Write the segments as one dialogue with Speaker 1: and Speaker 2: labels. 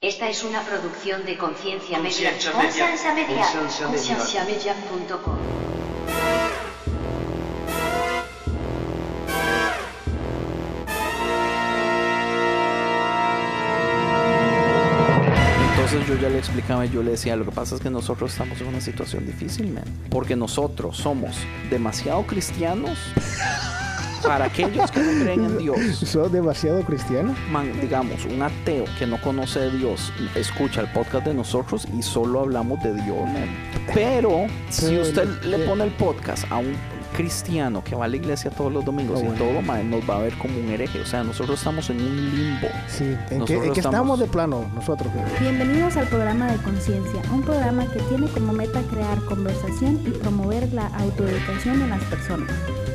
Speaker 1: Esta es una producción de Conciencia Media.
Speaker 2: Conciencia Media.
Speaker 1: Conciencia Media.
Speaker 3: Conciencia Media.
Speaker 1: Concienciamedia.com.
Speaker 4: Entonces yo ya le explicaba y yo le decía, lo que pasa es que nosotros estamos en una situación difícil, man, porque nosotros somos demasiado cristianos para aquellos que no creen en Dios.
Speaker 5: ¿Sos demasiado cristiano?
Speaker 4: Man, digamos, un ateo que no conoce a Dios escucha el podcast de nosotros y solo hablamos de Dios, man. Pero si
Speaker 5: Pero
Speaker 4: usted
Speaker 5: le-
Speaker 4: le pone el podcast a un cristiano que va a la iglesia todos los domingos
Speaker 5: Ah,
Speaker 4: y
Speaker 5: bueno.
Speaker 4: todo, man, nos va a ver como un hereje. O sea, nosotros estamos en un limbo.
Speaker 5: Sí. ¿En
Speaker 4: Nosotros
Speaker 5: qué, en qué
Speaker 4: estamos-
Speaker 5: estamos de plano nosotros?
Speaker 6: Bienvenidos al programa de Conciencia, un programa que tiene como meta crear conversación y promover la autoeducación en las personas,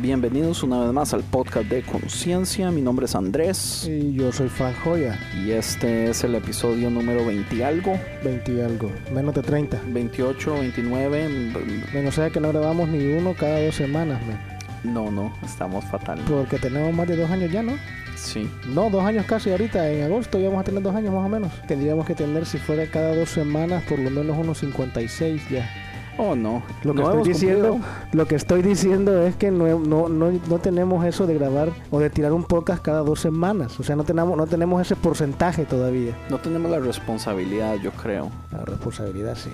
Speaker 4: Bienvenidos una vez más al podcast de Conciencia. Mi nombre es Andrés
Speaker 5: Y yo soy Fajoya,
Speaker 4: y este es el episodio número 20 y algo,
Speaker 5: 20 y algo, menos de 30.
Speaker 4: 28, 29. mm,
Speaker 5: Bueno, o sea que no grabamos ni uno cada dos semanas, men,
Speaker 4: No, no, estamos fatal.
Speaker 5: porque tenemos más de dos años ya, ¿no?
Speaker 4: Sí,
Speaker 5: No, dos años casi ahorita, en agosto ya vamos a tener dos años más o menos. Tendríamos que tener, si fuera cada dos semanas, por lo menos unos 56 ya.
Speaker 4: oh no.
Speaker 5: Lo que,
Speaker 4: No
Speaker 5: estoy,
Speaker 4: hemos
Speaker 5: diciendo,
Speaker 4: cumplido.
Speaker 5: lo que estoy diciendo es que no, no, no, no tenemos eso de grabar o de tirar un podcast cada dos semanas. O sea, no tenemos, no tenemos ese porcentaje todavía.
Speaker 4: No tenemos la responsabilidad, yo creo.
Speaker 5: La responsabilidad sí.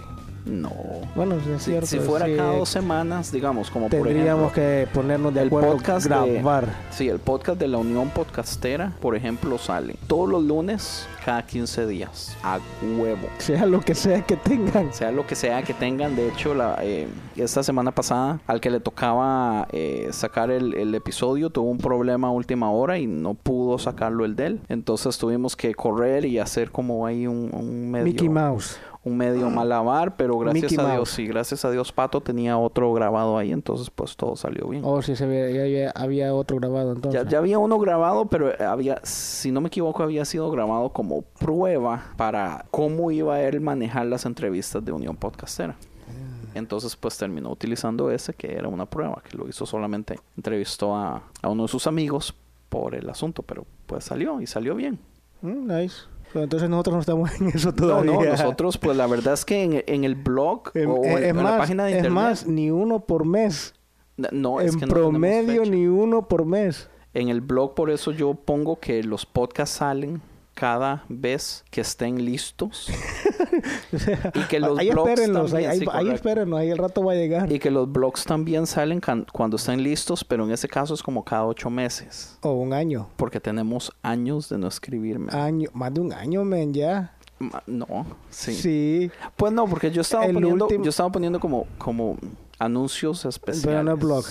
Speaker 4: No.
Speaker 5: Bueno, sí, es
Speaker 4: Si-
Speaker 5: cierto.
Speaker 4: si, fuera
Speaker 5: sí, eh,
Speaker 4: cada dos semanas, digamos, como
Speaker 5: Tendríamos
Speaker 4: por ejemplo,
Speaker 5: que ponernos de
Speaker 4: el
Speaker 5: acuerdo,
Speaker 4: podcast de-
Speaker 5: grabar.
Speaker 4: Sí, el podcast de la Unión Podcastera, por ejemplo, sale todos los lunes cada 15 días. A huevo.
Speaker 5: Sea lo que sea que tengan.
Speaker 4: sea lo que sea que tengan. De hecho, la, eh, esta semana pasada, al que le tocaba eh, sacar el, el episodio, tuvo un problema a última hora y no pudo sacarlo el de él. Entonces tuvimos que correr y hacer como ahí un, un medio...
Speaker 5: Mickey Mouse.
Speaker 4: Un medio malabar, pero gracias
Speaker 5: Mickey
Speaker 4: a Dios,
Speaker 5: Mouse.
Speaker 4: sí, gracias a Dios Pato tenía otro grabado ahí, entonces pues todo salió bien.
Speaker 5: Oh, sí, se ve, ya había, había otro grabado entonces.
Speaker 4: Ya, ya había uno grabado, pero había, si no me equivoco, había sido grabado como prueba para cómo iba él manejar las entrevistas de Unión Podcastera.
Speaker 5: Ah.
Speaker 4: Entonces, pues terminó utilizando ese, que era una prueba, que lo hizo solamente, entrevistó a, a uno de sus amigos por el asunto, pero pues salió y salió bien.
Speaker 5: Mm, nice. Pero entonces nosotros no estamos en eso
Speaker 4: No,
Speaker 5: todavía.
Speaker 4: no, nosotros, pues la verdad es que en, en el blog
Speaker 5: Em,
Speaker 4: o
Speaker 5: eh,
Speaker 4: en,
Speaker 5: es
Speaker 4: en
Speaker 5: más,
Speaker 4: la página de
Speaker 5: es
Speaker 4: internet,
Speaker 5: más, ni uno por mes.
Speaker 4: no, es
Speaker 5: en
Speaker 4: que no tenemos
Speaker 5: promedio,
Speaker 4: fecha.
Speaker 5: ni uno por mes.
Speaker 4: En el blog, por eso yo pongo que los podcasts salen cada vez que estén listos. y que los
Speaker 5: ahí
Speaker 4: blogs
Speaker 5: espérenlos, ahí,
Speaker 4: también,
Speaker 5: ahí-
Speaker 4: sí,
Speaker 5: ahí
Speaker 4: correcto.
Speaker 5: espérenlos, ahí el rato va a llegar.
Speaker 4: Y que los blogs también salen can- cuando estén listos, pero en ese caso es como cada ocho meses.
Speaker 5: O un año.
Speaker 4: Porque tenemos años de no escribirme.
Speaker 5: año. Más de un año, men, ya.
Speaker 4: Ma- No, sí.
Speaker 5: sí.
Speaker 4: Pues no, porque yo estaba
Speaker 5: El
Speaker 4: poniendo,
Speaker 5: último-
Speaker 4: yo estaba poniendo como, como anuncios especiales.
Speaker 5: no es blog.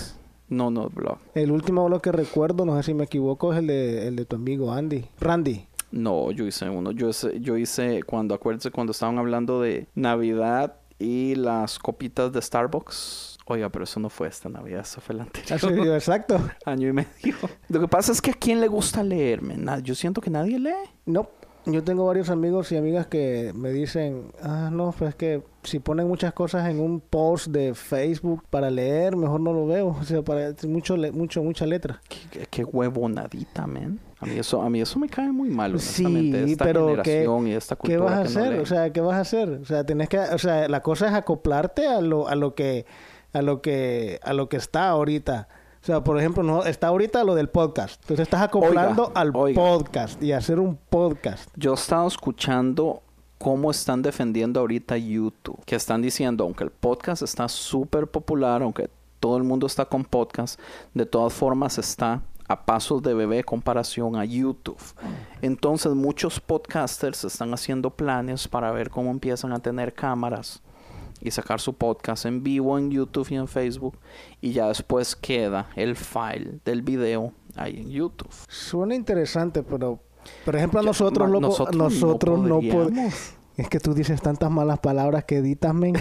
Speaker 4: No, no es blog.
Speaker 5: El último blog que recuerdo, no sé si me equivoco, es el de, el de tu amigo Andy. Randy.
Speaker 4: No, yo hice uno. Yo hice, yo hice cuando, acuérdense, cuando estaban hablando de Navidad y las copitas de Starbucks. Oiga, pero eso no fue esta Navidad, eso fue la
Speaker 5: Ah, sí,
Speaker 4: anterior.
Speaker 5: exacto.
Speaker 4: Año y medio. Lo que pasa es que a quién le gusta leerme. yo siento que nadie lee.
Speaker 5: No, yo tengo varios amigos y amigas que me dicen, ah, no, pues es que si ponen muchas cosas en un post de Facebook para leer, mejor no lo veo. O sea, para, mucho, le- mucho, mucha letra.
Speaker 4: Qué, qué- qué huevonadita, men. A mí eso, a mí eso me cae muy mal,
Speaker 5: Sí,
Speaker 4: honestamente. esta
Speaker 5: pero ¿qué,
Speaker 4: generación y esta
Speaker 5: qué
Speaker 4: cultura
Speaker 5: vas a
Speaker 4: que no
Speaker 5: hacer?
Speaker 4: lee.
Speaker 5: o sea, ¿qué vas a hacer? O sea, tenés que, o sea, la cosa es acoplarte a lo, a lo que, a lo que, a lo que está ahorita. O sea, por ejemplo, no está ahorita lo del podcast. Entonces estás acoplando
Speaker 4: Oiga,
Speaker 5: al
Speaker 4: oiga.
Speaker 5: podcast y hacer un podcast.
Speaker 4: Yo he estado escuchando cómo están defendiendo ahorita YouTube. Que están diciendo, aunque el podcast está súper popular, aunque todo el mundo está con podcast, de todas formas está a pasos de bebé comparación a YouTube. Entonces muchos podcasters están haciendo planes para ver cómo empiezan a tener cámaras y sacar su podcast en vivo en YouTube y en Facebook y ya después queda el file del video ahí en YouTube.
Speaker 5: Suena interesante, pero por ejemplo a
Speaker 4: Yo-
Speaker 5: nosotros,
Speaker 4: ma-
Speaker 5: loco,
Speaker 4: nosotros
Speaker 5: nosotros,
Speaker 4: no
Speaker 5: no podemos.
Speaker 4: podríamos.
Speaker 5: Es que tú dices tantas malas palabras que editas, men.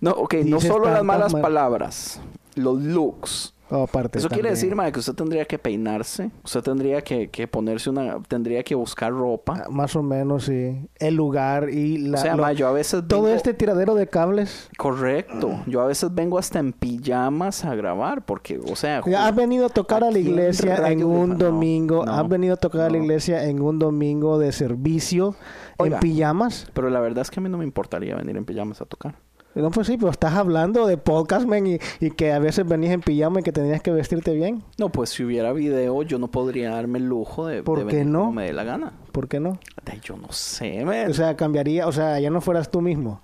Speaker 4: No, ok, no
Speaker 5: Dices
Speaker 4: solo las
Speaker 5: tantas
Speaker 4: malas
Speaker 5: mal-
Speaker 4: palabras, los looks.
Speaker 5: Oh, aparte.
Speaker 4: Eso quiere
Speaker 5: también.
Speaker 4: decir, mae, que usted tendría que peinarse, usted tendría que, que ponerse una, tendría que buscar ropa.
Speaker 5: Ah, Más o menos, sí. El lugar y la.
Speaker 4: o sea,
Speaker 5: lo-
Speaker 4: mae, yo a veces
Speaker 5: todo
Speaker 4: vengo-
Speaker 5: este tiradero de cables.
Speaker 4: Correcto. Yo a veces vengo hasta en pijamas a grabar porque, o sea, ju-
Speaker 5: Has venido a tocar a la
Speaker 4: Aquí en
Speaker 5: iglesia en
Speaker 4: Radio
Speaker 5: un
Speaker 4: Rifa- no,
Speaker 5: domingo.
Speaker 4: no,
Speaker 5: Has venido a tocar a la
Speaker 4: no.
Speaker 5: iglesia en un domingo de servicio
Speaker 4: Oiga.
Speaker 5: en pijamas.
Speaker 4: pero la verdad es que a mí no me importaría venir en pijamas a tocar.
Speaker 5: No, pues sí, pero estás hablando de podcast, men, y, y que a veces venís en pijama y que tenías que vestirte bien.
Speaker 4: No, pues si hubiera video, yo no podría darme el lujo de,
Speaker 5: ¿Por
Speaker 4: de
Speaker 5: qué
Speaker 4: venir
Speaker 5: no?
Speaker 4: como me dé la gana.
Speaker 5: ¿Por qué no?
Speaker 4: Ay, yo no sé, man.
Speaker 5: O sea, cambiaría, o sea, ya no fueras tú mismo.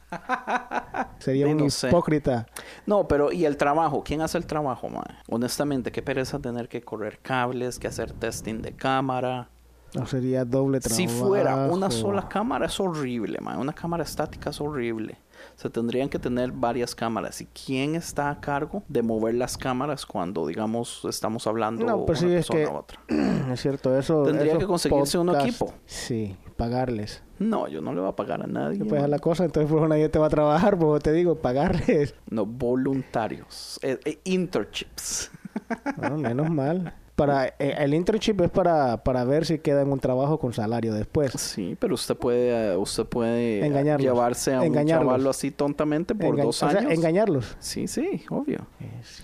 Speaker 5: Sería
Speaker 4: Sí,
Speaker 5: un
Speaker 4: no sé.
Speaker 5: hipócrita.
Speaker 4: No, pero ¿y el trabajo? ¿Quién hace el trabajo, man? Honestamente, qué pereza tener que correr cables, que hacer testing de cámara.
Speaker 5: No sería doble trabajo.
Speaker 4: Si fuera una sola cámara es horrible, man. Una cámara estática es horrible. Se tendrían que tener varias cámaras. ¿Y quién está a cargo de mover las cámaras cuando, digamos, estamos hablando
Speaker 5: No, pues
Speaker 4: una
Speaker 5: sí, es
Speaker 4: persona
Speaker 5: que-
Speaker 4: a otra?
Speaker 5: es cierto, eso.
Speaker 4: Tendría
Speaker 5: esos
Speaker 4: que conseguirse un
Speaker 5: podcasts-
Speaker 4: equipo.
Speaker 5: Sí, pagarles.
Speaker 4: No, yo no le voy a pagar a nadie.
Speaker 5: Pues es
Speaker 4: man.
Speaker 5: la cosa, entonces pues nadie te va a trabajar, pues te digo, pagarles.
Speaker 4: No, voluntarios. Eh, eh, internships.
Speaker 5: No, menos mal. Para eh, el internship es para, para ver si queda en un trabajo con salario después.
Speaker 4: Sí, pero usted puede, eh, usted puede eh,
Speaker 5: Engañarlos.
Speaker 4: llevarse a un
Speaker 5: Engañarlos.
Speaker 4: chaval así tontamente por
Speaker 5: Enga-
Speaker 4: dos
Speaker 5: o sea,
Speaker 4: años.
Speaker 5: engañarlos.
Speaker 4: sí, sí, obvio.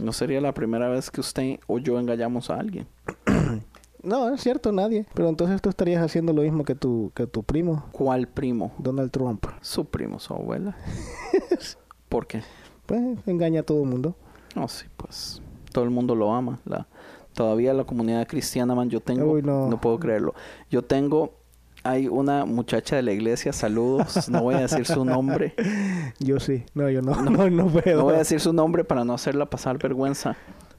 Speaker 4: No sería la primera vez que usted o yo engañamos a alguien.
Speaker 5: No, es cierto, nadie. Pero entonces tú estarías haciendo lo mismo que tu, que tu primo,
Speaker 4: ¿Cuál primo?
Speaker 5: Donald Trump.
Speaker 4: Su primo, su abuela. ¿Por qué?
Speaker 5: Pues engaña a todo el mundo.
Speaker 4: No, sí, pues todo el mundo lo ama. La, todavía la comunidad cristiana, man, yo tengo,
Speaker 5: Uy, no.
Speaker 4: no. puedo creerlo. Yo tengo, hay una muchacha de la iglesia, saludos, no voy a decir su nombre,
Speaker 5: Yo sí. No, yo no. No, no puedo.
Speaker 4: no voy a decir su nombre para no hacerla pasar vergüenza.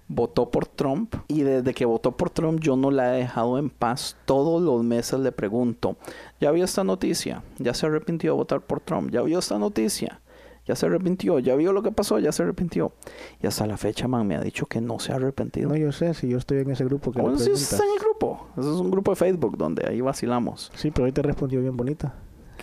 Speaker 4: Votó por Trump y desde que votó por Trump yo no la he dejado en paz. Todos los meses le pregunto, ¿ya vio esta noticia? ¿Ya se arrepintió de votar por Trump? ¿Ya vio esta noticia? ¿Ya se arrepintió? ¿Ya vio lo que pasó? ¿Ya se arrepintió? Y hasta la fecha, man, me ha dicho que no se ha arrepentido.
Speaker 5: No, yo sé, si yo estoy en ese grupo que le
Speaker 4: Bueno, sí,
Speaker 5: preguntas.
Speaker 4: está en el grupo. Eso es un grupo de Facebook donde ahí vacilamos.
Speaker 5: Sí, pero hoy te respondió bien bonita.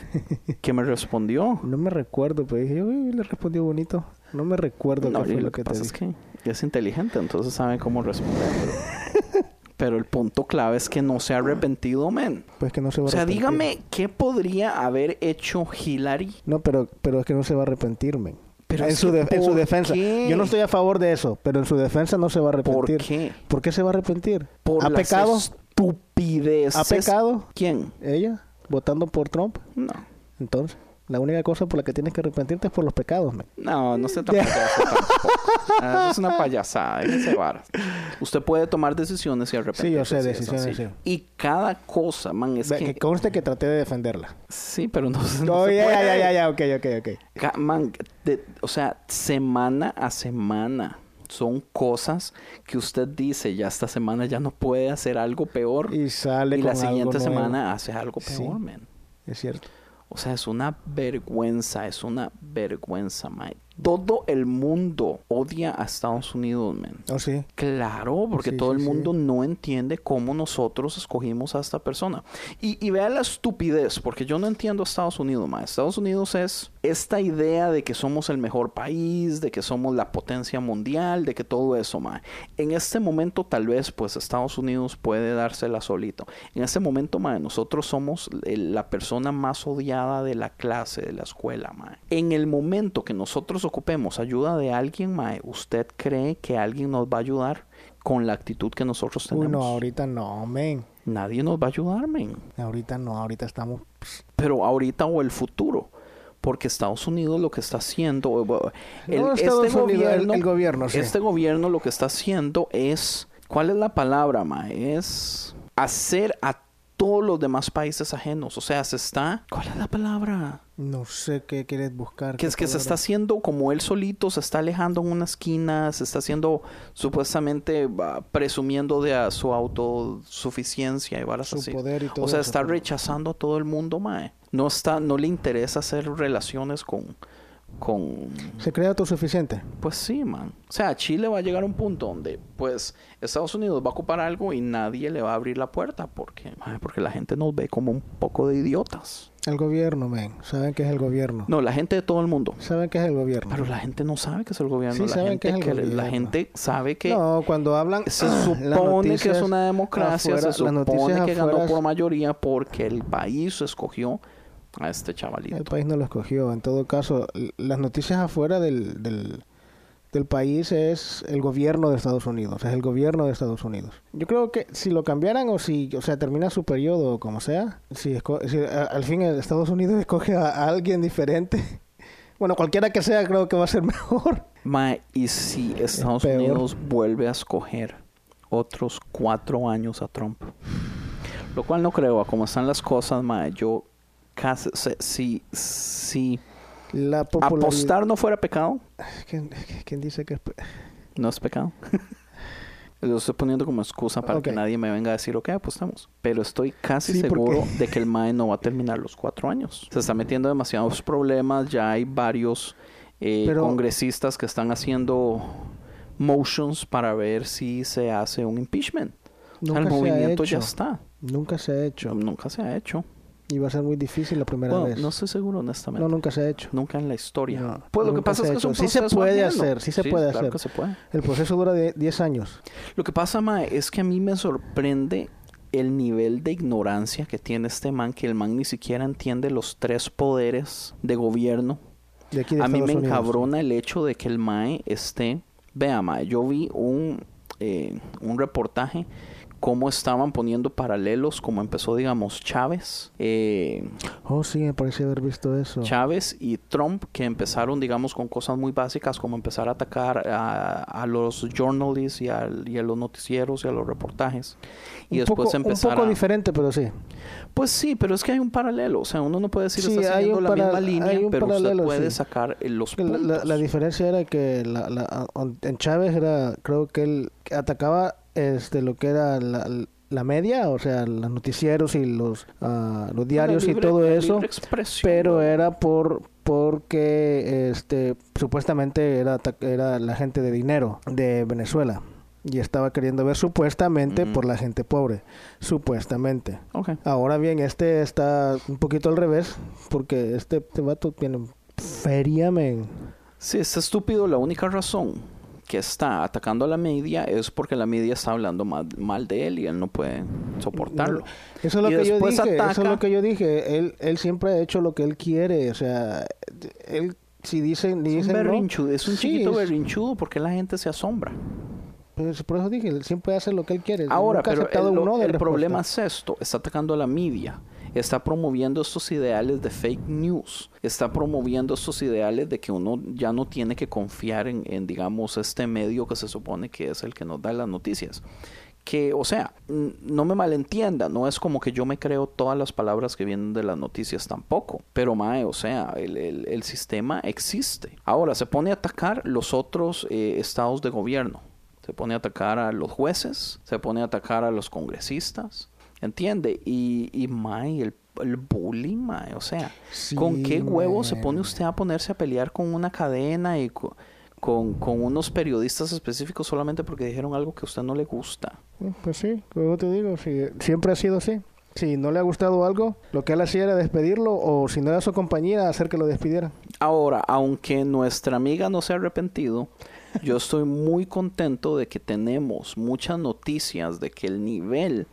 Speaker 4: Que me respondió.
Speaker 5: No me recuerdo, pero dije, uy, le respondió bonito. No me recuerdo
Speaker 4: No,
Speaker 5: qué
Speaker 4: y
Speaker 5: fue
Speaker 4: lo
Speaker 5: lo
Speaker 4: que
Speaker 5: que te
Speaker 4: pasa
Speaker 5: dije.
Speaker 4: es que es inteligente, entonces sabe cómo responder. pero- Pero el punto clave es que no se ha arrepentido, men.
Speaker 5: Pues que no se va
Speaker 4: O
Speaker 5: a
Speaker 4: sea,
Speaker 5: arrepentir.
Speaker 4: dígame qué podría haber hecho Hillary.
Speaker 5: No, pero, pero es que no se va a arrepentir, men.
Speaker 4: Pero
Speaker 5: en,
Speaker 4: es
Speaker 5: su
Speaker 4: que
Speaker 5: de- en su
Speaker 4: ¿por
Speaker 5: defensa.
Speaker 4: qué?
Speaker 5: Yo no estoy a favor de eso, pero en su defensa no se va a
Speaker 4: ¿Por
Speaker 5: arrepentir.
Speaker 4: qué?
Speaker 5: ¿Por qué se va a arrepentir?
Speaker 4: Por
Speaker 5: ¿Ha
Speaker 4: las
Speaker 5: pecado
Speaker 4: estupideces.
Speaker 5: ¿Ha pecado?
Speaker 4: ¿Quién?
Speaker 5: ella votando por Trump?
Speaker 4: No.
Speaker 5: Entonces, la única cosa por la que tienes que arrepentirte es por los pecados, men.
Speaker 4: No, no se tan payaso tampoco. Ah, eso es una payasada, déjese varas. Usted puede tomar decisiones y arrepentirse.
Speaker 5: Sí, yo sé,
Speaker 4: así de
Speaker 5: decisiones,
Speaker 4: sencillo.
Speaker 5: sí.
Speaker 4: Y cada cosa, man, es
Speaker 5: Ve-
Speaker 4: que...
Speaker 5: Que conste que traté de defenderla.
Speaker 4: Sí, pero no, no
Speaker 5: No,
Speaker 4: se
Speaker 5: ya,
Speaker 4: puede.
Speaker 5: ya, ya, ya, ya, ok, ok, ok.
Speaker 4: Ca- Man, de- o sea, semana a semana son cosas que usted dice, ya esta semana ya no puede hacer algo peor.
Speaker 5: Y sale
Speaker 4: la
Speaker 5: con algo
Speaker 4: siguiente
Speaker 5: nuevo.
Speaker 4: semana ah. hace algo
Speaker 5: Sí.
Speaker 4: peor, man.
Speaker 5: Es cierto.
Speaker 4: O sea, es una vergüenza, es una vergüenza, man. Todo el mundo odia a Estados Unidos, man.
Speaker 5: Oh, sí.
Speaker 4: Claro, porque
Speaker 5: Sí,
Speaker 4: todo
Speaker 5: sí,
Speaker 4: el
Speaker 5: sí.
Speaker 4: mundo no entiende cómo nosotros escogimos a esta persona. Y, y vea la estupidez, porque yo no entiendo a Estados Unidos, ma. Estados Unidos es esta idea de que somos el mejor país, de que somos la potencia mundial, de que todo eso, ma. En este momento, tal vez, pues Estados Unidos puede dársela solito. En este momento, ma, nosotros somos el- la persona más odiada de la clase, de la escuela, ma. En el momento que nosotros ocupemos ayuda de alguien, ma, ¿usted cree que alguien nos va a ayudar? con la actitud que nosotros
Speaker 5: Uy,
Speaker 4: tenemos.
Speaker 5: no, ahorita no, men.
Speaker 4: Nadie nos va a ayudar, men.
Speaker 5: Ahorita no, ahorita estamos... pss,
Speaker 4: Pero ahorita o el futuro. Porque Estados Unidos lo que está haciendo, o- o- el,
Speaker 5: No, Estados Unidos, el- el gobierno, sí.
Speaker 4: este gobierno lo que está haciendo es, ¿cuál es la palabra, ma? Es hacer a todo todos los demás países ajenos. O sea, se está... ¿Cuál es la palabra?
Speaker 5: No sé qué quieres buscar.
Speaker 4: Que es que se está
Speaker 5: palabra.
Speaker 4: haciendo como él solito, se está alejando en una esquina, se está haciendo supuestamente va, presumiendo de a su autosuficiencia y varas
Speaker 5: Su
Speaker 4: así.
Speaker 5: poder y todo
Speaker 4: o sea,
Speaker 5: eso,
Speaker 4: está
Speaker 5: ¿no?
Speaker 4: rechazando a todo el mundo, mae. No está, no le interesa hacer relaciones con, con,
Speaker 5: Se cree autosuficiente.
Speaker 4: pues sí, man. O sea, Chile va a llegar a un punto donde, pues, Estados Unidos va a ocupar algo y nadie le va a abrir la puerta porque, mae, porque la gente nos ve como un poco de idiotas.
Speaker 5: El gobierno, men. Saben que es el gobierno.
Speaker 4: No, la gente de todo el mundo.
Speaker 5: Saben que es el gobierno.
Speaker 4: Pero la gente no sabe que es el gobierno.
Speaker 5: Sí,
Speaker 4: la,
Speaker 5: saben
Speaker 4: gente
Speaker 5: que es el
Speaker 4: le- La
Speaker 5: gobierno.
Speaker 4: gente sabe que
Speaker 5: no, cuando hablan. ah,
Speaker 4: se
Speaker 5: las
Speaker 4: supone que es
Speaker 5: noticias
Speaker 4: una democracia,
Speaker 5: afuera-
Speaker 4: se
Speaker 5: las
Speaker 4: supone
Speaker 5: noticias
Speaker 4: que ganó
Speaker 5: afuera-
Speaker 4: por mayoría porque el país escogió a este chavalito.
Speaker 5: El país no lo escogió. En todo caso, l- las noticias afuera del, del, del país es el gobierno de Estados Unidos. Es el gobierno de Estados Unidos. Yo creo que si lo cambiaran o si, o sea, termina su periodo o como sea, si, esco- si a- al fin el Estados Unidos escoge a, a alguien diferente, bueno, cualquiera que sea, creo que va a ser mejor.
Speaker 4: Ma, y si Estados
Speaker 5: peor.
Speaker 4: Unidos vuelve a escoger otros cuatro años a Trump, lo cual no creo, a como están las cosas, ma, yo casi, se- si, si
Speaker 5: La popularidad.
Speaker 4: apostar no fuera pecado,
Speaker 5: ¿Quién, quién dice que es pe-
Speaker 4: no es pecado. Lo estoy poniendo como excusa para
Speaker 5: Ok.
Speaker 4: que nadie me venga a decir, ok, apostamos. Pero estoy casi
Speaker 5: Sí,
Speaker 4: seguro
Speaker 5: porque-
Speaker 4: de que el MAE no va a terminar los cuatro años. Se está metiendo demasiados problemas, ya hay varios eh,
Speaker 5: Pero-
Speaker 4: congresistas que están haciendo motions para ver si se hace un impeachment. O sea,
Speaker 5: Nunca
Speaker 4: el
Speaker 5: se ha
Speaker 4: movimiento ya
Speaker 5: hecho.
Speaker 4: está.
Speaker 5: Nunca se ha hecho.
Speaker 4: Nunca se ha hecho.
Speaker 5: Y va a ser muy difícil la primera
Speaker 4: Bueno,
Speaker 5: vez.
Speaker 4: no estoy seguro, honestamente.
Speaker 5: No, nunca se ha hecho.
Speaker 4: Nunca en la historia.
Speaker 5: No,
Speaker 4: pues lo que
Speaker 5: nunca
Speaker 4: pasa
Speaker 5: se
Speaker 4: es
Speaker 5: ha
Speaker 4: que es un
Speaker 5: hecho. Sí se
Speaker 4: proceso
Speaker 5: puede
Speaker 4: ajeno.
Speaker 5: hacer, sí se puede
Speaker 4: claro
Speaker 5: hacer.
Speaker 4: que se puede.
Speaker 5: El proceso dura de 10 años.
Speaker 4: Lo que pasa, Mae, es que a mí me sorprende el nivel de ignorancia que tiene este man, que el man ni siquiera entiende los tres poderes de gobierno.
Speaker 5: De aquí de
Speaker 4: a mí
Speaker 5: Estados
Speaker 4: me
Speaker 5: Unidos.
Speaker 4: encabrona el hecho de que el Mae esté... Vea, Mae, yo vi un, eh, un reportaje cómo estaban poniendo paralelos, como empezó, digamos, Chávez. eh,
Speaker 5: Oh, sí, me parece haber visto eso.
Speaker 4: Chávez y Trump que empezaron, digamos, con cosas muy básicas como empezar a atacar a, a los journalists y, al- y a los noticieros y a los reportajes. Y
Speaker 5: un
Speaker 4: después
Speaker 5: poco,
Speaker 4: empezar
Speaker 5: Un poco
Speaker 4: a-
Speaker 5: diferente, pero sí.
Speaker 4: Pues sí, pero es que hay un paralelo. O sea, uno no puede decir
Speaker 5: Sí,
Speaker 4: está
Speaker 5: hay
Speaker 4: siguiendo
Speaker 5: un
Speaker 4: la
Speaker 5: para-
Speaker 4: misma
Speaker 5: hay
Speaker 4: línea,
Speaker 5: un
Speaker 4: pero usted
Speaker 5: paralelo,
Speaker 4: puede
Speaker 5: sí.
Speaker 4: sacar eh, los
Speaker 5: La,
Speaker 4: puntos.
Speaker 5: la- la diferencia era que la- la- on- en Chávez era, creo que él atacaba este lo que era la, la media, o sea, los noticieros y los, ah, los diarios
Speaker 4: libre-
Speaker 5: y todo
Speaker 4: la
Speaker 5: eso,
Speaker 4: libre expresión,
Speaker 5: pero eh,
Speaker 4: güey.
Speaker 5: era por porque este supuestamente era ata- era la gente de dinero de Venezuela y estaba queriendo ver supuestamente por la gente pobre, supuestamente.
Speaker 4: Ok.
Speaker 5: Ahora bien, este está un poquito al revés, porque este, este vato tiene feria, men.
Speaker 4: Sí, este estúpido, la única razón que está atacando a la media es porque la media está hablando mal, mal de él y él no puede soportarlo.
Speaker 5: Eso es lo
Speaker 4: Y
Speaker 5: que yo
Speaker 4: después
Speaker 5: dije, eso es
Speaker 4: ataca-
Speaker 5: lo que yo dije. Él, él siempre ha hecho lo que él quiere, o sea, él si dicen, ni
Speaker 4: Es un
Speaker 5: dicen no,
Speaker 4: berrinchudo, es un
Speaker 5: sí,
Speaker 4: chiquito
Speaker 5: es-
Speaker 4: berrinchudo porque la gente se asombra.
Speaker 5: pues, por eso dije, él siempre hace lo que él quiere.
Speaker 4: Ahora,
Speaker 5: Nunca ha
Speaker 4: pero
Speaker 5: aceptado
Speaker 4: el,
Speaker 5: un
Speaker 4: lo-
Speaker 5: no de
Speaker 4: el
Speaker 5: respuesta.
Speaker 4: problema es esto, está atacando a la media, está promoviendo estos ideales de fake news, está promoviendo estos ideales de que uno ya no tiene que confiar en, en, digamos, este medio que se supone que es el que nos da las noticias. Que, o sea, n- no me malentienda, no es como que yo me creo todas las palabras que vienen de las noticias tampoco. Pero, mae, o sea, el, el- el sistema existe. Ahora, se pone a atacar los otros eh, estados de gobierno. Se pone a atacar a los jueces, se pone a atacar a los congresistas, ¿entiende? Y, y mae, el, el bullying, mae, o sea,
Speaker 5: Sí,
Speaker 4: ¿con qué huevo se
Speaker 5: mae.
Speaker 4: pone usted a ponerse a pelear con una cadena y co- con, con unos periodistas específicos solamente porque dijeron algo que a usted no le gusta?
Speaker 5: Eh, Pues sí, como te digo, sí, siempre ha sido así. Si no le ha gustado algo, lo que él hacía era despedirlo, o si no era su compañía, hacer que lo despidieran.
Speaker 4: Ahora, aunque nuestra amiga no se ha arrepentido, yo estoy muy contento de que tenemos muchas noticias de que el nivel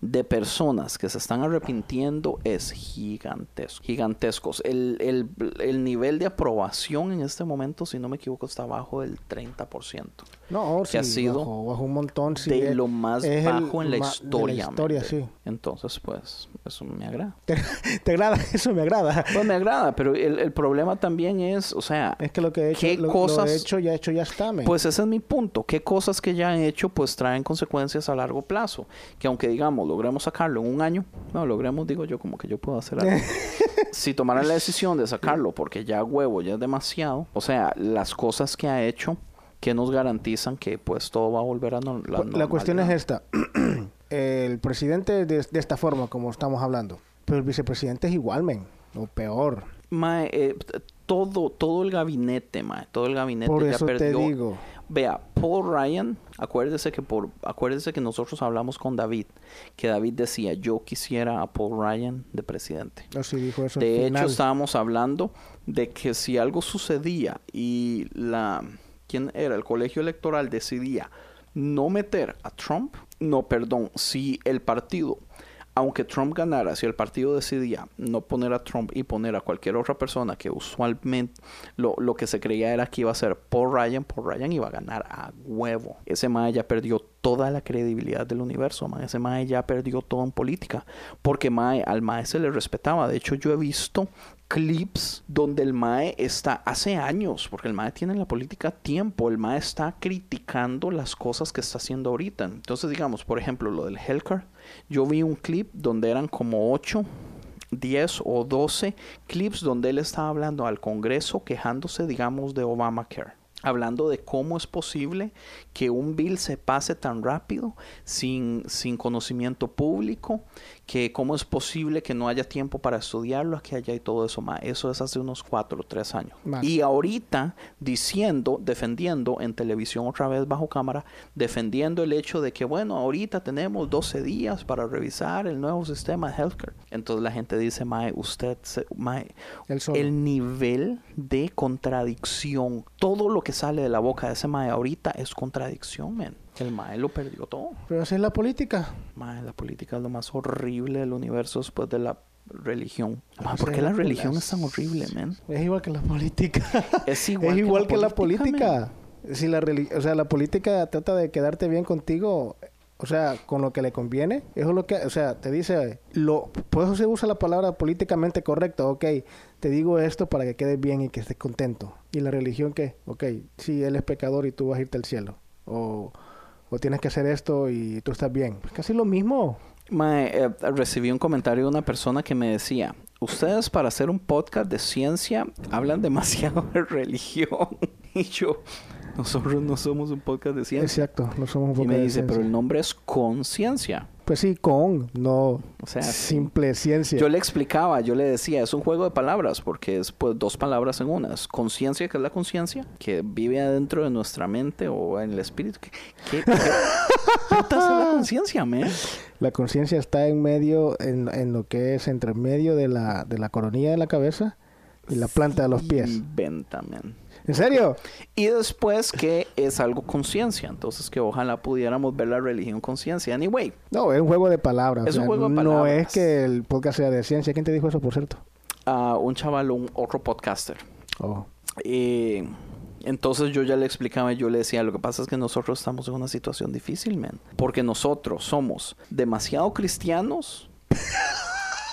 Speaker 4: de personas que se están arrepintiendo es gigantesco. Gigantescos. El, el- el nivel de aprobación en este momento, si no me equivoco, está abajo del 30%.
Speaker 5: No, sí,
Speaker 4: ha sido
Speaker 5: bajo, bajo un montón. sí,
Speaker 4: de
Speaker 5: es-
Speaker 4: lo más
Speaker 5: es el
Speaker 4: bajo en la
Speaker 5: ma- de
Speaker 4: historia.
Speaker 5: la historia,
Speaker 4: man.
Speaker 5: sí.
Speaker 4: Entonces, pues, eso me agrada.
Speaker 5: ¿Te, te agrada? Eso me agrada.
Speaker 4: Pues me agrada, pero el, el problema también es, o sea,
Speaker 5: Es que lo que he hecho,
Speaker 4: ¿qué
Speaker 5: lo, lo
Speaker 4: cosas
Speaker 5: he hecho, ya hecho, ya está, men.
Speaker 4: Pues ese es mi punto. ¿Qué cosas que ya han hecho pues traen consecuencias a largo plazo? Que aunque digamos, logremos sacarlo en un año, no, logremos, digo yo, como que yo puedo hacer algo. si tomaran la decisión de sacarlo porque ya huevo, ya es demasiado, o sea, las cosas que ha hecho, que nos garantizan que pues todo va a volver a no- la,
Speaker 5: La cuestión es
Speaker 4: normalidad?
Speaker 5: esta. el presidente de, de esta forma, como estamos hablando. Pero el vicepresidente es igual, men. O peor.
Speaker 4: Mae, eh, t- todo, todo el gabinete, mae, todo el gabinete
Speaker 5: Por
Speaker 4: ya
Speaker 5: eso te
Speaker 4: perdió.
Speaker 5: digo.
Speaker 4: Vea, Paul Ryan, acuérdese que por, acuérdese que nosotros hablamos con David, que David decía, yo quisiera a Paul Ryan de presidente.
Speaker 5: No, sí dijo eso. al
Speaker 4: De
Speaker 5: final.
Speaker 4: hecho, estábamos hablando de que si algo sucedía y la quién era el colegio electoral decidía no meter a Trump, no, perdón, si el partido, aunque Trump ganara, si el partido decidía no poner a Trump y poner a cualquier otra persona que usualmente lo, lo que se creía era que iba a ser por Ryan, por Ryan iba a ganar a huevo. Ese mae ya perdió toda la credibilidad del universo, mae. Ese mae ya perdió todo en política. Porque mae, al mae se le respetaba. De hecho, yo he visto clips donde el mae está hace años, porque el mae tiene en la política tiempo, el mae está criticando las cosas que está haciendo ahorita. Entonces, digamos, por ejemplo, lo del Hellcard, yo vi un clip donde eran como ocho 10 o 12 clips donde él estaba hablando al Congreso quejándose, digamos, de Obamacare. Hablando de cómo es posible que un bill se pase tan rápido sin, sin conocimiento público, que cómo es posible que no haya tiempo para estudiarlo aquí, allá y todo eso más. Eso es hace unos cuatro o tres años.
Speaker 5: Más.
Speaker 4: Y ahorita diciendo, defendiendo en televisión otra vez bajo cámara, defendiendo el hecho de que, bueno, ahorita tenemos 12 días para revisar el nuevo sistema de healthcare. Entonces la gente dice, Mae, usted, se, Mae,
Speaker 5: Él solo.
Speaker 4: el nivel de contradicción, todo lo que sale de la boca de ese Mae ahorita es contradicción, men. El Mae lo perdió todo.
Speaker 5: Pero así es la política.
Speaker 4: Mae, la política es lo más horrible del universo después de la religión. Mae, Ah, ¿Por
Speaker 5: Sí,
Speaker 4: qué la
Speaker 5: las-
Speaker 4: religión es tan horrible, men?
Speaker 5: Es igual que la política.
Speaker 4: Es igual que la
Speaker 5: que la
Speaker 4: política,
Speaker 5: política. Si la reli- o sea, la política trata de quedarte bien contigo, o sea, con lo que le conviene. Eso es lo que, o sea, te dice, lo, por eso se usa la palabra políticamente correcta. Ok, te digo esto para que quedes bien y que estés contento. ¿Y la religión qué? Ok, si él es pecador y tú vas a irte al cielo. O, o tienes que hacer esto y tú estás bien. Pues casi lo mismo.
Speaker 4: Mae, eh, recibí un comentario de una persona que me decía, ustedes para hacer un podcast de ciencia hablan demasiado de religión. Y yo, nosotros no somos un podcast de ciencia.
Speaker 5: Exacto, no somos un
Speaker 4: Y
Speaker 5: poco
Speaker 4: me
Speaker 5: de
Speaker 4: dice,
Speaker 5: ciencia.
Speaker 4: pero el nombre es conciencia.
Speaker 5: Pues sí, con, no.
Speaker 4: O sea,
Speaker 5: simple ciencia.
Speaker 4: Yo le explicaba, yo le decía, es un juego de palabras, porque es pues dos palabras en una. Es conciencia, que es la conciencia, que vive adentro de nuestra mente o en el espíritu. ¿Qué, qué, qué putas es la conciencia, man?
Speaker 5: La conciencia está en medio, en, en lo que es entre medio de la, de la coronilla de la cabeza y la planta de los pies.
Speaker 4: Inventa, man.
Speaker 5: ¿En serio?
Speaker 4: Y después que es algo conciencia, entonces que ojalá pudiéramos ver la religión conciencia. Anyway,
Speaker 5: No, es un juego de palabras.
Speaker 4: Es un juego de
Speaker 5: No
Speaker 4: palabras.
Speaker 5: es que el podcast sea de ciencia. ¿Quién te dijo eso, por cierto?
Speaker 4: a un chaval, un otro podcaster.
Speaker 5: Oh.
Speaker 4: eh, entonces yo ya le explicaba, yo le decía, lo que pasa es que nosotros estamos en una situación difícil, man, porque nosotros somos demasiado cristianos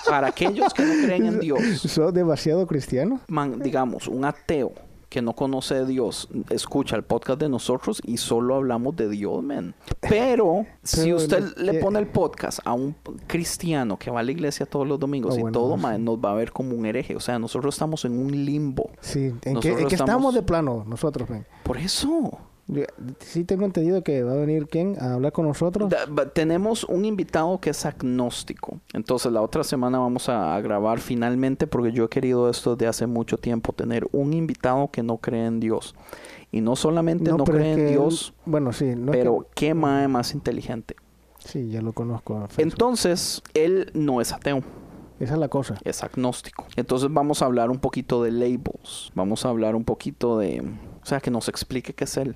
Speaker 4: para aquellos que no creen en Dios.
Speaker 5: ¿Sos demasiado cristiano?
Speaker 4: man, digamos, un ateo que no conoce a Dios, escucha el podcast de nosotros y solo hablamos de Dios, men. Pero si
Speaker 5: Pero
Speaker 4: usted
Speaker 5: le-
Speaker 4: le, pone el podcast a un cristiano que va a la iglesia todos los domingos
Speaker 5: Ah,
Speaker 4: y
Speaker 5: bueno,
Speaker 4: todo,
Speaker 5: sí.
Speaker 4: man, nos va a ver como un hereje. O sea, nosotros estamos en un limbo.
Speaker 5: Sí. ¿En, qué, en
Speaker 4: Nosotros
Speaker 5: qué estamos
Speaker 4: estamos-
Speaker 5: de plano nosotros, men?
Speaker 4: Por eso.
Speaker 5: Yo- Sí tengo entendido que va a venir quién a hablar con nosotros.
Speaker 4: Da- ba- tenemos un invitado que es agnóstico. Entonces la otra semana vamos a, a grabar finalmente porque yo he querido esto de hace mucho tiempo, tener un invitado que no cree en Dios. Y no solamente no,
Speaker 5: pero es
Speaker 4: cree en
Speaker 5: que él-
Speaker 4: Dios,
Speaker 5: bueno, sí. No es
Speaker 4: pero qué mae más inteligente.
Speaker 5: que- sí, ya lo conozco. en Facebook.
Speaker 4: Entonces, él no es ateo,
Speaker 5: Esa es la cosa.
Speaker 4: es agnóstico. Entonces vamos a hablar un poquito de labels, vamos a hablar un poquito de, o sea, que nos explique qué es él.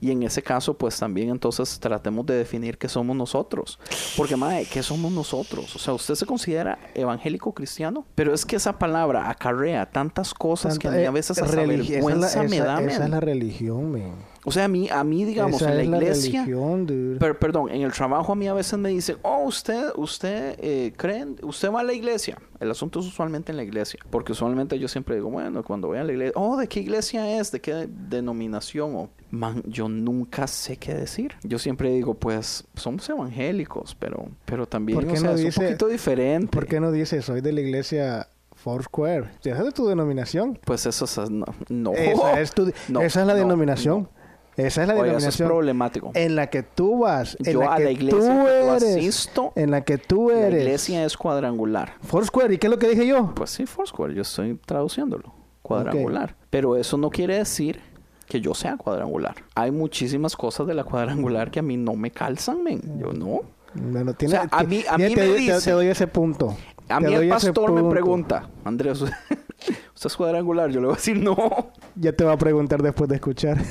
Speaker 4: Y en ese caso, pues también entonces tratemos de definir qué somos nosotros. Porque, madre, ¿qué somos nosotros? O sea, usted se considera evangélico cristiano, pero es que esa palabra acarrea tantas cosas que a mí
Speaker 5: Tanta-
Speaker 4: a veces
Speaker 5: eh,
Speaker 4: hasta
Speaker 5: religi- esa es la-
Speaker 4: vergüenza me
Speaker 5: esa-
Speaker 4: da,
Speaker 5: Esa es
Speaker 4: men.
Speaker 5: la religión, men.
Speaker 4: O sea, a mí, a mí digamos,
Speaker 5: Esa
Speaker 4: en la
Speaker 5: es
Speaker 4: iglesia...
Speaker 5: religión, dude.
Speaker 4: Per- perdón, en el trabajo a mí a veces me dicen, oh, usted, usted eh, cree, en- usted va a la iglesia. El asunto es usualmente en la iglesia, porque usualmente yo siempre digo, bueno, cuando voy a la iglesia, oh, ¿de qué iglesia es? ¿De qué denominación? O, man, yo nunca sé qué decir. Yo siempre digo, pues, somos evangélicos, pero, pero también,
Speaker 5: ¿Por
Speaker 4: o
Speaker 5: qué
Speaker 4: sea,
Speaker 5: no
Speaker 4: es
Speaker 5: dice-
Speaker 4: un poquito diferente.
Speaker 5: ¿Por qué no dices soy de la iglesia Foursquare? ¿Te haces de tu denominación?
Speaker 4: Pues eso es, no. no.
Speaker 5: Esa es, tu-
Speaker 4: No,
Speaker 5: esa es la
Speaker 4: no,
Speaker 5: denominación. Esa es la
Speaker 4: no. Oiga, eso es
Speaker 5: denominación
Speaker 4: problemático.
Speaker 5: en la que tú vas, en
Speaker 4: Yo
Speaker 5: la
Speaker 4: a
Speaker 5: que
Speaker 4: la iglesia
Speaker 5: tú
Speaker 4: que yo
Speaker 5: eres,
Speaker 4: asisto,
Speaker 5: en la que tú
Speaker 4: La
Speaker 5: eres.
Speaker 4: iglesia es cuadrangular.
Speaker 5: Foursquare, ¿y qué es lo que dije yo?
Speaker 4: Pues sí, Foursquare, yo estoy traduciéndolo. Cuadrangular. Pero eso no quiere decir que yo sea cuadrangular. Hay muchísimas cosas de la cuadrangular que a mí no me calzan, men. Yo no.
Speaker 5: Bueno, tiene,
Speaker 4: O sea, a mí- a
Speaker 5: mira,
Speaker 4: mí
Speaker 5: te,
Speaker 4: me
Speaker 5: doy- te-
Speaker 4: dice-
Speaker 5: te doy ese punto.
Speaker 4: A
Speaker 5: Te
Speaker 4: mí el
Speaker 5: doy ese
Speaker 4: pastor me
Speaker 5: punto.
Speaker 4: pregunta, Andrés, ¿usted es cuadrangular? Yo le voy a decir no.
Speaker 5: Ya te va a preguntar después de escuchar.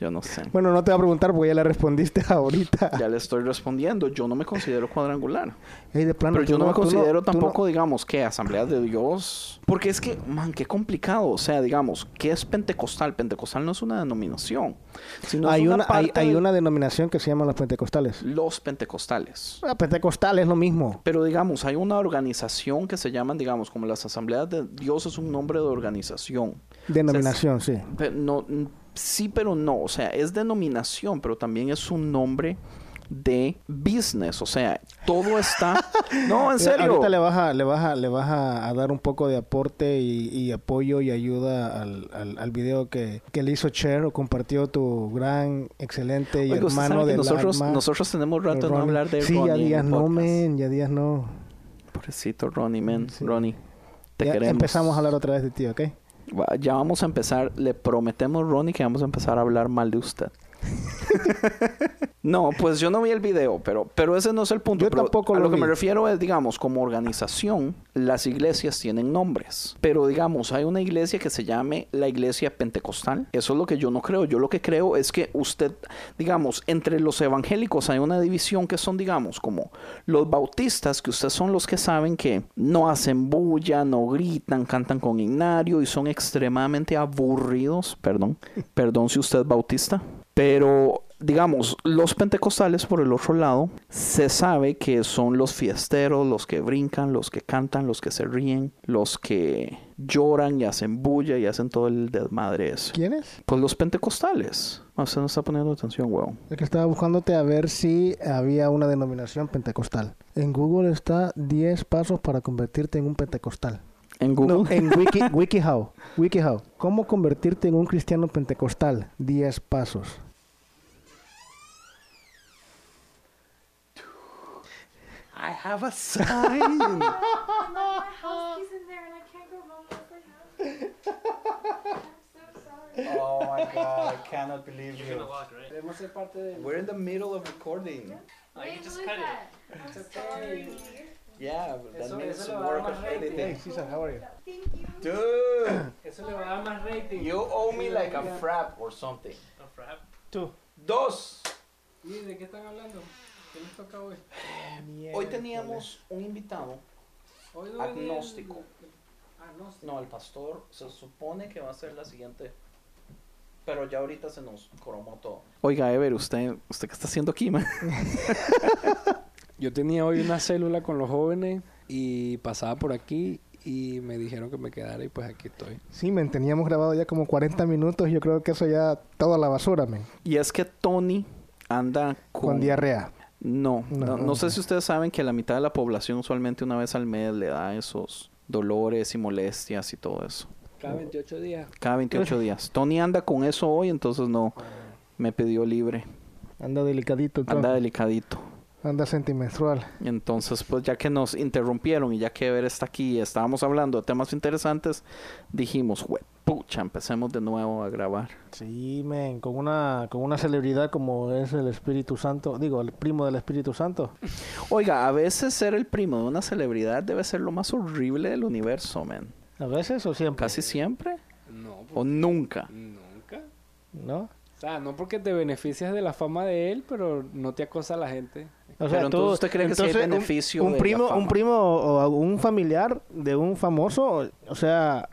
Speaker 4: Yo no sé.
Speaker 5: Bueno, ah. no te va a preguntar porque ya le respondiste ahorita.
Speaker 4: Ya le estoy respondiendo. Yo no me considero cuadrangular.
Speaker 5: Ey, de plano,
Speaker 4: Pero
Speaker 5: tú
Speaker 4: yo no me
Speaker 5: tú
Speaker 4: considero
Speaker 5: tú no-
Speaker 4: tampoco, digamos, que asambleas de Dios. Porque es que, man, qué complicado. O sea, digamos, ¿qué es pentecostal? Pentecostal no es una denominación. Sino es
Speaker 5: hay una, hay,
Speaker 4: parte
Speaker 5: hay
Speaker 4: de
Speaker 5: una denominación que se llama los pentecostales.
Speaker 4: los pentecostales.
Speaker 5: Ah, pentecostal es lo mismo.
Speaker 4: Pero digamos, hay una organización que se llaman, digamos, como las asambleas de Dios es un nombre de organización.
Speaker 5: Denominación, sí.
Speaker 4: Pe- no, mm, sí, pero no. O sea, es denominación, pero también es un nombre de business. O sea, todo está... no, en
Speaker 5: Eh,
Speaker 4: serio.
Speaker 5: Ahorita le vas a, le vas a, le vas a, a dar un poco de aporte y, y apoyo y ayuda al, al, al video que, que le hizo Cher o compartió tu gran, excelente y
Speaker 4: Oiga, usted
Speaker 5: hermano
Speaker 4: sabe que
Speaker 5: de
Speaker 4: nosotros, nosotros tenemos rato de no hablar de
Speaker 5: Eh, Sí, ya
Speaker 4: Ronnie. en
Speaker 5: días
Speaker 4: el
Speaker 5: no,
Speaker 4: podcast.
Speaker 5: men, ya días no.
Speaker 4: Pobrecito Ronnie, men.
Speaker 5: Sí.
Speaker 4: Ronnie, te
Speaker 5: ya
Speaker 4: queremos.
Speaker 5: empezamos a hablar otra vez de ti, ¿ok?
Speaker 4: Va- Ya vamos a empezar. Le prometemos, Ronnie, que vamos a empezar a hablar mal de usted. no, pues yo no vi el video, pero, pero ese no es el punto.
Speaker 5: Yo
Speaker 4: Pero
Speaker 5: tampoco
Speaker 4: a
Speaker 5: lo
Speaker 4: lo que me
Speaker 5: vi.
Speaker 4: refiero es, digamos, como organización, las iglesias tienen nombres. Pero, digamos, hay una iglesia que se llame la iglesia pentecostal. Eso es lo que yo no creo. Yo lo que creo es que usted, digamos, entre los evangélicos hay una división que son, digamos, como los bautistas, que ustedes son los que saben que no hacen bulla, no gritan, cantan con ignario y son extremadamente aburridos. Perdón, perdón si usted es bautista. Pero digamos, los pentecostales, por el otro lado, se sabe que son los fiesteros, los que brincan, los que cantan, los que se ríen, los que lloran y hacen bulla y hacen todo el desmadre ese.
Speaker 5: ¿Quién es?
Speaker 4: Pues los pentecostales. Ah, Usted no está poniendo atención, weón.
Speaker 5: El que estaba buscándote a ver si había una denominación pentecostal. En Google está 10 pasos para convertirte en un pentecostal.
Speaker 4: En Google.
Speaker 5: No, en Wiki, WikiHow. WikiHow. ¿Cómo convertirte en un cristiano pentecostal? 10 pasos.
Speaker 4: I have a sign.
Speaker 2: house keys in there and I can't go home with my house. I'm so sorry.
Speaker 4: oh my god, I cannot believe
Speaker 3: You're gonna log, right?
Speaker 4: We're in the middle of recording.
Speaker 3: Oh, you just
Speaker 2: Leave
Speaker 3: cut it.
Speaker 2: that. I'm sorry.
Speaker 4: Yeah, that means work of editing.
Speaker 2: Thank you.
Speaker 4: Dude,
Speaker 3: Eso le va a dar más rating.
Speaker 4: you owe me like a frap or something.
Speaker 3: No, frap.
Speaker 4: Dos.
Speaker 3: ¿Y de qué están hablando? ¿Qué les toca hoy?
Speaker 4: Eh, Hoy teníamos un invitado
Speaker 3: Hoy no viene el-
Speaker 4: agnóstico.
Speaker 3: Agnóstico.
Speaker 4: No, el pastor se supone que va a ser la siguiente. Pero ya ahorita se nos cromó todo. Oiga, Ever, ¿usted, usted qué está haciendo aquí, man?
Speaker 7: Yo tenía hoy una célula con los jóvenes y pasaba por aquí y me dijeron que me quedara y pues aquí estoy.
Speaker 5: Sí, men, teníamos grabado ya como 40 minutos. Yo creo que eso ya toda la basura, men.
Speaker 4: Y es que Tony anda con...
Speaker 5: Con diarrea.
Speaker 4: No, no,
Speaker 5: No,
Speaker 4: no
Speaker 5: no.
Speaker 4: sé si ustedes saben que a la mitad de la población usualmente una vez al mes le da esos dolores y molestias y todo eso.
Speaker 7: Cada 28 días.
Speaker 4: Cada 28 días. Tony anda con eso hoy, entonces no. Me pidió libre.
Speaker 5: Anda delicadito, entonces.
Speaker 4: Anda
Speaker 5: Anda,
Speaker 4: delicadito.
Speaker 5: sentimental.
Speaker 4: Entonces, pues ya que nos interrumpieron y ya que Ver está aquí y estábamos hablando de temas interesantes, dijimos, "Jue- pucha, empecemos de nuevo a grabar.
Speaker 5: Sí, men, con una, con una celebridad como es el Espíritu Santo. Digo, el primo del Espíritu Santo.
Speaker 4: Oiga, a veces ser el primo de una celebridad debe ser lo más horrible del universo, man.
Speaker 5: A veces o siempre.
Speaker 4: Casi siempre
Speaker 7: No,
Speaker 4: o
Speaker 7: pues,
Speaker 4: nunca.
Speaker 7: nunca.
Speaker 5: ¿No?
Speaker 7: O sea, no porque te beneficias de la fama de él, pero no te acosa la gente.
Speaker 5: O
Speaker 4: Pero entonces, ¿usted cree que sí hay
Speaker 5: entonces, un-
Speaker 4: beneficio
Speaker 5: Un,
Speaker 4: de la
Speaker 5: primo,
Speaker 4: fama?
Speaker 5: un primo o, o un familiar de un famoso, o sea,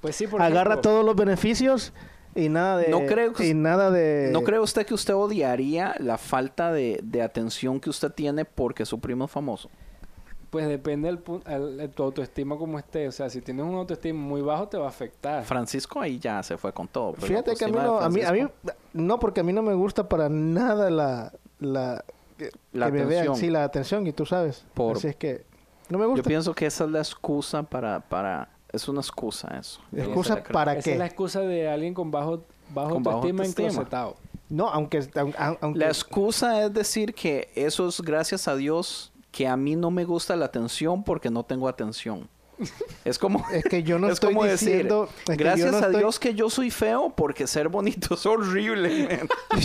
Speaker 7: Pues sí, por
Speaker 5: agarra
Speaker 7: ejemplo,
Speaker 5: todos los beneficios Y nada de.
Speaker 4: No creo que-
Speaker 5: Y nada de.
Speaker 4: ¿No cree usted que usted odiaría la falta de, de atención que usted tiene porque su primo es famoso?
Speaker 7: Pues depende del pun- al- de tu autoestima como esté. O sea, si tienes un autoestima muy bajo, te va a afectar.
Speaker 4: Francisco ahí ya se fue con todo. pero
Speaker 5: Fíjate
Speaker 4: la
Speaker 5: que a mí,
Speaker 4: autoestima
Speaker 5: no,
Speaker 4: de
Speaker 5: a, mí, a mí.
Speaker 4: pues, Francisco-
Speaker 5: No, porque a mí no me gusta para nada la. La, que,
Speaker 4: La
Speaker 5: que me vean.
Speaker 4: atención.
Speaker 5: Sí, la atención, y tú sabes.
Speaker 4: Por-
Speaker 5: Así es que. No me
Speaker 4: Yo
Speaker 5: gusta.
Speaker 4: pienso que esa es la excusa para... para es una excusa eso. Yo no se
Speaker 5: ¿Excusa
Speaker 4: la creo.
Speaker 5: para
Speaker 7: Esa
Speaker 5: qué?
Speaker 7: es la excusa de alguien con bajo, bajo
Speaker 4: Con bajo
Speaker 7: autoestima,
Speaker 4: autoestima.
Speaker 7: enclosetado.
Speaker 5: No, aunque. aun- aun- aunque
Speaker 4: La excusa es decir que eso es gracias a Dios que a mí no me gusta la atención porque no tengo atención. Es como,
Speaker 5: Es que yo no
Speaker 4: es
Speaker 5: estoy
Speaker 4: como decir,
Speaker 5: diciendo- es que yo
Speaker 4: gracias
Speaker 5: no
Speaker 4: a
Speaker 5: estoy-
Speaker 4: Dios que yo soy feo porque ser bonito es horrible. man".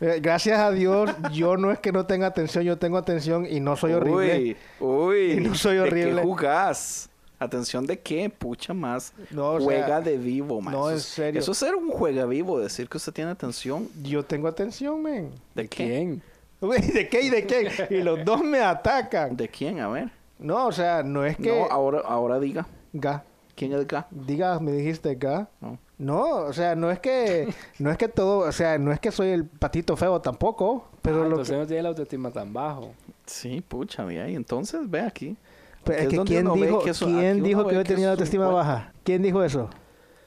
Speaker 5: eh, gracias a Dios, yo no es que no tenga atención, yo tengo atención y no soy horrible.
Speaker 4: Uy, uy.
Speaker 5: Y no soy
Speaker 4: ¿De
Speaker 5: horrible.
Speaker 4: qué jugás? ¿Atención de qué? Pucha más.
Speaker 5: No, o
Speaker 4: Juega
Speaker 5: sea,
Speaker 4: de vivo, man.
Speaker 5: no,
Speaker 4: Eso
Speaker 5: en
Speaker 4: es-
Speaker 5: serio.
Speaker 4: Eso es ser un juega vivo, decir que usted tiene atención.
Speaker 5: Yo tengo atención, men.
Speaker 4: ¿De, qué?
Speaker 7: ¿Quién?
Speaker 5: Güey, ¿De qué y de qué? Y los dos me atacan.
Speaker 4: ¿De quién? A ver.
Speaker 5: No, o sea, no es que...
Speaker 4: No, ahora, ahora diga.
Speaker 5: Ga.
Speaker 4: ¿Quién es K?
Speaker 5: Diga, me dijiste ga.
Speaker 4: No.
Speaker 5: No, o sea, no es que... No es que todo... O sea, no es que soy el patito feo tampoco. Pero
Speaker 7: Ah,
Speaker 5: lo
Speaker 7: entonces
Speaker 5: que...
Speaker 7: no tiene la autoestima tan bajo.
Speaker 4: Sí, pucha, mira. Y entonces, ve aquí.
Speaker 5: Pero
Speaker 4: Aquí
Speaker 5: es que
Speaker 4: donde
Speaker 5: ¿quién
Speaker 4: uno ve
Speaker 5: dijo,
Speaker 4: que eso-
Speaker 5: ¿quién
Speaker 4: aquí
Speaker 5: dijo
Speaker 4: uno
Speaker 5: que
Speaker 4: ve
Speaker 5: yo
Speaker 4: que
Speaker 5: tenía la
Speaker 4: es un
Speaker 5: autoestima
Speaker 4: buen-
Speaker 5: baja? ¿Quién dijo eso?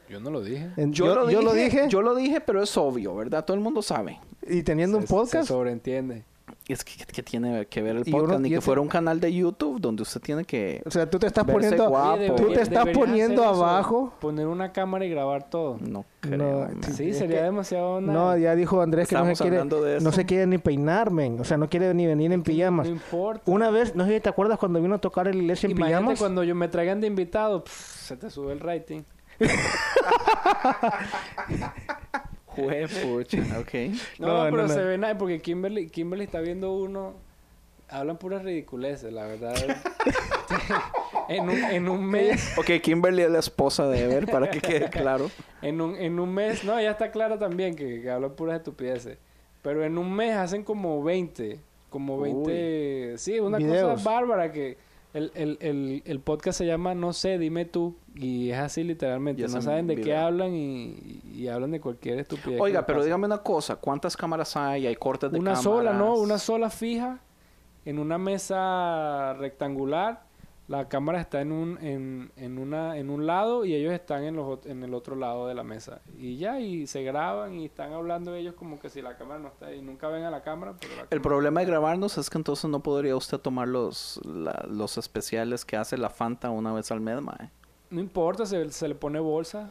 Speaker 7: Yo no lo dije.
Speaker 5: En-
Speaker 4: Yo, lo dije, yo lo dije. pero es obvio, ¿verdad? Todo el mundo sabe.
Speaker 5: Y teniendo un
Speaker 7: Se-
Speaker 5: podcast...
Speaker 7: Se sobreentiende.
Speaker 4: Y es que, que tiene que ver el
Speaker 5: Y uno
Speaker 4: podcast, ni que
Speaker 5: tiene-
Speaker 4: fuera un canal de YouTube donde usted tiene que...
Speaker 5: O sea, tú te estás
Speaker 4: Verse
Speaker 5: poniendo...
Speaker 4: guapo. Ah,
Speaker 7: Oye,
Speaker 4: po-
Speaker 5: Tú
Speaker 7: debería-
Speaker 5: te estás
Speaker 7: deberían
Speaker 5: poniendo
Speaker 7: hacer eso,
Speaker 5: abajo.
Speaker 7: Poner una cámara y grabar todo.
Speaker 4: No creo. man.
Speaker 5: sí,
Speaker 7: Sí,
Speaker 5: es
Speaker 7: sería
Speaker 5: que-
Speaker 7: demasiado... nada.
Speaker 5: No, ya dijo Andrés que no
Speaker 4: Estamos
Speaker 5: se, quiere,
Speaker 4: hablando de eso.
Speaker 5: no se quiere ni peinar, men. O sea, no quiere ni venir en pijamas.
Speaker 7: No importa.
Speaker 5: Una vez, no sé si te acuerdas cuando vino a tocar el iglesia en
Speaker 7: Imagínate
Speaker 5: pijamas.
Speaker 7: cuando yo me traigan de invitado, pff, se te sube el rating.
Speaker 4: Jue- pucha, ok.
Speaker 7: No,
Speaker 5: No,
Speaker 7: no,
Speaker 5: no,
Speaker 7: pero
Speaker 5: no.
Speaker 7: se ve nada porque Kimberly, Kimberly está viendo uno. Hablan puras ridiculeces, la verdad. en, un, en un mes,
Speaker 4: Ok, Kimberly es la esposa de Ever, para que quede claro.
Speaker 7: en un, en un mes, no, ya está claro también que, que hablan puras estupideces. Pero en un mes hacen como 20, como 20, sí, una
Speaker 5: Videos.
Speaker 7: cosa bárbara que el, el, el, el podcast se llama No sé, dime tú. Y es así literalmente,
Speaker 4: Y
Speaker 7: no
Speaker 4: hacen
Speaker 7: saben de qué
Speaker 4: video.
Speaker 7: hablan y, y hablan de cualquier estupidez. que
Speaker 4: Oiga,
Speaker 7: les
Speaker 4: pero
Speaker 7: pasa.
Speaker 4: dígame una cosa, ¿cuántas cámaras hay? ¿Hay cortes de
Speaker 7: Una
Speaker 4: cámaras?
Speaker 7: sola, ¿no? Una sola fija en una mesa rectangular. La cámara está en un, en, en una, en un lado y ellos están en, los, ot- en el otro lado de la mesa. Y ya, y se graban y están hablando ellos como que si la cámara no está ahí. Nunca ven a la cámara, pero la
Speaker 4: El
Speaker 7: cámara-
Speaker 4: problema de grabarnos es que entonces no podría usted tomar los, la- los especiales que hace la Fanta una vez al mes, mae.
Speaker 7: No importa, se, se le pone bolsa.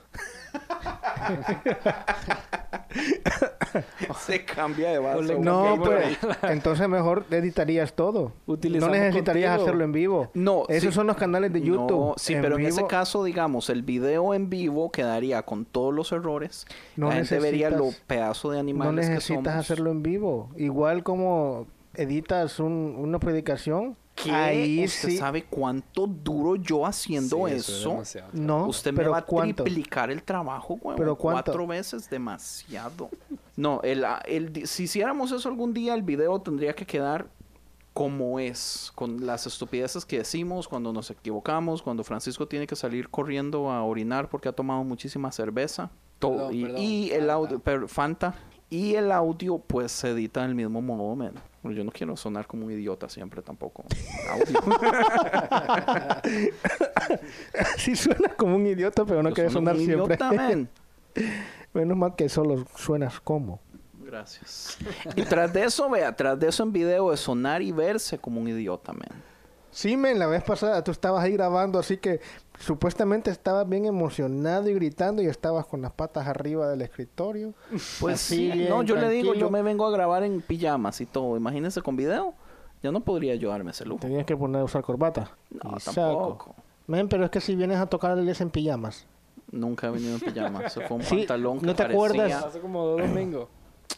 Speaker 4: Se cambia de vaso.
Speaker 7: Ole,
Speaker 5: No,
Speaker 7: Ok,
Speaker 5: pero
Speaker 7: bueno.
Speaker 5: entonces mejor editarías todo. No
Speaker 7: Utilizamos
Speaker 5: necesitarías
Speaker 7: contigo.
Speaker 5: hacerlo en vivo.
Speaker 4: No,
Speaker 5: Esos
Speaker 4: sí.
Speaker 5: son los canales de YouTube.
Speaker 4: No, sí,
Speaker 5: En
Speaker 4: pero en ese
Speaker 5: vivo-
Speaker 4: caso, digamos, el video en vivo quedaría con todos los errores.
Speaker 5: No
Speaker 4: la gente vería lo
Speaker 5: necesitas-
Speaker 4: pedazo de
Speaker 5: no
Speaker 4: animales que
Speaker 5: necesitas
Speaker 4: somos.
Speaker 5: hacerlo en vivo. Igual como editas un- una predicación,
Speaker 4: ¿Qué?
Speaker 5: ahí
Speaker 4: ¿Usted
Speaker 5: sí.
Speaker 4: sabe cuánto duro yo haciendo
Speaker 7: Sí, es
Speaker 4: eso?
Speaker 7: demasiado.
Speaker 5: No,
Speaker 4: Usted me
Speaker 5: pero
Speaker 4: va a
Speaker 5: ¿cuánto?
Speaker 4: triplicar el trabajo, güey.
Speaker 5: ¿Pero cuánto?
Speaker 4: Cuatro veces, demasiado. No, el, ah, el di- si hiciéramos eso algún día, el video tendría que quedar como es, con las estupideces que decimos, cuando nos equivocamos, cuando Francisco tiene que salir corriendo a orinar porque ha tomado muchísima cerveza. To-
Speaker 7: Perdón,
Speaker 4: y,
Speaker 7: perdón,
Speaker 4: y el
Speaker 7: Fanta.
Speaker 4: audio, per- Fanta. Y el audio, pues, se edita del mismo modo, men. Bueno, Yo no quiero sonar como un idiota siempre tampoco. Audio.
Speaker 5: sí suena como un idiota, pero no
Speaker 4: Yo
Speaker 5: quiere
Speaker 4: sono
Speaker 5: sonar
Speaker 4: un
Speaker 5: siempre.
Speaker 4: idiota, men.
Speaker 5: Menos mal que solo suenas como.
Speaker 4: Gracias. Y tras de eso, vea, tras de eso en video es sonar y verse como un idiota, man.
Speaker 5: Sí, men, la vez pasada tú estabas ahí grabando, así que supuestamente estabas bien emocionado y gritando y estabas con las patas arriba del escritorio.
Speaker 4: Pues sí,
Speaker 5: Así bien,
Speaker 4: no, yo le digo,
Speaker 5: tranquilo.
Speaker 4: yo me vengo a grabar en pijamas y todo. Imagínense con video, yo no podría ayudarme ese lujo.
Speaker 5: Tenías que poner a usar corbata.
Speaker 4: No,
Speaker 5: Y
Speaker 4: tampoco.
Speaker 5: Men, pero es que si vienes a tocar a la iglesia en pijamas,
Speaker 4: Nunca he venido en pijamas. Se fue un
Speaker 5: Sí,
Speaker 4: pantalón que
Speaker 5: ¿no te acuerdas?
Speaker 4: parecía-
Speaker 7: Hace como dos domingos.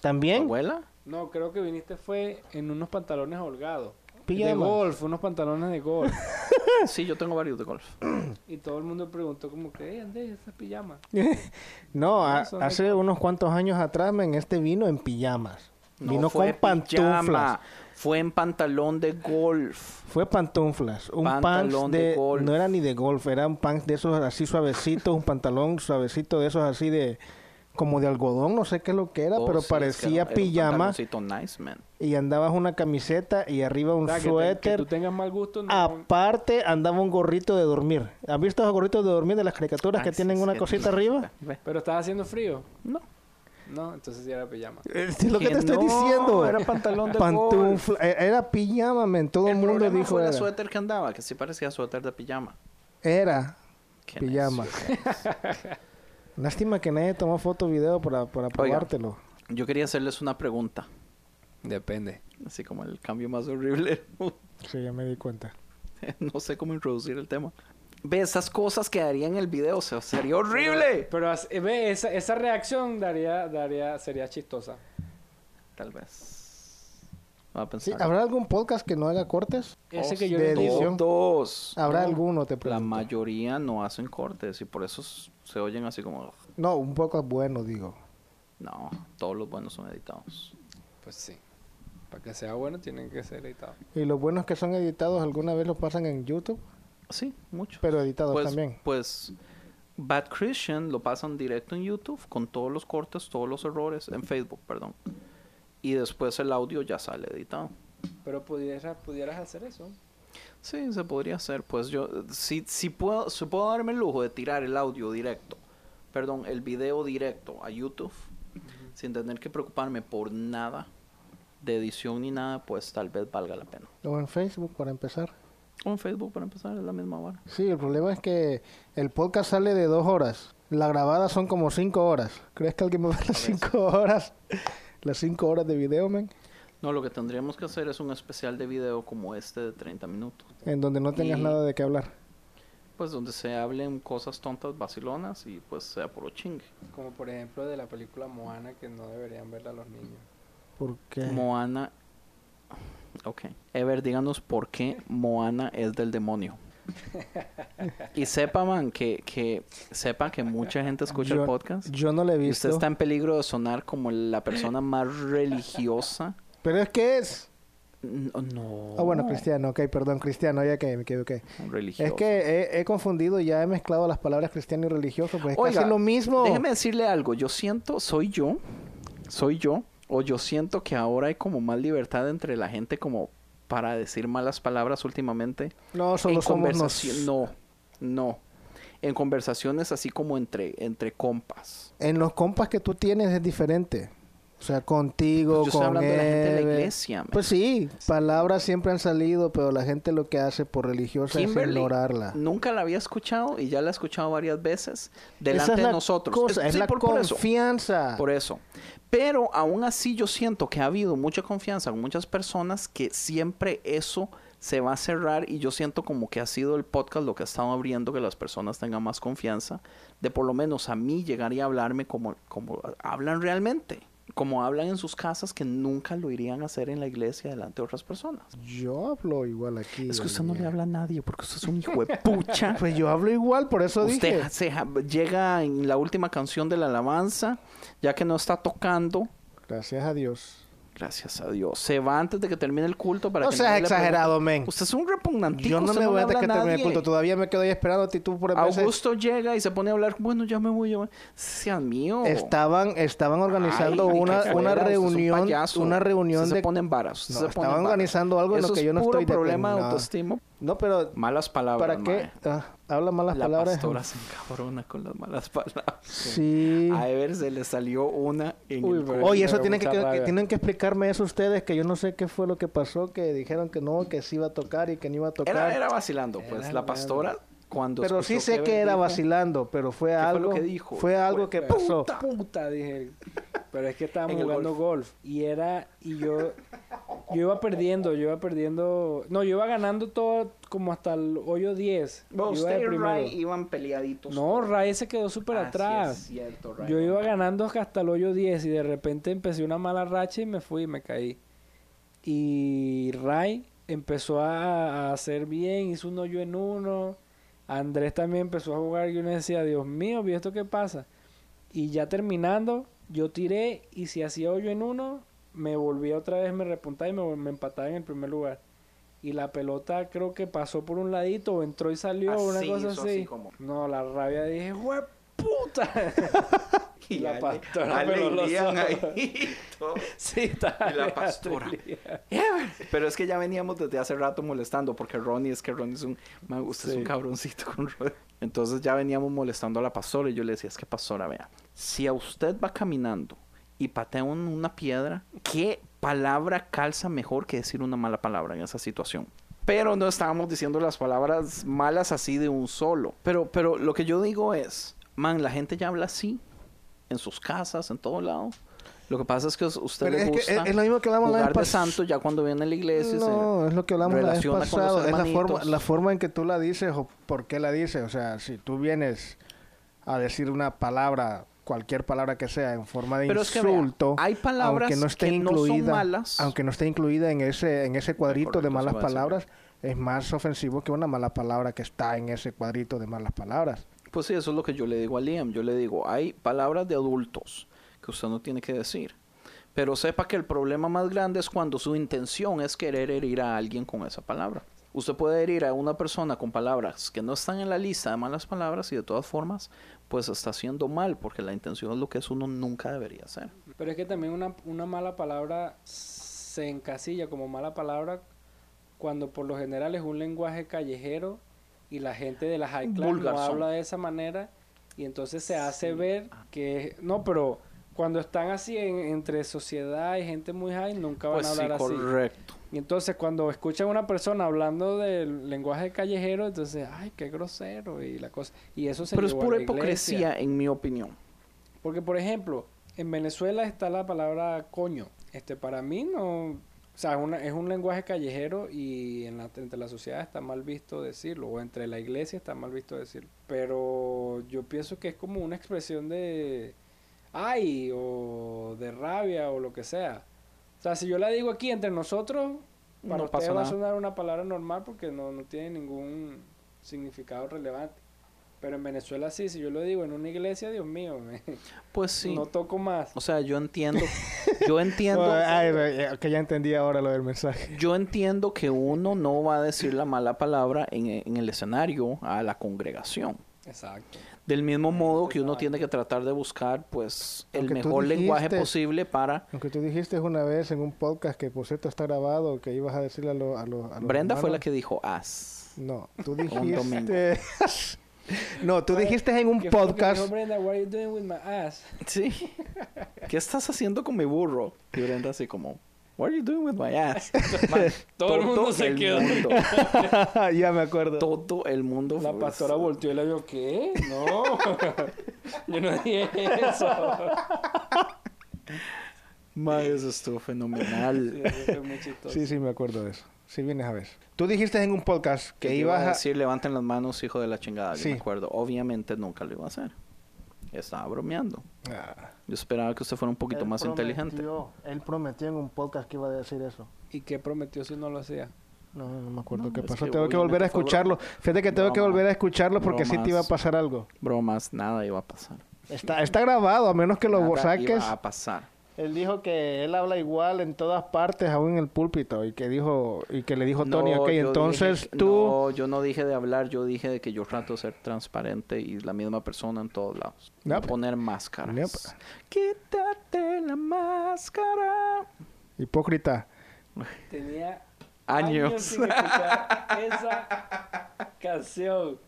Speaker 5: ¿también?
Speaker 4: ¿Abuela?
Speaker 7: No, creo que viniste fue en unos pantalones holgados. De
Speaker 5: Pijamas.
Speaker 7: golf, unos pantalones de golf.
Speaker 5: Eh.
Speaker 4: Sí, yo tengo varios de golf.
Speaker 7: y todo el mundo preguntó como que, hey, Andrés, esas pijamas.
Speaker 5: No, a-
Speaker 7: Eso no
Speaker 5: hace unos cuantos años atrás, men, este vino en pijamas.
Speaker 4: No
Speaker 5: vino
Speaker 4: fue
Speaker 5: con pantuflas.
Speaker 4: pijama, Fue en pantalón de golf.
Speaker 5: Fue pantuflas, un
Speaker 4: Pantalón
Speaker 5: pants de,
Speaker 4: de golf.
Speaker 5: no era ni de golf, era un pants de esos así suavecitos, un pantalón suavecito de esos así de como de algodón, no sé qué es lo que era,
Speaker 4: Oh,
Speaker 5: pero
Speaker 4: sí, es que
Speaker 5: parecía
Speaker 4: era- era un
Speaker 5: pijama
Speaker 4: pantaloncito nice, man.
Speaker 5: y andabas una camiseta y arriba un
Speaker 7: O sea, que te-
Speaker 5: suéter.
Speaker 7: que tú tengas mal gusto, no-
Speaker 5: Aparte andaba un gorrito de dormir. ¿Han visto esos gorritos de dormir de las caricaturas
Speaker 4: Ah,
Speaker 5: que
Speaker 4: sí,
Speaker 5: tienen
Speaker 4: sí,
Speaker 5: una
Speaker 4: sí,
Speaker 5: cosita
Speaker 4: sí.
Speaker 5: arriba?
Speaker 4: Ve.
Speaker 7: pero estaba haciendo frío.
Speaker 4: No.
Speaker 7: No, entonces sí era pijama.
Speaker 5: Es lo que
Speaker 4: Que
Speaker 5: te estoy
Speaker 4: no,
Speaker 5: diciendo.
Speaker 4: era pantalón de
Speaker 5: Pantufla- eh, Era pijama, men. Todo el,
Speaker 4: El
Speaker 5: mundo
Speaker 4: problema
Speaker 5: dijo
Speaker 4: fue
Speaker 5: era.
Speaker 4: el suéter que andaba, que sí parecía suéter de pijama.
Speaker 5: Era
Speaker 4: Qué
Speaker 5: pijama.
Speaker 4: necio.
Speaker 5: Lástima que nadie tomó foto o video para, para probártelo.
Speaker 4: Yo quería hacerles una pregunta,
Speaker 7: Depende.
Speaker 4: así como el cambio más horrible.
Speaker 5: Sí, ya me di cuenta.
Speaker 4: no sé cómo introducir el tema. Ve, esas cosas que haría en el video, o sea, sería horrible.
Speaker 7: Pero as- eh, ve, esa, esa reacción daría, daría, sería chistosa.
Speaker 4: Tal vez. Va a
Speaker 5: Sí,
Speaker 4: pensar.
Speaker 5: ¿Habrá algún podcast que no haga cortes?
Speaker 7: Ese que yo
Speaker 5: de
Speaker 7: le digo.
Speaker 5: edición.
Speaker 4: Todos.
Speaker 5: ¿Habrá
Speaker 4: No.
Speaker 5: alguno, te
Speaker 4: La
Speaker 5: pregunto?
Speaker 4: mayoría no hacen cortes y por eso s- se oyen así como.
Speaker 5: No, un podcast bueno, digo.
Speaker 4: No, todos los buenos son editados.
Speaker 7: Pues sí. Para que sea bueno, tienen que ser editados.
Speaker 5: Y los buenos que son editados alguna vez los pasan en YouTube,
Speaker 4: Sí, muchos.
Speaker 5: pero editados
Speaker 4: pues,
Speaker 5: también.
Speaker 4: pues Bad Christian lo pasan directo en YouTube con todos los cortes, todos los errores, en Facebook, perdón. Y después el audio ya sale editado.
Speaker 7: Pero pudieras, pudieras hacer eso.
Speaker 4: Sí, se podría hacer. Pues yo, si, si, puedo, si puedo darme el lujo de tirar el audio directo, perdón, el video directo a YouTube, sin tener que preocuparme por nada de edición ni nada, pues tal vez valga la pena.
Speaker 5: O en Facebook, para empezar.
Speaker 4: O en Facebook, para empezar, es la misma hora.
Speaker 5: Sí, el problema es que el podcast sale de dos horas. La grabada son como cinco horas. ¿Crees que alguien me va a las cinco horas? Las cinco horas de video, men.
Speaker 4: No, lo que tendríamos que hacer es un especial de video como este de 30 minutos.
Speaker 5: En donde no tengas
Speaker 4: Y-
Speaker 5: nada de qué hablar.
Speaker 4: Pues donde se hablen cosas tontas, vacilonas y pues sea puro chingue.
Speaker 7: Como por ejemplo de la película Moana, que no deberían verla los niños.
Speaker 5: Porque...
Speaker 4: Moana. Ok. Ever, díganos por qué Moana es del demonio. y sepa, man, que, que sepa que mucha gente escucha el podcast.
Speaker 5: Yo no le he
Speaker 4: Y usted
Speaker 5: visto.
Speaker 4: está en peligro de sonar como la persona más religiosa.
Speaker 5: Pero es que es...
Speaker 4: No. no.
Speaker 5: Ah, bueno, Cristiano, ok, perdón, Cristiano, ya que me equivoqué.
Speaker 4: Religioso.
Speaker 5: Es que he, he confundido y ya he mezclado las palabras cristiano y religioso, pues es
Speaker 4: Oiga,
Speaker 5: casi lo mismo.
Speaker 4: Déjeme decirle algo. Yo siento, soy yo, soy yo, o yo siento que ahora hay como más libertad entre la gente como para decir malas palabras últimamente.
Speaker 5: No, solo
Speaker 4: en
Speaker 5: somos
Speaker 4: conversación-
Speaker 5: nos.
Speaker 4: No, no. En conversaciones así como entre, entre compas.
Speaker 5: En los compas que tú tienes es diferente. O sea, contigo,
Speaker 4: Pues yo estoy
Speaker 5: con
Speaker 4: hablando de la gente de la
Speaker 5: Eve.
Speaker 4: iglesia, man.
Speaker 5: Pues sí, palabras siempre han salido, pero la gente lo que hace por religiosa es
Speaker 4: Kimberly,
Speaker 5: ignorarla.
Speaker 4: nunca la había escuchado y ya la he escuchado varias veces delante
Speaker 5: Esa es
Speaker 4: de
Speaker 5: la
Speaker 4: nosotros.
Speaker 5: cosa, es
Speaker 4: sí,
Speaker 5: la
Speaker 4: por- por eso.
Speaker 5: confianza.
Speaker 4: Por eso. Pero aún así yo siento que ha habido mucha confianza con muchas personas que siempre eso se va a cerrar y yo siento como que ha sido el podcast lo que ha estado abriendo que las personas tengan más confianza de por lo menos a mí llegar y hablarme como, como hablan realmente, como hablan en sus casas que nunca lo irían a hacer en la iglesia delante de otras personas.
Speaker 5: Yo hablo igual aquí.
Speaker 4: Es que usted no
Speaker 5: Olivia.
Speaker 4: le habla a nadie porque usted es un hijo de pucha.
Speaker 5: Pues yo hablo igual, por eso
Speaker 4: Usted
Speaker 5: dije.
Speaker 4: se ja- llega en la última canción de la alabanza, ya que no está tocando,
Speaker 5: Gracias a Dios.
Speaker 4: Gracias a Dios. Se va antes de que termine el culto para
Speaker 5: No
Speaker 4: que
Speaker 5: seas
Speaker 4: nadie le pregunte.
Speaker 5: exagerado, men.
Speaker 4: Usted es un repugnantico.
Speaker 5: Yo no
Speaker 4: usted
Speaker 5: me voy
Speaker 4: le
Speaker 5: a
Speaker 4: habla
Speaker 5: dejar que termine el
Speaker 4: nadie.
Speaker 5: culto. Todavía me quedo ahí esperando ti tú por veces.
Speaker 4: eh. Augusto llega y se pone a hablar. Bueno, ya me voy. Ya me... Sea mío.
Speaker 5: Estaban, estaban organizando
Speaker 4: Ay, ni
Speaker 5: una,
Speaker 4: que fuera,
Speaker 5: una
Speaker 4: usted es un
Speaker 5: reunión,
Speaker 4: payaso.
Speaker 5: una reunión
Speaker 4: Usted
Speaker 5: de
Speaker 4: se pone en varas. usted
Speaker 5: No,
Speaker 4: se pone
Speaker 5: estaban
Speaker 4: en varas.
Speaker 5: organizando algo en lo
Speaker 4: Eso
Speaker 5: que
Speaker 4: es
Speaker 5: yo no
Speaker 4: puro
Speaker 5: estoy de
Speaker 4: problema de
Speaker 5: acuerdo.
Speaker 4: autoestima.
Speaker 5: No, pero
Speaker 4: Malas palabras.
Speaker 5: ¿para qué?
Speaker 4: mae.
Speaker 5: Ah, habla malas
Speaker 4: La
Speaker 5: palabras.
Speaker 4: pastora se encabrona con las malas palabras.
Speaker 5: Sí.
Speaker 4: A Ever se le salió una en
Speaker 7: Uy,
Speaker 4: el
Speaker 7: pero-
Speaker 4: cu-
Speaker 5: Oye, eso
Speaker 7: Pero
Speaker 5: tienen que,
Speaker 7: mucha
Speaker 5: que- que
Speaker 7: rabia.
Speaker 5: tienen que explicarme eso ustedes, que yo no sé qué fue lo que pasó, que dijeron que no, que sí iba a tocar y que no iba a tocar.
Speaker 4: Era, era vacilando, pues.
Speaker 7: Era
Speaker 4: la pastora, cuando
Speaker 5: pero sí
Speaker 4: escuchó
Speaker 5: sé
Speaker 4: Ever
Speaker 5: que era
Speaker 4: dijo-
Speaker 5: vacilando, pero fue
Speaker 4: fue lo
Speaker 5: algo
Speaker 4: que dijo?
Speaker 5: fue algo que pasó.
Speaker 7: Puta, puta, dije. Pero es que estábamos
Speaker 4: En el
Speaker 7: jugando golf. y era y yo yo iba perdiendo, yo iba perdiendo, no, yo iba ganando todo como hasta el hoyo 10.
Speaker 4: Bueno,
Speaker 7: Yo iba de
Speaker 4: usted y
Speaker 7: primero.
Speaker 4: Ray iban peleaditos.
Speaker 7: No, Ray se quedó súper
Speaker 4: Ah, sí,
Speaker 7: atrás.
Speaker 4: es cierto, Ray.
Speaker 7: Yo iba ganando hasta el hoyo 10 y de repente empecé una mala racha y me fui y me caí. Y Ray empezó a, a hacer bien, hizo un hoyo en uno. Andrés también empezó a jugar y uno decía, Dios mío, ¿y esto qué pasa? Y ya terminando, yo tiré y si hacía hoyo en uno, me volvía otra vez, me repuntaba y me, vol- me empataba en el primer lugar. Y la pelota creo que pasó por un ladito, o entró y salió, una
Speaker 4: Así,
Speaker 7: cosa
Speaker 4: hizo
Speaker 7: así.
Speaker 4: así como-
Speaker 7: No, la rabia dije, "Hue puta!
Speaker 4: Y
Speaker 7: La
Speaker 4: ale-
Speaker 7: pastora
Speaker 4: ale-
Speaker 7: peló los
Speaker 4: irían
Speaker 7: ojos.
Speaker 4: ahí, todo.
Speaker 7: sí, está.
Speaker 4: Y la pastora. Pero es que ya veníamos desde hace rato molestando, porque Ronnie es que Ronnie es un. Me gusta, es
Speaker 7: Sí.
Speaker 4: un cabroncito con Ronnie. Entonces ya veníamos molestando a la pastora y yo le decía, es que pastora, vea, si a usted va caminando y patea un- una piedra, ¿qué palabra calza mejor que decir una mala palabra en esa situación? Pero no estábamos diciendo las palabras malas así de un solo. Pero, pero lo que yo digo es, man, la gente ya habla así, en sus casas, en todo lado. Lo que pasa es que a usted
Speaker 5: Pero
Speaker 4: le
Speaker 5: es que
Speaker 4: gusta
Speaker 5: es- es lo mismo que hablamos la
Speaker 4: jugar de
Speaker 5: vez pas-
Speaker 4: santo ya cuando viene a la iglesia. y se
Speaker 5: No, es lo que hablamos la vez
Speaker 4: relaciona con los
Speaker 5: pasado. Es la
Speaker 4: hermanitos.
Speaker 5: forma, la forma en que tú la dices o por qué la dices. O sea, si tú vienes a decir una palabra, cualquier palabra que sea, en forma de
Speaker 4: Pero es que vea,
Speaker 5: insulto,
Speaker 4: hay palabras
Speaker 5: aunque no esté
Speaker 4: que no son
Speaker 5: incluida,
Speaker 4: malas.
Speaker 5: aunque no esté incluida en ese, en ese cuadrito
Speaker 4: Correcto,
Speaker 5: de
Speaker 4: eso
Speaker 5: malas
Speaker 4: iba a decir.
Speaker 5: palabras, es más ofensivo que una mala palabra que está en ese cuadrito de malas palabras.
Speaker 4: Pues sí, eso es lo que yo le digo a Liam. Yo le digo, hay palabras de adultos que usted no tiene que decir. Pero sepa que el problema más grande es cuando su intención es querer herir a alguien con esa palabra. Usted puede herir a una persona con palabras que no están en la lista de malas palabras y de todas formas, pues está haciendo mal, porque la intención es lo que es uno nunca debería hacer.
Speaker 7: Pero es que también una, una mala palabra se encasilla como mala palabra cuando por lo general es un lenguaje callejero y la gente de la high class no
Speaker 4: Vulgarzón.
Speaker 7: habla de esa manera y entonces se hace ver que... No, pero cuando están así en- entre sociedad y gente muy high nunca van
Speaker 4: Pues
Speaker 7: a
Speaker 4: sí,
Speaker 7: hablar así.
Speaker 4: correcto.
Speaker 7: Y entonces cuando escuchan a una persona hablando del lenguaje callejero, entonces, ay, qué grosero y la cosa. Y eso se
Speaker 4: Pero es
Speaker 7: llevó a
Speaker 4: pura
Speaker 7: la iglesia.
Speaker 4: hipocresía, en mi opinión.
Speaker 7: Porque, por ejemplo, en Venezuela está la palabra coño. Este, para mí no... O sea, es una- es un lenguaje callejero y en la, entre la sociedad está mal visto decirlo, o entre la iglesia está mal visto decirlo. Pero yo pienso que es como una expresión de ay o de rabia o lo que sea. O sea, si yo la digo aquí entre nosotros, para
Speaker 4: No
Speaker 7: ustedes
Speaker 4: pasa
Speaker 7: va a
Speaker 4: nada.
Speaker 7: sonar una palabra normal porque no, no tiene ningún significado relevante. Pero en Venezuela sí, si yo lo digo en una iglesia, Dios mío, me-
Speaker 4: Pues sí.
Speaker 7: no toco más.
Speaker 4: O sea, yo entiendo. yo entiendo.
Speaker 5: Ay, ay, que ya entendí ahora lo del mensaje.
Speaker 4: Yo entiendo que uno no va a decir la mala palabra en, en el escenario a la congregación.
Speaker 7: Exacto.
Speaker 4: Del mismo modo que uno tiene que tratar de buscar, pues, el
Speaker 5: Lo que tú
Speaker 4: mejor lenguaje
Speaker 5: dijiste.
Speaker 4: posible para...
Speaker 5: Lo que tú dijiste una vez en un podcast que por cierto está grabado, que ibas a decirle a, los a, los- a los
Speaker 4: Brenda fue la
Speaker 5: hermanos-
Speaker 4: que dijo, haz.
Speaker 5: No, tú
Speaker 4: domingo.
Speaker 5: dijiste... no, tú dijiste en un
Speaker 7: ¿Qué fue lo que
Speaker 5: podcast...
Speaker 7: dijo Brenda? What are you doing with my ass?
Speaker 4: Sí. ¿Qué estás haciendo con mi burro? Y Brenda así como, what are you doing with my ass? Man,
Speaker 7: Todo el mundo se quedó.
Speaker 4: mundo,
Speaker 5: ya me acuerdo.
Speaker 4: todo el mundo.
Speaker 7: La pastora volteó y le dijo, ¿qué? No, yo no dije eso.
Speaker 4: Man, eso estuvo fenomenal.
Speaker 7: Fue muy chistoso.
Speaker 5: Sí, sí, me acuerdo de eso. Sí, vienes a ver. Tú dijiste en un podcast que
Speaker 4: te
Speaker 5: ibas
Speaker 4: iba
Speaker 5: a...
Speaker 4: decir levanten las manos, hijo de la chingada. Yo
Speaker 5: Sí.
Speaker 4: me acuerdo. Obviamente nunca lo iba a hacer. Estaba bromeando.
Speaker 5: Ah.
Speaker 4: Yo esperaba que usted fuera un poquito
Speaker 5: Él
Speaker 4: más inteligente.
Speaker 5: prometió- Él prometió en un podcast que iba a decir eso.
Speaker 7: ¿Y qué prometió si no lo hacía?
Speaker 5: No, no me acuerdo
Speaker 4: No,
Speaker 5: qué
Speaker 4: es
Speaker 5: pasó.
Speaker 4: que
Speaker 5: tengo que volver a
Speaker 4: obviamente fue
Speaker 5: escucharlo. Fíjate que tengo que
Speaker 4: Broma.
Speaker 5: volver a escucharlo porque sí te iba a
Speaker 4: Bromas.
Speaker 5: pasar algo.
Speaker 4: Bromas, nada iba a pasar.
Speaker 5: Está, está grabado, a menos que lo
Speaker 4: Nada
Speaker 5: saques.
Speaker 4: iba a pasar.
Speaker 5: Él dijo que él habla igual en todas partes, aún en el púlpito, y que dijo y que le dijo Tony,
Speaker 4: No,
Speaker 5: ok,
Speaker 4: yo
Speaker 5: entonces
Speaker 4: dije que-
Speaker 5: tú...
Speaker 4: No, yo no dije de hablar, yo dije de que yo trato de ser transparente y la misma persona en todos lados. No
Speaker 5: Nope.
Speaker 4: poner máscaras.
Speaker 5: Nope.
Speaker 4: Quítate la máscara.
Speaker 5: Hipócrita.
Speaker 7: Tenía
Speaker 4: Años.
Speaker 7: sin escuchar esa canción.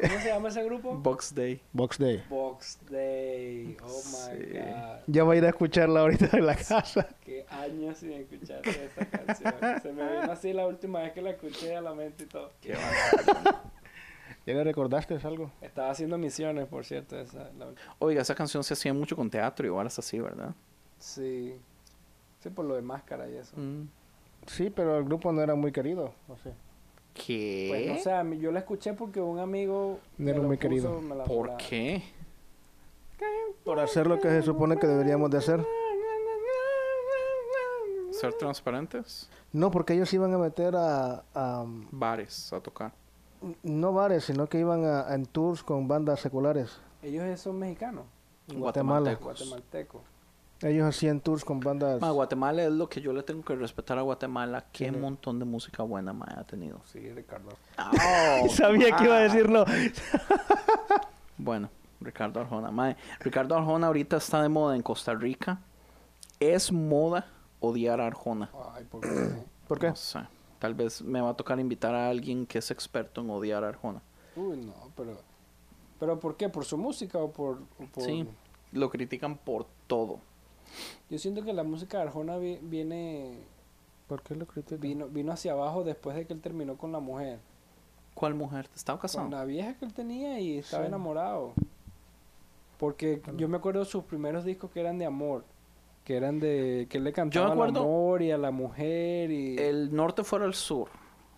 Speaker 7: ¿Cómo se llama ese grupo?
Speaker 4: Box Day.
Speaker 5: Box Day.
Speaker 7: Box Day. Oh my
Speaker 4: Sí.
Speaker 7: God.
Speaker 5: Ya va a ir a escucharla ahorita en la casa.
Speaker 7: Qué años sin escuchar esa canción. Se me vino así la última vez que la escuché a la mente y todo.
Speaker 5: ¿Ya le recordaste algo?
Speaker 7: Estaba haciendo misiones, por cierto. Esa, la-
Speaker 4: Oiga, esa canción se hacía mucho con teatro y ahora es así, ¿verdad?
Speaker 7: Sí. Sí, por lo de máscara y eso.
Speaker 4: Mm.
Speaker 5: Sí, pero el grupo no era muy querido. O sea,
Speaker 4: ¿Qué?
Speaker 7: Pues no sé, a mí- yo la escuché porque un amigo.
Speaker 5: No
Speaker 7: me
Speaker 5: era
Speaker 7: lo
Speaker 5: muy
Speaker 7: puso,
Speaker 5: querido.
Speaker 7: me la-
Speaker 4: ¿Por
Speaker 7: la-
Speaker 4: qué?
Speaker 5: por hacer lo que se supone que deberíamos de hacer.
Speaker 4: ¿Ser transparentes?
Speaker 5: No, porque ellos iban a meter a... a,
Speaker 4: Bares a tocar.
Speaker 5: no bares, sino que iban a, en tours con bandas seculares.
Speaker 7: Ellos son mexicanos,
Speaker 5: Guatemala.
Speaker 4: Guatemaltecos.
Speaker 7: guatemaltecos.
Speaker 5: Ellos hacían tours con bandas...
Speaker 4: Ma, Guatemala es lo que yo le tengo que respetar a Guatemala. Qué montón de música buena ma, ha tenido.
Speaker 7: Sí, Ricardo.
Speaker 4: Oh,
Speaker 5: Sabía que iba a decirlo.
Speaker 4: bueno, Ricardo Arjona. Mae, Ricardo Arjona ahorita está de moda en Costa Rica. Es moda odiar a Arjona.
Speaker 7: Ay, ¿por qué?
Speaker 8: ¿Por qué?
Speaker 4: No sé. Tal vez me va a tocar invitar a alguien que es experto en odiar a Arjona.
Speaker 7: Uy, no, pero... ¿Pero por qué? ¿Por su música o por...? o por-
Speaker 4: Sí, lo critican por todo.
Speaker 7: Yo siento que la música de Arjona vi- viene...
Speaker 8: ¿Por qué lo critican?
Speaker 7: Vino, vino hacia abajo después de que él terminó con la mujer.
Speaker 4: ¿Cuál mujer? ¿Estaba casado?
Speaker 7: Con la vieja que él tenía y estaba
Speaker 8: Sí.
Speaker 7: enamorado. Porque yo me acuerdo de sus primeros discos que eran de amor. Que eran de... Que él le cantaba al
Speaker 4: acuerdo-
Speaker 7: amor y a la mujer y...
Speaker 4: El norte fuera el sur.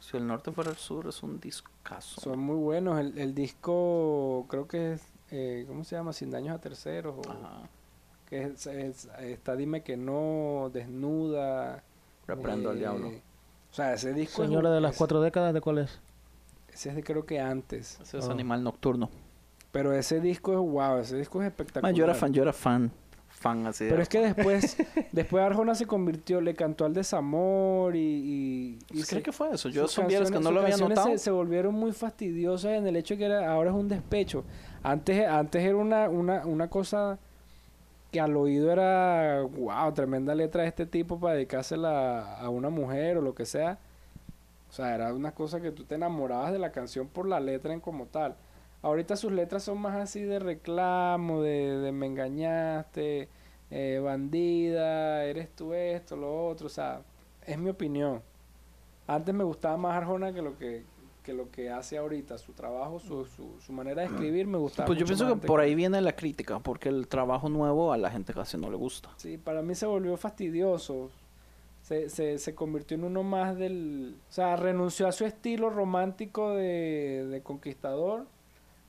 Speaker 4: Si el norte fuera el sur es un discazo.
Speaker 7: Son muy buenos. El, el disco, creo que es, eh, ¿cómo se llama? Sin daños a terceros. o-
Speaker 4: Ajá.
Speaker 7: que es- es- está Dime que no, Desnuda.
Speaker 4: Reprendo al
Speaker 7: eh,
Speaker 4: diablo.
Speaker 7: O sea, ese disco... es
Speaker 8: Señora
Speaker 7: un-
Speaker 8: de las
Speaker 7: es-
Speaker 8: cuatro décadas, ¿de cuál es?
Speaker 7: Ese es de creo que antes.
Speaker 4: Ese es
Speaker 8: Ah.
Speaker 4: animal nocturno.
Speaker 7: Pero ese disco es wow, ese disco es espectacular.
Speaker 4: Ma, yo era fan, yo era fan. Fan así. de-
Speaker 7: Pero es que después, después Arjona se convirtió, le cantó al desamor y... y, y
Speaker 4: Pues,
Speaker 7: se-
Speaker 4: ¿Cree que fue eso? Yo
Speaker 7: sus
Speaker 4: son vieras que
Speaker 7: canciones-
Speaker 4: no
Speaker 7: sus
Speaker 4: lo había
Speaker 7: canciones
Speaker 4: notado.
Speaker 7: Se, se volvieron muy fastidiosas en el hecho que era, ahora es un despecho. Antes, antes era una, una, una cosa que al oído era, wow, tremenda letra de este tipo para dedicársela a una mujer o lo que sea. O sea, era una cosa que tú te enamorabas de la canción por la letra en como tal. Ahorita sus letras son más así de reclamo, de, de me engañaste, eh, bandida, eres tú esto, lo otro. O sea, es mi opinión. Antes me gustaba más Arjona que lo que, que lo que hace ahorita. Su trabajo, su, su, su manera de escribir me gustaba.
Speaker 4: Pues yo
Speaker 7: mucho
Speaker 4: pienso
Speaker 7: más
Speaker 4: que
Speaker 7: antes
Speaker 4: por ahí viene la crítica, porque el trabajo nuevo a la gente casi no le gusta.
Speaker 7: Sí, para mí se volvió fastidioso. Se, se, se convirtió en uno más del... O sea, renunció a su estilo romántico de, de conquistador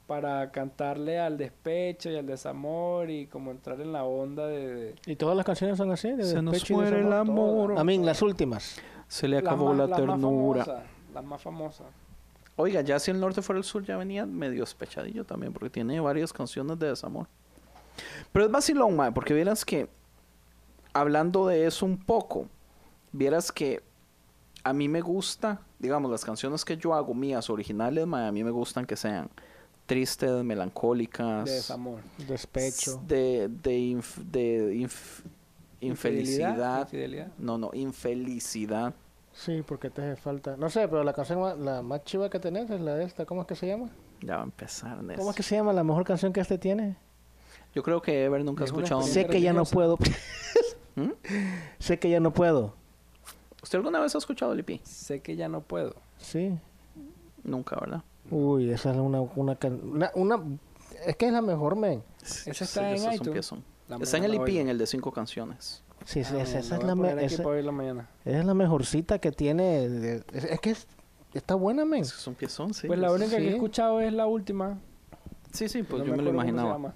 Speaker 7: para cantarle al despecho y al desamor y como entrar en la onda de... de-
Speaker 8: ¿Y todas las canciones son así? de
Speaker 4: Se nos
Speaker 8: despecho y
Speaker 4: muere el
Speaker 8: desamor?
Speaker 4: amor.
Speaker 8: A mí, las últimas.
Speaker 4: Se le
Speaker 7: las
Speaker 4: acabó
Speaker 7: más-
Speaker 4: la
Speaker 7: las más
Speaker 4: ternura.
Speaker 7: famosas, Las más famosas.
Speaker 4: Oiga, ya si el norte fuera el sur ya venía medio espechadillo también, porque tiene varias canciones de desamor. Pero es vacilón, mae, porque vieras que, hablando de eso un poco, vieras que a mí me gusta, digamos, las canciones que yo hago mías, originales, mae, a mí me gustan que sean tristes, melancólicas.
Speaker 7: De desamor.
Speaker 8: Despecho.
Speaker 4: De, de, inf- de inf-
Speaker 7: Infidelidad,
Speaker 4: infelicidad.
Speaker 7: infidelidad.
Speaker 4: No, no, infelicidad.
Speaker 8: Sí, porque te hace falta. No sé, pero la canción más, la más chiva que tenés es la de esta. ¿Cómo es que se llama?
Speaker 4: Ya va a empezar, Nes.
Speaker 8: ¿Cómo es que se llama la mejor canción que este tiene?
Speaker 4: Yo creo que Ever nunca ha
Speaker 7: Es una
Speaker 4: escuchado.
Speaker 7: experiencia.
Speaker 8: Sé que ya no puedo.
Speaker 4: ¿Mm?
Speaker 8: sé que ya no puedo.
Speaker 4: ¿Usted alguna vez ha escuchado Lipi?
Speaker 7: Sé que ya no puedo.
Speaker 8: Sí.
Speaker 4: Nunca, ¿verdad?
Speaker 8: Uy, esa es una, una, can- una, una- Es que es la mejor, men.
Speaker 4: Ese
Speaker 7: está en
Speaker 4: Es un
Speaker 7: iTunes.
Speaker 4: piezón.
Speaker 7: La
Speaker 4: Está en el
Speaker 7: mañana
Speaker 4: IP,
Speaker 7: la
Speaker 4: en el de cinco canciones.
Speaker 8: Sí, sí,
Speaker 7: Ah,
Speaker 8: esa, esa
Speaker 7: la
Speaker 8: es
Speaker 7: voy a
Speaker 8: la me-
Speaker 7: poner aquí
Speaker 8: esa-
Speaker 7: para oír la mañana.
Speaker 8: esa es la mejorcita que tiene. de- es, es que es- está buena, men.
Speaker 4: Es que Es un piezón, sí.
Speaker 7: Pues la única que he
Speaker 8: Sí.
Speaker 7: escuchado es la última.
Speaker 4: Sí, sí, pues
Speaker 7: No
Speaker 4: yo me lo
Speaker 7: acuerdo cómo se
Speaker 4: imaginaba.
Speaker 7: llama.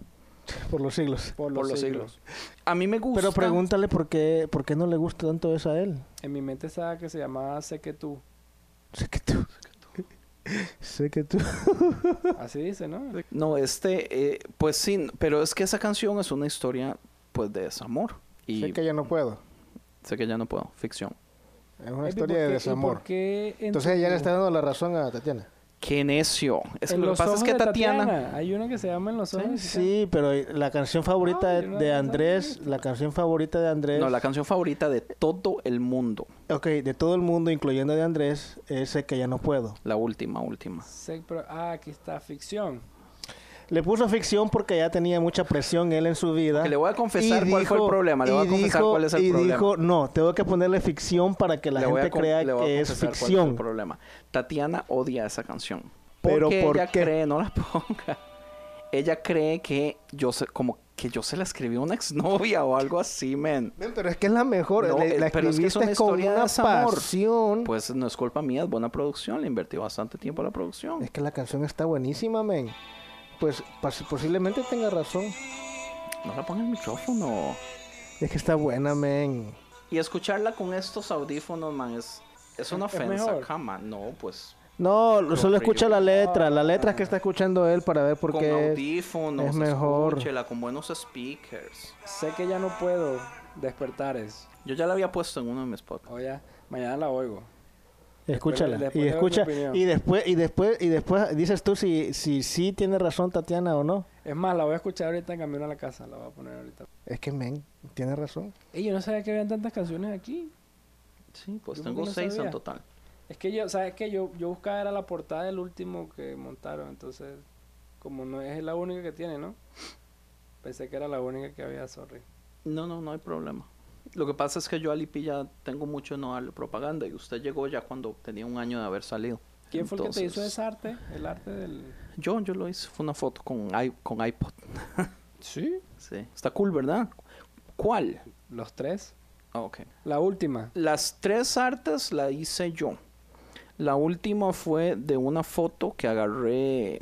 Speaker 8: Por los siglos.
Speaker 7: Por los,
Speaker 4: Por los
Speaker 7: siglos.
Speaker 4: siglos. A mí me gusta.
Speaker 8: Pero pregúntale por qué, por qué no le gusta tanto eso a él.
Speaker 7: En mi mente estaba que se llamaba Sé que tú.
Speaker 8: Sé que tú. sé que tú.
Speaker 7: Así dice, ¿no?
Speaker 4: No, este, eh, pues sí, pero es que esa canción es una historia, pues, de desamor. Y
Speaker 8: Sé que ya no puedo.
Speaker 4: sé que ya no puedo. Ficción.
Speaker 8: Es una
Speaker 7: Epi, ¿por
Speaker 8: historia
Speaker 7: qué-
Speaker 8: de
Speaker 7: y
Speaker 8: desamor.
Speaker 7: por qué en
Speaker 8: Entonces
Speaker 7: tu-
Speaker 8: ella le está dando la razón a Tatiana.
Speaker 4: Qué necio. Es que
Speaker 7: en
Speaker 4: lo que
Speaker 7: los
Speaker 4: pasa es
Speaker 7: ojos
Speaker 4: que
Speaker 7: de
Speaker 4: Tatiana,
Speaker 7: Hay una que se llama En los ojos. de Tatiana.
Speaker 8: Sí, pero eh, la canción favorita
Speaker 7: Ah,
Speaker 8: de,
Speaker 7: yo no
Speaker 8: de
Speaker 7: había
Speaker 8: Andrés,
Speaker 7: sabido
Speaker 8: la canción favorita de Andrés,
Speaker 4: No, la canción favorita de todo el mundo.
Speaker 8: ok, de todo el mundo, incluyendo de Andrés, es Sé que ya no puedo.
Speaker 4: La última, última.
Speaker 7: Sé- pero- ah, aquí está ficción.
Speaker 8: Le puso ficción porque ya tenía mucha presión él en su vida.
Speaker 4: Que le voy a confesar cuál fue el problema, le voy a
Speaker 8: y
Speaker 4: confesar
Speaker 8: dijo-
Speaker 4: cuál es el
Speaker 8: y
Speaker 4: problema.
Speaker 8: dijo, no, tengo que ponerle ficción para que la
Speaker 4: Le voy a
Speaker 8: gente
Speaker 4: con-
Speaker 8: crea
Speaker 4: le voy a
Speaker 8: que es
Speaker 4: confesar cuál el
Speaker 8: ficción.
Speaker 4: problema. Tatiana odia esa canción.
Speaker 8: Pero
Speaker 4: Porque
Speaker 8: ¿por
Speaker 4: ella
Speaker 8: qué?
Speaker 4: cree, no la ponga. Ella cree que yo se, como que yo se la escribí a una exnovia o algo así, men.
Speaker 8: Men, Pero es que es la mejor.
Speaker 4: No,
Speaker 8: la,
Speaker 4: eh,
Speaker 8: la
Speaker 4: pero es que es
Speaker 8: escribiste
Speaker 4: una
Speaker 8: con
Speaker 4: historia de
Speaker 8: una
Speaker 4: desamor.
Speaker 8: pasión.
Speaker 4: Pues no es culpa mía, es buena producción, le invertí bastante tiempo a la producción.
Speaker 8: Es que la canción está buenísima, men. Pues pas- posiblemente tenga razón.
Speaker 4: No la ponga en el micrófono.
Speaker 8: Es que está buena, men.
Speaker 4: Y escucharla con estos audífonos, man, es, es una
Speaker 7: Es
Speaker 4: ofensa,
Speaker 7: mejor.
Speaker 4: cama. No, pues
Speaker 8: No, solo
Speaker 4: horrible.
Speaker 8: escucha la letra. La letra que está escuchando él para ver por
Speaker 4: con
Speaker 8: qué.
Speaker 4: audífonos,
Speaker 8: es mejor.
Speaker 4: escúchela, con buenos speakers.
Speaker 7: Sé que ya no puedo despertar es.
Speaker 4: Yo ya la había puesto en uno de mis podcasts.
Speaker 7: Oye, mañana la oigo.
Speaker 8: Escúchala.
Speaker 7: Después-
Speaker 8: y
Speaker 7: después doy mi
Speaker 8: escucha.
Speaker 7: opinión.
Speaker 8: Y después, y después, y después dices tú si, si sí tiene razón Tatiana o no.
Speaker 7: Es Es más, la voy a escuchar ahorita en camino a la casa. La voy a poner ahorita.
Speaker 8: Es que, men, tienes razón.
Speaker 7: Ey, yo no sabía que habían tantas canciones aquí.
Speaker 4: Sí, pues
Speaker 7: Yo
Speaker 4: tengo
Speaker 7: no
Speaker 4: seis
Speaker 7: sabía.
Speaker 4: en total.
Speaker 7: Es que yo, ¿sabes qué? Yo, yo buscaba era la portada del último que montaron. Entonces, como no es la única que tiene, ¿no? Pensé que era la única que había, sorry.
Speaker 4: No, no, no hay problema. Lo que pasa es que yo a Lipi ya tengo mucho no darle propaganda y usted llegó ya cuando tenía un año de haber salido.
Speaker 7: ¿Quién fue el que te hizo
Speaker 4: Entonces,
Speaker 7: ese arte? El arte del...
Speaker 4: Yo, yo lo hice. Fue una foto con, i- con iPod.
Speaker 7: Sí.
Speaker 4: Sí. Está cool, ¿verdad? ¿Cuál?
Speaker 7: Los tres.
Speaker 4: Ah, ok.
Speaker 7: La última.
Speaker 4: Las tres artes la hice yo. La última fue de una foto que agarré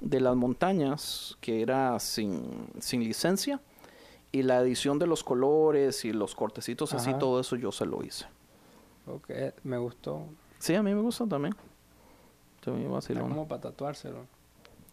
Speaker 4: de las montañas, que era sin, sin licencia. Y la edición de los colores y los cortecitos así,
Speaker 7: Ajá.
Speaker 4: todo eso yo se lo hice.
Speaker 7: Ok, me gustó.
Speaker 4: Sí, a mí me gusta también. También
Speaker 7: Era
Speaker 4: vacilona.
Speaker 7: como para tatuárselo.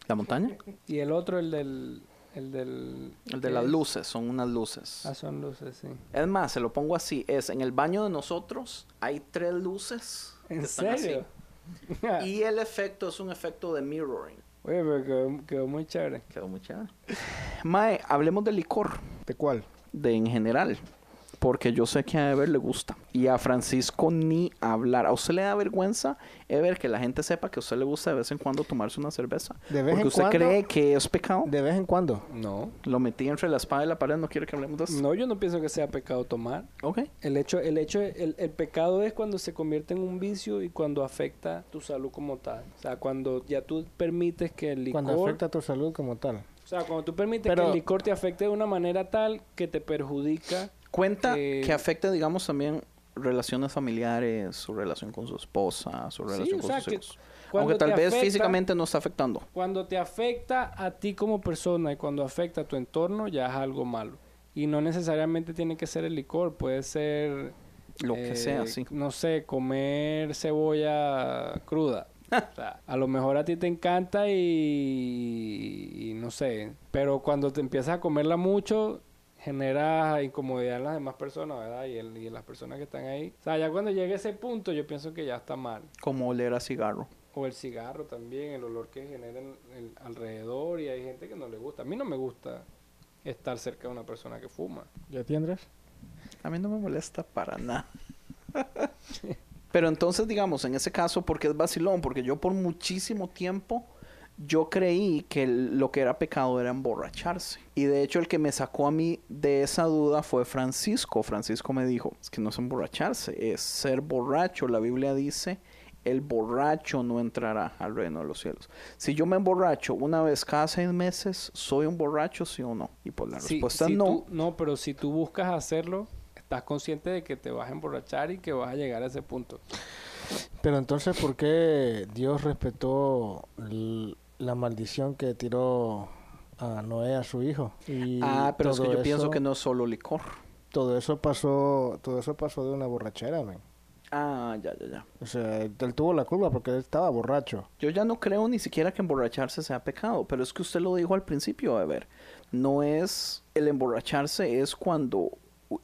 Speaker 4: ¿La montaña?
Speaker 7: Y el otro, el del... El del...
Speaker 4: El de
Speaker 7: ¿qué
Speaker 4: las
Speaker 7: es?
Speaker 4: luces, son unas luces.
Speaker 7: Ah, son luces, sí.
Speaker 4: Es más, se lo pongo así, es en el baño de nosotros hay tres luces. que
Speaker 7: ¿En
Speaker 4: están así.
Speaker 7: serio?
Speaker 4: Y el efecto es un efecto de mirroring.
Speaker 7: Oye, pero quedó, quedó muy chévere.
Speaker 4: Quedó muy chévere. Mae, hablemos de licor,
Speaker 8: ¿De cuál?
Speaker 4: de en general. Porque yo sé que a Ever le gusta. Y a Francisco ni hablar. ¿A usted le da vergüenza, Ever, que la gente sepa que a usted le gusta de vez en cuando tomarse una cerveza?
Speaker 8: De vez
Speaker 4: porque
Speaker 8: en
Speaker 4: usted
Speaker 8: cuando.
Speaker 4: cree que es pecado.
Speaker 8: De vez en cuando.
Speaker 7: No.
Speaker 4: Lo metí entre la espada y la pared. No quiero que hablemos de eso.
Speaker 7: No, yo no pienso que sea pecado tomar.
Speaker 4: Ok.
Speaker 7: El hecho, el hecho, el, el pecado es cuando se convierte en un vicio y cuando afecta tu salud como tal. O sea, cuando ya tú permites que el licor,
Speaker 8: Cuando afecta a tu salud como tal.
Speaker 7: o sea, cuando tú permites
Speaker 8: Pero-
Speaker 7: que el licor te afecte de una manera tal que te perjudica.
Speaker 4: Cuenta
Speaker 7: Eh,
Speaker 4: que afecta, digamos, también relaciones familiares, su relación con su esposa, su
Speaker 7: Sí,
Speaker 4: relación
Speaker 7: o
Speaker 4: con
Speaker 7: sea,
Speaker 4: sus
Speaker 7: que
Speaker 4: hijos.
Speaker 7: cuando
Speaker 4: Aunque tal
Speaker 7: te
Speaker 4: vez
Speaker 7: afecta-
Speaker 4: físicamente no está afectando.
Speaker 7: Cuando te afecta a ti como persona y cuando afecta a tu entorno, ya es algo malo. Y no necesariamente tiene que ser el licor, puede ser
Speaker 4: Lo que
Speaker 7: eh,
Speaker 4: sea, sí.
Speaker 7: No sé, comer cebolla cruda.
Speaker 4: Ah.
Speaker 7: O sea, a lo mejor a ti te encanta y, y no sé, pero cuando te empiezas a comerla mucho genera incomodidad en las demás personas, ¿verdad? Y, el- y las personas que están ahí. O sea, ya cuando llega ese punto yo pienso que ya está mal.
Speaker 4: Como oler a cigarro.
Speaker 7: O el cigarro también, el olor que genera en- en- alrededor y hay gente que no le gusta. A mí no me gusta estar cerca de una persona que fuma.
Speaker 8: ¿Ya tienes?
Speaker 4: A mí no me molesta para nada. Pero entonces, digamos, en ese caso, porque es vacilón, porque yo por muchísimo tiempo yo creí que el- lo que era pecado era emborracharse. Y de hecho el que me sacó a mí de esa duda fue Francisco. Francisco me dijo, es que no es emborracharse, es ser borracho. La Biblia dice, el borracho no entrará al reino de los cielos. Si yo me emborracho una vez cada seis meses, ¿soy un borracho, sí o no? Y pues la
Speaker 7: Si-
Speaker 4: respuesta
Speaker 7: si
Speaker 4: es no.
Speaker 7: tú- no, pero si tú buscas hacerlo, estás consciente de que te vas a emborrachar y que vas a llegar a ese punto.
Speaker 8: Pero entonces, ¿por qué Dios respetó l- la maldición que tiró a Noé a su hijo? Y
Speaker 4: Ah, pero es que
Speaker 8: todo
Speaker 4: yo pienso
Speaker 8: eso-
Speaker 4: que no es solo licor.
Speaker 8: Todo eso pasó, todo eso pasó de una borrachera, men.
Speaker 4: Ah, ya, ya, ya.
Speaker 8: O sea, él él tuvo la culpa porque él estaba borracho.
Speaker 4: Yo ya no creo ni siquiera que emborracharse sea pecado, pero es que usted lo dijo al principio, a ver, no es el emborracharse, es cuando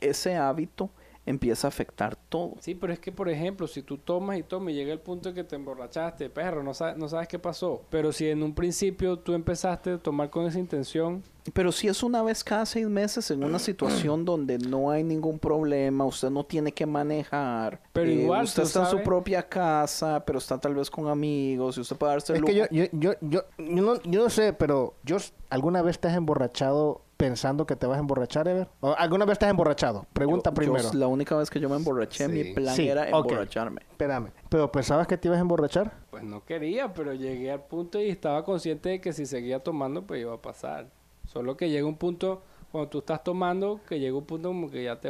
Speaker 4: ese hábito empieza a afectar todo.
Speaker 7: Sí, pero es que, por ejemplo, si tú tomas y tomas y llega el punto en que te emborrachaste, perro, no, sa- no sabes qué pasó. Pero si en un principio tú empezaste a tomar con esa intención,
Speaker 4: Pero si es una vez cada seis meses en una situación donde no hay ningún problema, usted no tiene que manejar, eh,
Speaker 7: Pero igual,
Speaker 4: usted
Speaker 7: tú
Speaker 4: está en su
Speaker 7: sabes-
Speaker 4: propia casa, pero está tal vez con amigos y usted puede darse el
Speaker 8: Es
Speaker 4: lujo.
Speaker 8: que yo, yo, yo, yo, yo no, yo no sé, pero yo s- alguna vez te has emborrachado pensando que te vas a emborrachar, Ever? ¿O ¿Alguna vez te has emborrachado? Pregunta
Speaker 4: Yo- yo
Speaker 8: primero.
Speaker 4: la única vez que yo me emborraché,
Speaker 7: Sí.
Speaker 4: mi plan
Speaker 8: Sí,
Speaker 4: era
Speaker 8: ok.
Speaker 4: emborracharme.
Speaker 8: Espérame. ¿Pero pensabas que te ibas a emborrachar?
Speaker 7: pues no quería, pero llegué al punto y estaba consciente de que si seguía tomando, pues iba a pasar. Solo que llega un punto, cuando tú estás tomando, que llega un punto como que ya te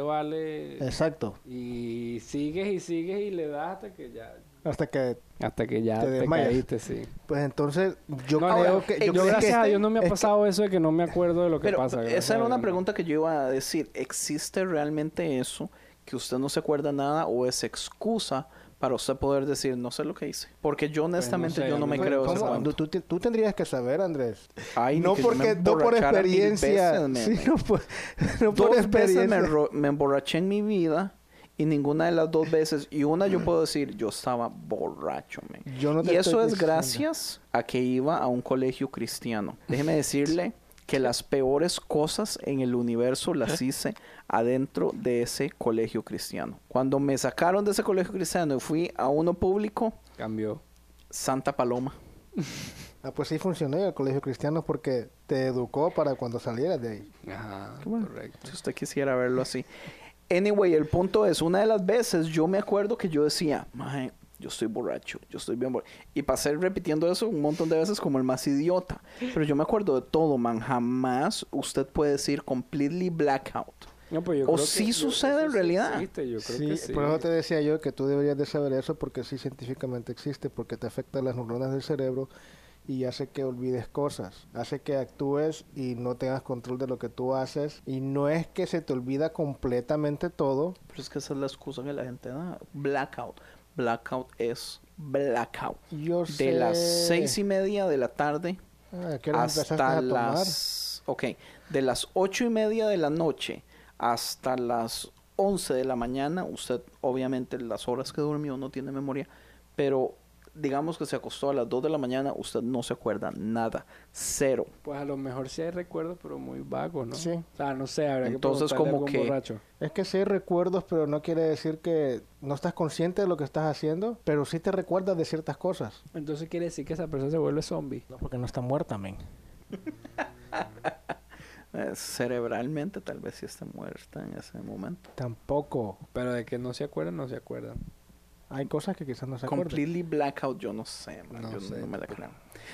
Speaker 4: Eh.
Speaker 7: vale.
Speaker 8: Exacto.
Speaker 7: Y sigues y sigues y le das hasta que ya...
Speaker 8: Hasta que
Speaker 7: Hasta que ya
Speaker 8: Te
Speaker 7: te,
Speaker 8: desmayas.
Speaker 7: caíste, sí.
Speaker 8: Pues entonces, yo
Speaker 7: No,
Speaker 8: creo
Speaker 7: ahora,
Speaker 8: que.
Speaker 4: eh,
Speaker 8: Yo
Speaker 7: Yo,
Speaker 8: creo
Speaker 7: gracias
Speaker 8: que este
Speaker 7: a Dios no me ha
Speaker 8: es que-
Speaker 7: pasado eso de que no me acuerdo de lo que
Speaker 4: Pero
Speaker 7: pasa. gracias
Speaker 4: esa
Speaker 7: a
Speaker 4: era
Speaker 7: Dios,
Speaker 4: una
Speaker 7: no.
Speaker 4: pregunta que yo iba a decir. ¿Existe realmente eso que usted no se acuerda nada o es excusa para usted poder decir no sé lo que hice? Porque yo honestamente
Speaker 7: sé,
Speaker 4: yo no
Speaker 7: no
Speaker 4: me
Speaker 7: sé.
Speaker 4: creo ese
Speaker 8: ¿Cómo?
Speaker 4: cuento.
Speaker 8: Tú, tú- tú tendrías que saber, Andrés.
Speaker 4: Ay,
Speaker 8: no
Speaker 4: ni que yo me
Speaker 8: porque, no por
Speaker 4: emborrachara mil
Speaker 8: experiencia.
Speaker 4: veces,
Speaker 8: sí,
Speaker 4: nene.
Speaker 8: no por, no por
Speaker 4: dos
Speaker 8: experiencia.
Speaker 4: veces me, ro- me emborraché en mi vida y ninguna de las dos veces y una yo puedo decir yo estaba borracho men.
Speaker 8: Yo no te
Speaker 4: y
Speaker 8: estoy
Speaker 4: eso es
Speaker 8: diciendo.
Speaker 4: gracias a que iba a un colegio cristiano déjeme decirle que las peores cosas en el universo
Speaker 8: ¿Eh?
Speaker 4: las hice adentro de ese colegio cristiano. Cuando me sacaron de ese colegio cristiano y fui a uno público,
Speaker 7: Cambió.
Speaker 4: Santa Paloma.
Speaker 8: Ah, pues sí funcionó el colegio cristiano porque te educó para cuando salieras de ahí.
Speaker 7: Ajá,
Speaker 4: Qué bueno.
Speaker 7: correcto.
Speaker 4: Si usted quisiera verlo así. Anyway, el punto es, una de las veces yo me acuerdo que yo decía, "Mae, yo estoy borracho, yo estoy bien borracho. Y pasé repitiendo eso un montón de veces como el más idiota. Pero yo me acuerdo de todo, man. Jamás usted puede decir completely blackout.
Speaker 7: No, pues yo
Speaker 4: O
Speaker 7: creo que-
Speaker 4: sí
Speaker 7: yo-
Speaker 4: sucede
Speaker 7: eso
Speaker 4: en
Speaker 7: sí
Speaker 4: realidad.
Speaker 7: existe, yo creo
Speaker 8: Sí, eh,
Speaker 7: que sí.
Speaker 8: por eso te decía yo que tú deberías de saber eso porque sí científicamente existe, porque te afecta las neuronas del cerebro y hace que olvides cosas, hace que actúes y no tengas control de lo que tú haces y no es que se te olvida completamente todo,
Speaker 4: Pero es que esa es la excusa que la gente da. Blackout. Blackout es blackout.
Speaker 8: Yo
Speaker 4: De
Speaker 8: sé-
Speaker 4: las seis y media de la tarde
Speaker 8: Ah, ¿qué hora empezaste a
Speaker 4: hasta
Speaker 8: tomar?
Speaker 4: las ok de las ocho y media de la noche hasta las 11 de la mañana usted obviamente las horas que durmió no tiene memoria pero digamos que se acostó a las 2 de la mañana usted no se acuerda nada cero
Speaker 7: Pues a lo mejor sí hay recuerdos, pero muy vagos, ¿no?
Speaker 8: Sí.
Speaker 7: O sea, no sé, habría
Speaker 4: Entonces,
Speaker 7: que preguntarle a
Speaker 4: como
Speaker 7: algún
Speaker 4: que-
Speaker 7: borracho.
Speaker 8: Es que sí hay recuerdos, pero no quiere decir que no estás consciente de lo que estás haciendo, pero sí te recuerdas de ciertas cosas.
Speaker 7: Entonces quiere decir que esa persona se vuelve zombie.
Speaker 8: No, porque no está muerta, men.
Speaker 4: Eh, cerebralmente tal vez sí esté muerta en ese momento
Speaker 8: Tampoco.
Speaker 7: Pero de que no se acuerdan, no se acuerdan.
Speaker 8: Hay cosas que quizás no se acuerdan.
Speaker 4: completely blackout yo no sé man,
Speaker 7: No
Speaker 4: yo
Speaker 7: sé,
Speaker 4: no me la creo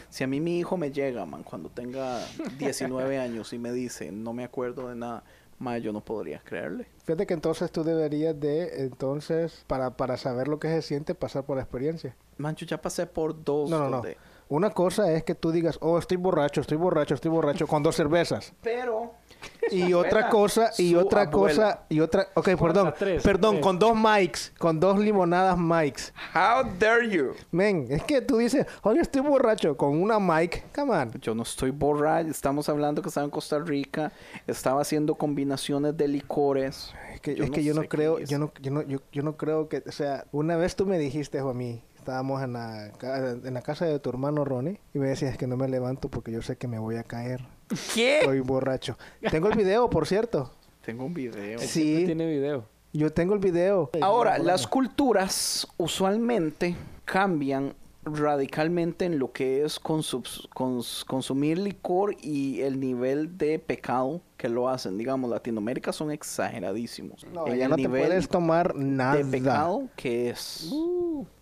Speaker 4: si a mí mi hijo me llega man cuando tenga 19 años y me dice no me acuerdo de nada ma, yo no podría creerle
Speaker 8: Fíjate que entonces tú deberías de, entonces, para, para saber lo que se siente, pasar por la experiencia.
Speaker 4: Mancho, ya pasé por dos.
Speaker 8: No, no, no.
Speaker 4: donde-
Speaker 8: Una cosa es que tú digas, oh, estoy borracho, estoy borracho, estoy borracho, con dos cervezas.
Speaker 4: Pero.
Speaker 8: Y otra
Speaker 4: abuela,
Speaker 8: cosa, y
Speaker 4: su
Speaker 8: otra
Speaker 4: abuela.
Speaker 8: cosa, y otra... Ok, perdón,
Speaker 7: Tres,
Speaker 8: perdón,
Speaker 7: tres.
Speaker 8: con dos mics, con dos limonadas mics.
Speaker 4: How dare you?
Speaker 8: Men, es que tú dices, hoy estoy borracho con una mic. Come on.
Speaker 4: Yo no estoy borracho. Estamos hablando que estaba en Costa Rica. Estaba haciendo combinaciones de licores.
Speaker 8: Es que
Speaker 4: Yo
Speaker 8: yo, es
Speaker 4: no
Speaker 8: que yo
Speaker 4: sé
Speaker 8: no
Speaker 4: qué
Speaker 8: creo,
Speaker 4: es.
Speaker 8: yo no, yo no, yo, yo no creo que, o sea, una vez tú me dijiste, jo, a mí, estábamos en la, ca- en la casa de tu hermano Ronnie y me decías que no me levanto porque yo sé que me voy a caer.
Speaker 4: ¿Qué?
Speaker 8: Estoy borracho. Tengo el video, por cierto.
Speaker 4: Tengo un video.
Speaker 7: Él
Speaker 8: Sí.
Speaker 7: siempre tiene video.
Speaker 8: Yo tengo el video.
Speaker 4: Ahora, las culturas usualmente cambian radicalmente en lo que es consubs- cons- consumir licor y el nivel de pecado que lo hacen. Digamos, Latinoamérica son exageradísimos.
Speaker 8: No,
Speaker 4: En
Speaker 8: ya
Speaker 4: el
Speaker 8: no te
Speaker 4: nivel
Speaker 8: puedes tomar nada. Uh.
Speaker 4: de pecado que es.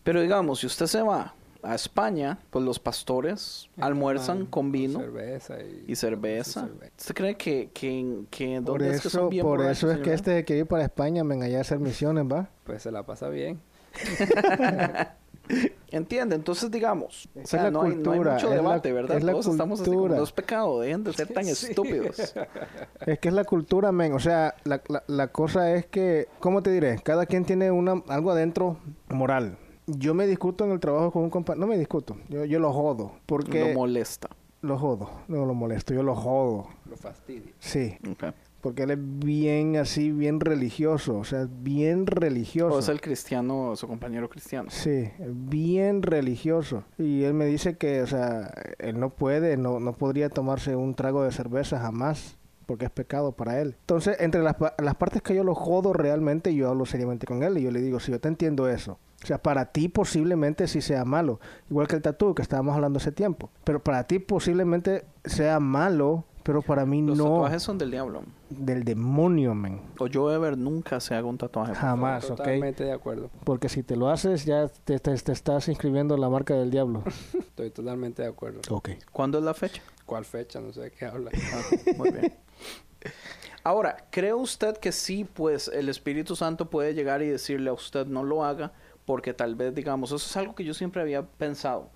Speaker 4: Pero digamos, si usted se va a España, pues los pastores almuerzan
Speaker 7: Pan,
Speaker 4: con vino
Speaker 7: cerveza y,
Speaker 4: y cerveza.
Speaker 7: y cerveza.
Speaker 4: ¿Usted cree que, que, en- que en
Speaker 8: Por
Speaker 4: dónde es que son
Speaker 8: eso,
Speaker 4: bien
Speaker 8: por
Speaker 4: borrachos,
Speaker 8: eso es que
Speaker 4: señora?
Speaker 8: este se quiere ir para España, men, allá a hacer misiones, ¿va?
Speaker 7: Pues se la pasa bien.
Speaker 4: Entiende, entonces digamos, o
Speaker 8: Es
Speaker 4: sea,
Speaker 8: la
Speaker 4: no, hay, no hay
Speaker 8: cultura,
Speaker 4: mucho
Speaker 8: es la-
Speaker 4: debate, ¿verdad?
Speaker 8: es la
Speaker 4: Todos estamos así como
Speaker 8: cultura.
Speaker 4: dos pecados, dejen de ser tan estúpidos.
Speaker 8: Es que es la cultura, men. O sea, la, la- la cosa es que, ¿cómo te diré? Cada quien tiene una, algo adentro moral. Yo me discuto en el trabajo con un compañero. No me discuto. Yo, yo lo jodo. Porque
Speaker 4: Lo molesta.
Speaker 8: lo jodo. No lo molesto. Yo lo jodo.
Speaker 7: Lo fastidia.
Speaker 8: Sí.
Speaker 4: Ok.
Speaker 8: Porque él es bien así, bien religioso. O sea, bien religioso.
Speaker 4: O es el cristiano, su compañero cristiano.
Speaker 8: Sí, bien religioso. Y él me dice que, o sea, él no puede, no, no podría tomarse un trago de cerveza jamás, porque es pecado para él. Entonces, entre las, pa- las partes que yo lo jodo realmente, yo hablo seriamente con él y yo le digo, si yo te entiendo eso. O sea, para ti posiblemente sí sea malo, igual que el tatú que estábamos hablando hace tiempo. Pero para ti posiblemente sea malo, pero para mí
Speaker 4: Los
Speaker 8: no.
Speaker 4: tatuajes son del diablo.
Speaker 8: Del demonio, men.
Speaker 4: O yo, Ever, nunca se haga un tatuaje.
Speaker 8: Jamás, ¿ok?
Speaker 7: Totalmente de acuerdo.
Speaker 8: Porque si te lo haces, ya te, te- te estás inscribiendo en la marca del diablo.
Speaker 7: Estoy totalmente de acuerdo.
Speaker 8: ok.
Speaker 4: ¿Cuándo es la fecha?
Speaker 7: ¿Cuál fecha? No sé de qué habla.
Speaker 4: Muy bien. Ahora, ¿cree usted que sí, pues el Espíritu Santo puede llegar y decirle a usted no lo haga? Porque tal vez, digamos, eso es algo que yo siempre había pensado.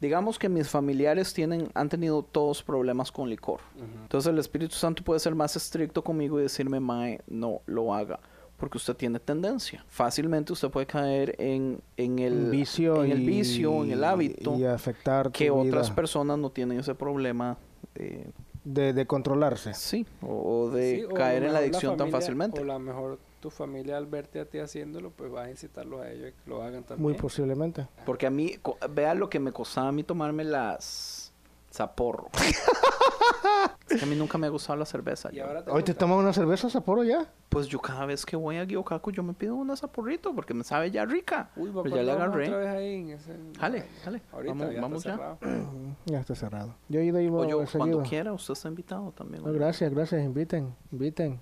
Speaker 4: Digamos que mis familiares tienen, han tenido todos problemas con licor. Entonces el Espíritu Santo puede ser más estricto conmigo y decirme, Mae, no lo haga. Porque usted tiene tendencia. Fácilmente usted puede caer en, en el
Speaker 8: vicio
Speaker 4: en el
Speaker 8: y-
Speaker 4: vicio, en el hábito.
Speaker 8: y afectar tu
Speaker 4: que otras
Speaker 8: vida.
Speaker 4: personas no tienen ese problema. eh,
Speaker 8: de, de controlarse.
Speaker 4: Sí, o, o de
Speaker 7: Sí, o
Speaker 4: caer en la
Speaker 7: mejor
Speaker 4: adicción tan
Speaker 7: familia-
Speaker 4: fácilmente.
Speaker 7: O la mejor tu familia al verte a ti haciéndolo, pues vas a incitarlos a ellos y que lo hagan también.
Speaker 8: Muy posiblemente.
Speaker 4: Porque a mí, co- vea lo que me costaba a mí tomarme las Saporro. es que a mí nunca me ha gustado la cerveza.
Speaker 7: Y
Speaker 4: yo-
Speaker 7: ahora te
Speaker 8: ¿Hoy te
Speaker 7: toca.
Speaker 8: tomas una cerveza, Sapporo, ya?
Speaker 4: Pues yo cada vez que voy a Gyokaku yo me pido una saporrito porque me sabe ya rica.
Speaker 7: Uy, va
Speaker 4: Pero ya la
Speaker 7: cortamos
Speaker 4: agarré.
Speaker 7: Otra vez ahí en ese...
Speaker 4: Jale, jale.
Speaker 7: Ahorita
Speaker 4: vamos,
Speaker 7: ya
Speaker 4: vamos
Speaker 7: está
Speaker 4: ya.
Speaker 7: cerrado.
Speaker 8: Ya está cerrado. Yo he ido ahí
Speaker 4: O yo, cuando
Speaker 8: seguido.
Speaker 4: quiera, usted está invitado también.
Speaker 8: No, gracias, gracias. Inviten, inviten.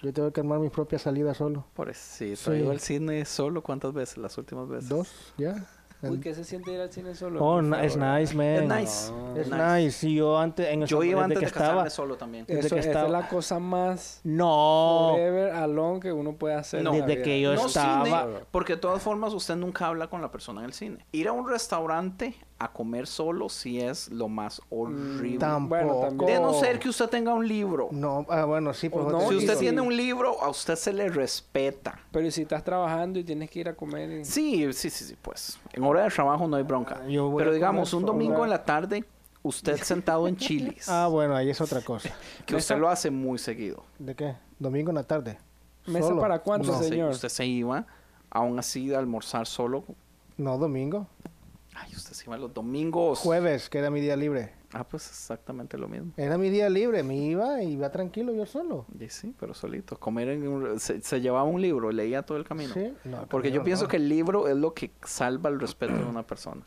Speaker 8: Yo tengo que armar mis propias salidas solo.
Speaker 4: Pobrecito,
Speaker 8: Sí.
Speaker 4: he ido al cine solo cuántas veces, las últimas veces.
Speaker 8: Dos, ya.
Speaker 7: Uy, ¿qué se siente ir al cine solo?
Speaker 8: Oh,
Speaker 7: Por
Speaker 8: na-
Speaker 7: favor.
Speaker 8: es nice,
Speaker 4: Es
Speaker 8: man.
Speaker 4: nice.
Speaker 8: Es
Speaker 4: es
Speaker 8: nice. Y yo antes, en el
Speaker 4: Yo iba
Speaker 8: desde
Speaker 4: antes
Speaker 8: que
Speaker 4: de
Speaker 8: estaba.
Speaker 4: casarme solo también.
Speaker 8: Desde
Speaker 7: Eso,
Speaker 8: que
Speaker 7: esa
Speaker 8: estaba-
Speaker 7: es la cosa más
Speaker 8: No.
Speaker 7: forever alone que uno puede hacer.
Speaker 4: No.
Speaker 7: en la
Speaker 8: Desde que yo
Speaker 7: vida.
Speaker 4: No
Speaker 8: estaba. Ah.
Speaker 4: cine, porque de todas formas usted nunca habla con la persona en el cine. Ir a un restaurante a comer solo sí es lo más horrible.
Speaker 8: Mm, Tampoco.
Speaker 7: Bueno, también.
Speaker 4: de no ser que usted tenga un libro.
Speaker 8: No, ah, bueno, sí, pero vos
Speaker 7: Oh, no,
Speaker 8: te-
Speaker 4: si usted
Speaker 7: sí.
Speaker 4: tiene un libro, a usted se le respeta.
Speaker 7: Pero si estás trabajando y tienes que ir a comer... y-
Speaker 4: Sí, sí, sí, sí, pues. En hora de trabajo no hay bronca.
Speaker 8: Ah, yo voy a
Speaker 4: Pero
Speaker 8: comer
Speaker 4: digamos, un
Speaker 8: sola.
Speaker 4: domingo en la tarde, usted sentado en Chili's,
Speaker 8: Ah, bueno, ahí es otra cosa.
Speaker 4: que usted lo hace muy seguido.
Speaker 8: ¿De qué? Domingo en la tarde.
Speaker 7: ¿Mesa
Speaker 8: Solo.
Speaker 7: para cuánto,
Speaker 4: Usted se-
Speaker 7: señor?
Speaker 4: usted se iba, aún así, a almorzar solo.
Speaker 8: No, domingo.
Speaker 4: Ay, usted se iba los domingos.
Speaker 8: Jueves, que era mi día libre.
Speaker 4: Ah, pues exactamente lo mismo.
Speaker 8: Era mi día libre, me iba y iba tranquilo yo solo.
Speaker 4: Y sí, pero solito. Comer en un- se, se llevaba un libro, leía todo el camino.
Speaker 8: Sí, no,
Speaker 4: Porque yo
Speaker 8: no,
Speaker 4: pienso
Speaker 8: no.
Speaker 4: que el libro es lo que salva el respeto de una persona.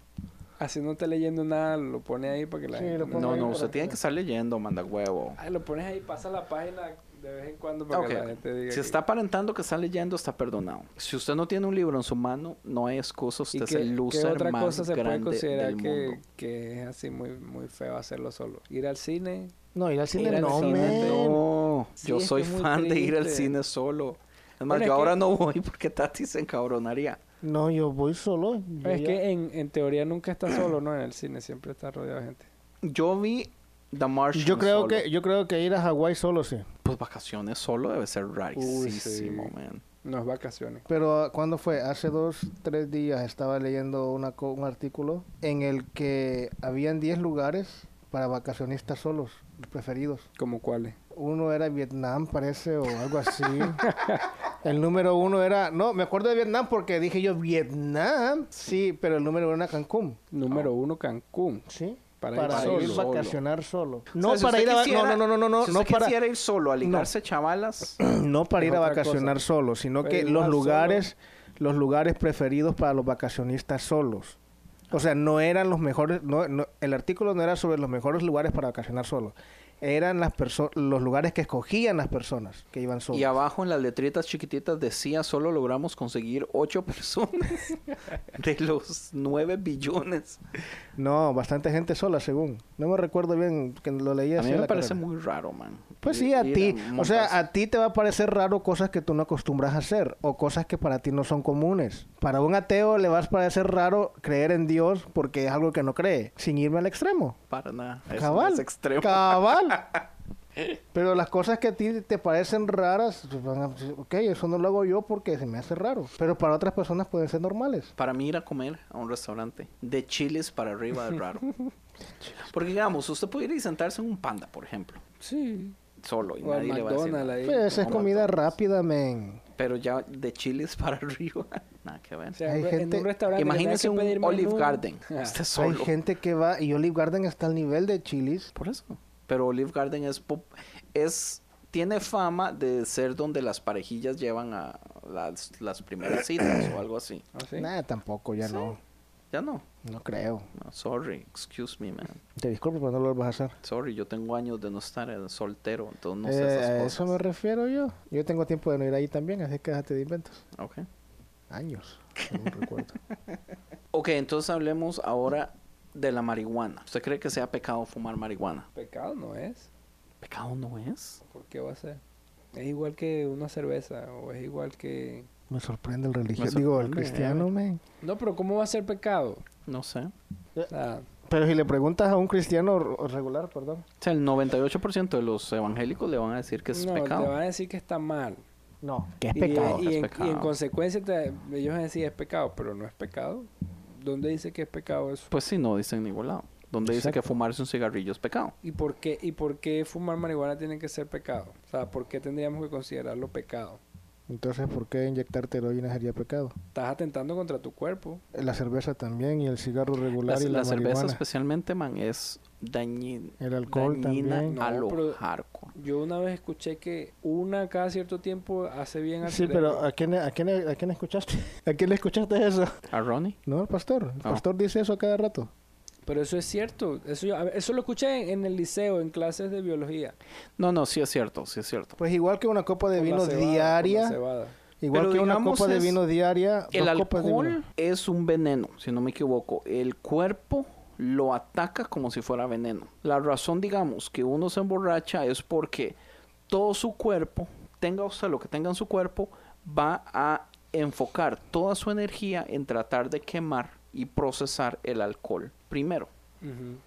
Speaker 7: Así no te leyendo nada, lo pones ahí para que la
Speaker 8: Sí,
Speaker 7: gente...
Speaker 8: lo
Speaker 7: no-
Speaker 8: pongo
Speaker 4: No,
Speaker 8: ahí
Speaker 4: no,
Speaker 8: para
Speaker 4: usted
Speaker 8: que-
Speaker 4: tiene que estar leyendo, manda huevo.
Speaker 7: Ay, lo pones ahí, pasa la página de vez en cuando para que la
Speaker 4: Ok.
Speaker 7: gente diga...
Speaker 4: Si
Speaker 7: que-
Speaker 4: está aparentando que está leyendo, está perdonado. Si usted no tiene un libro en su mano, no hay excusa.
Speaker 7: ¿Y
Speaker 4: pues, Usted es
Speaker 7: qué-
Speaker 4: el
Speaker 7: qué
Speaker 4: loser
Speaker 7: otra
Speaker 4: más
Speaker 7: cosa se puede
Speaker 4: grande
Speaker 7: considerar
Speaker 4: del
Speaker 7: que,
Speaker 4: mundo.
Speaker 7: que es así muy, muy feo hacerlo solo? Ir al cine,
Speaker 8: No, ir al cine
Speaker 7: Ir al
Speaker 8: no,
Speaker 7: cine,
Speaker 8: man.
Speaker 4: No,
Speaker 7: Sí,
Speaker 4: yo
Speaker 7: es que
Speaker 4: soy
Speaker 7: es muy
Speaker 4: fan de ir al
Speaker 7: triste.
Speaker 4: cine solo. Es más,
Speaker 7: Bueno, es
Speaker 4: yo ahora
Speaker 7: que-
Speaker 4: no voy porque Tati se encabronaría.
Speaker 8: No, yo voy solo. yo
Speaker 7: Es
Speaker 8: ya-
Speaker 7: que en, en teoría nunca estás solo, ¿no? En el cine siempre estás rodeado de gente.
Speaker 4: Yo vi The Martian
Speaker 8: yo creo
Speaker 4: solo.
Speaker 8: que Eh, yo creo que ir a Hawái solo sí.
Speaker 4: Pues vacaciones solo debe ser rarísimo,
Speaker 7: sí.
Speaker 4: man.
Speaker 7: No es vacaciones.
Speaker 8: Pero ah, ¿cuándo fue? Hace dos, tres días estaba leyendo una, co- un artículo en el que habían 10 lugares para vacacionistas solos, preferidos.
Speaker 7: ¿Como cuáles?
Speaker 8: Uno era Vietnam, parece, o algo así. el número uno era... No, me acuerdo de Vietnam porque dije yo, Vietnam. Sí, pero el número uno era Cancún.
Speaker 7: Número uno, Cancún.
Speaker 8: Sí.
Speaker 7: Para
Speaker 8: Para,
Speaker 7: ir
Speaker 8: ir
Speaker 7: solo.
Speaker 8: vacacionar solo.
Speaker 4: O
Speaker 8: No
Speaker 4: sea, si
Speaker 8: para
Speaker 4: usted
Speaker 8: ir a...
Speaker 4: quisiera-
Speaker 8: No, no, no, no, no.
Speaker 4: si
Speaker 8: no
Speaker 4: usted
Speaker 8: para...
Speaker 4: quisiera ir solo a ligarse chavalas,
Speaker 8: no para
Speaker 7: Es
Speaker 8: ir a
Speaker 7: otra
Speaker 8: vacacionar
Speaker 7: cosa.
Speaker 8: solo, sino
Speaker 7: Pero
Speaker 8: que
Speaker 7: igual
Speaker 8: los
Speaker 7: solo.
Speaker 8: lugares, los lugares preferidos para los vacacionistas solos. O sea, no eran los mejores, no, no- el artículo no era sobre los mejores lugares para vacacionar solos. Eran las perso- los lugares que escogían las personas que iban solos.
Speaker 4: Y abajo en las letritas chiquititas decía solo logramos conseguir ocho personas de los 9 billones.
Speaker 8: No, bastante gente sola, según. No me recuerdo bien que lo leí
Speaker 4: A
Speaker 8: así
Speaker 4: mí
Speaker 8: en
Speaker 4: me
Speaker 8: la
Speaker 4: parece
Speaker 8: carrera.
Speaker 4: muy raro, man.
Speaker 8: Pues
Speaker 4: Ir-
Speaker 8: sí, a
Speaker 4: ir
Speaker 8: ti. O sea,
Speaker 4: montarse.
Speaker 8: a ti te va a parecer raro cosas que tú no acostumbras a hacer o cosas que para ti no son comunes. Para un ateo le va a parecer raro creer en Dios porque es algo que no cree, sin irme al extremo.
Speaker 4: para nada. Eso no
Speaker 8: Cabal.
Speaker 4: es extremo.
Speaker 8: Cabal. Pero las cosas que a ti te parecen raras, pues, van a decir, ok, eso no lo hago yo porque se me hace raro. Pero para otras personas pueden ser normales.
Speaker 4: Para mí ir a comer a un restaurante de chiles para arriba es raro. Porque digamos, usted puede ir y sentarse en un panda, por ejemplo,
Speaker 7: Sí.
Speaker 4: solo y
Speaker 7: O al
Speaker 4: nadie le va a decir
Speaker 7: McDonald's
Speaker 4: nada.
Speaker 7: ahí.
Speaker 8: Pues esa es
Speaker 4: como
Speaker 8: comida
Speaker 4: todos.
Speaker 8: rápida, men.
Speaker 4: Pero ya de chiles para arriba, nada que ver.
Speaker 7: O sea,
Speaker 8: Hay
Speaker 7: en
Speaker 8: gente-
Speaker 7: un restaurante...
Speaker 4: Imagínese
Speaker 7: que
Speaker 4: un
Speaker 7: tengas que pedir
Speaker 4: Olive
Speaker 7: menú.
Speaker 4: Garden.
Speaker 7: Ah,
Speaker 4: Usted
Speaker 8: Hay
Speaker 4: solo.
Speaker 8: gente que va y Olive Garden está al nivel de Chili's.
Speaker 4: Por eso. Pero Olive Garden es pop- es tiene fama de ser donde las parejillas llevan a las, las primeras citas o algo así.
Speaker 7: ¿ah, sí?
Speaker 8: Nada, tampoco, ya no.
Speaker 4: Ya no.
Speaker 8: No creo.
Speaker 4: No, sorry, excuse me, man.
Speaker 8: Te disculpo, pero no lo vuelvas a hacer.
Speaker 4: Sorry, yo tengo años de no estar eh, soltero, entonces no
Speaker 8: Eh,
Speaker 4: sé esas
Speaker 8: a
Speaker 4: cosas.
Speaker 8: eso me refiero yo. Yo tengo tiempo de no ir ahí también, así que déjate de inventos.
Speaker 4: Ok.
Speaker 8: Años, no recuerdo.
Speaker 4: Ok, entonces hablemos ahora de la marihuana. ¿Usted cree que sea pecado fumar marihuana?
Speaker 7: Pecado no es.
Speaker 4: ¿Pecado no es?
Speaker 7: ¿Por qué va a ser? Es igual que una cerveza o es igual que...
Speaker 8: Me sorprende ¿eh? el religioso.
Speaker 4: Me
Speaker 8: Digo, el
Speaker 4: sorprende,
Speaker 8: cristiano, men.
Speaker 7: No, pero ¿cómo va a ser pecado?
Speaker 4: No sé.
Speaker 7: O sea,
Speaker 8: Pero si le preguntas a un cristiano r- regular, perdón.
Speaker 4: O sea, el 98% de los evangélicos le van a decir que es
Speaker 7: no,
Speaker 4: pecado.
Speaker 7: te van a decir que está mal.
Speaker 8: No, que
Speaker 7: Y- Y,
Speaker 4: Es
Speaker 7: en, y en
Speaker 4: pecado.
Speaker 7: consecuencia te- ellos decían es pecado, pero no es pecado. ¿Dónde dice que es pecado eso?
Speaker 4: Pues sí, no dicen en ningún lado. Donde dice que
Speaker 8: Exacto.
Speaker 4: fumarse un cigarrillo es pecado.
Speaker 7: ¿Y por qué, y por qué fumar marihuana tiene que ser pecado? O sea, ¿por qué tendríamos que considerarlo pecado?
Speaker 8: Entonces, ¿por qué inyectarte heroína sería pecado?
Speaker 7: Estás atentando contra tu cuerpo.
Speaker 8: La cerveza también y el cigarro regular
Speaker 4: La,
Speaker 8: y la,
Speaker 4: la cerveza
Speaker 8: marihuana.
Speaker 4: especialmente, man, es dañina,
Speaker 8: El alcohol
Speaker 4: dañina
Speaker 8: también.
Speaker 4: a
Speaker 7: No,
Speaker 4: lo
Speaker 7: pero-
Speaker 4: hardcore.
Speaker 7: Yo una vez escuché que una cada cierto tiempo hace bien al
Speaker 8: Sí,
Speaker 7: cerebro.
Speaker 8: pero ¿a quién, a, quién, ¿a quién escuchaste? ¿A quién le escuchaste eso?
Speaker 4: ¿A Ronnie?
Speaker 8: No, el pastor. El
Speaker 4: Ah.
Speaker 8: pastor dice eso a cada rato.
Speaker 7: Pero eso es cierto. Eso, yo- a ver, eso lo escuché en, en el liceo, en clases de biología.
Speaker 4: No, no, sí es cierto, sí es cierto.
Speaker 8: Pues igual que una copa de
Speaker 7: Con la
Speaker 8: vino
Speaker 7: cebada, con la
Speaker 8: diaria,
Speaker 7: cebada.
Speaker 8: igual
Speaker 4: Pero
Speaker 8: que una
Speaker 4: digamos
Speaker 8: copa de
Speaker 4: es-
Speaker 8: vino diaria,
Speaker 4: El
Speaker 8: dos copas de vino.
Speaker 4: alcohol es un veneno, si no me equivoco. El cuerpo lo ataca como si fuera veneno. La razón, digamos, que uno se emborracha es porque todo su cuerpo, tenga usted lo que tenga en su cuerpo, va a enfocar toda su energía en tratar de quemar y procesar el alcohol primero.
Speaker 7: Ujú.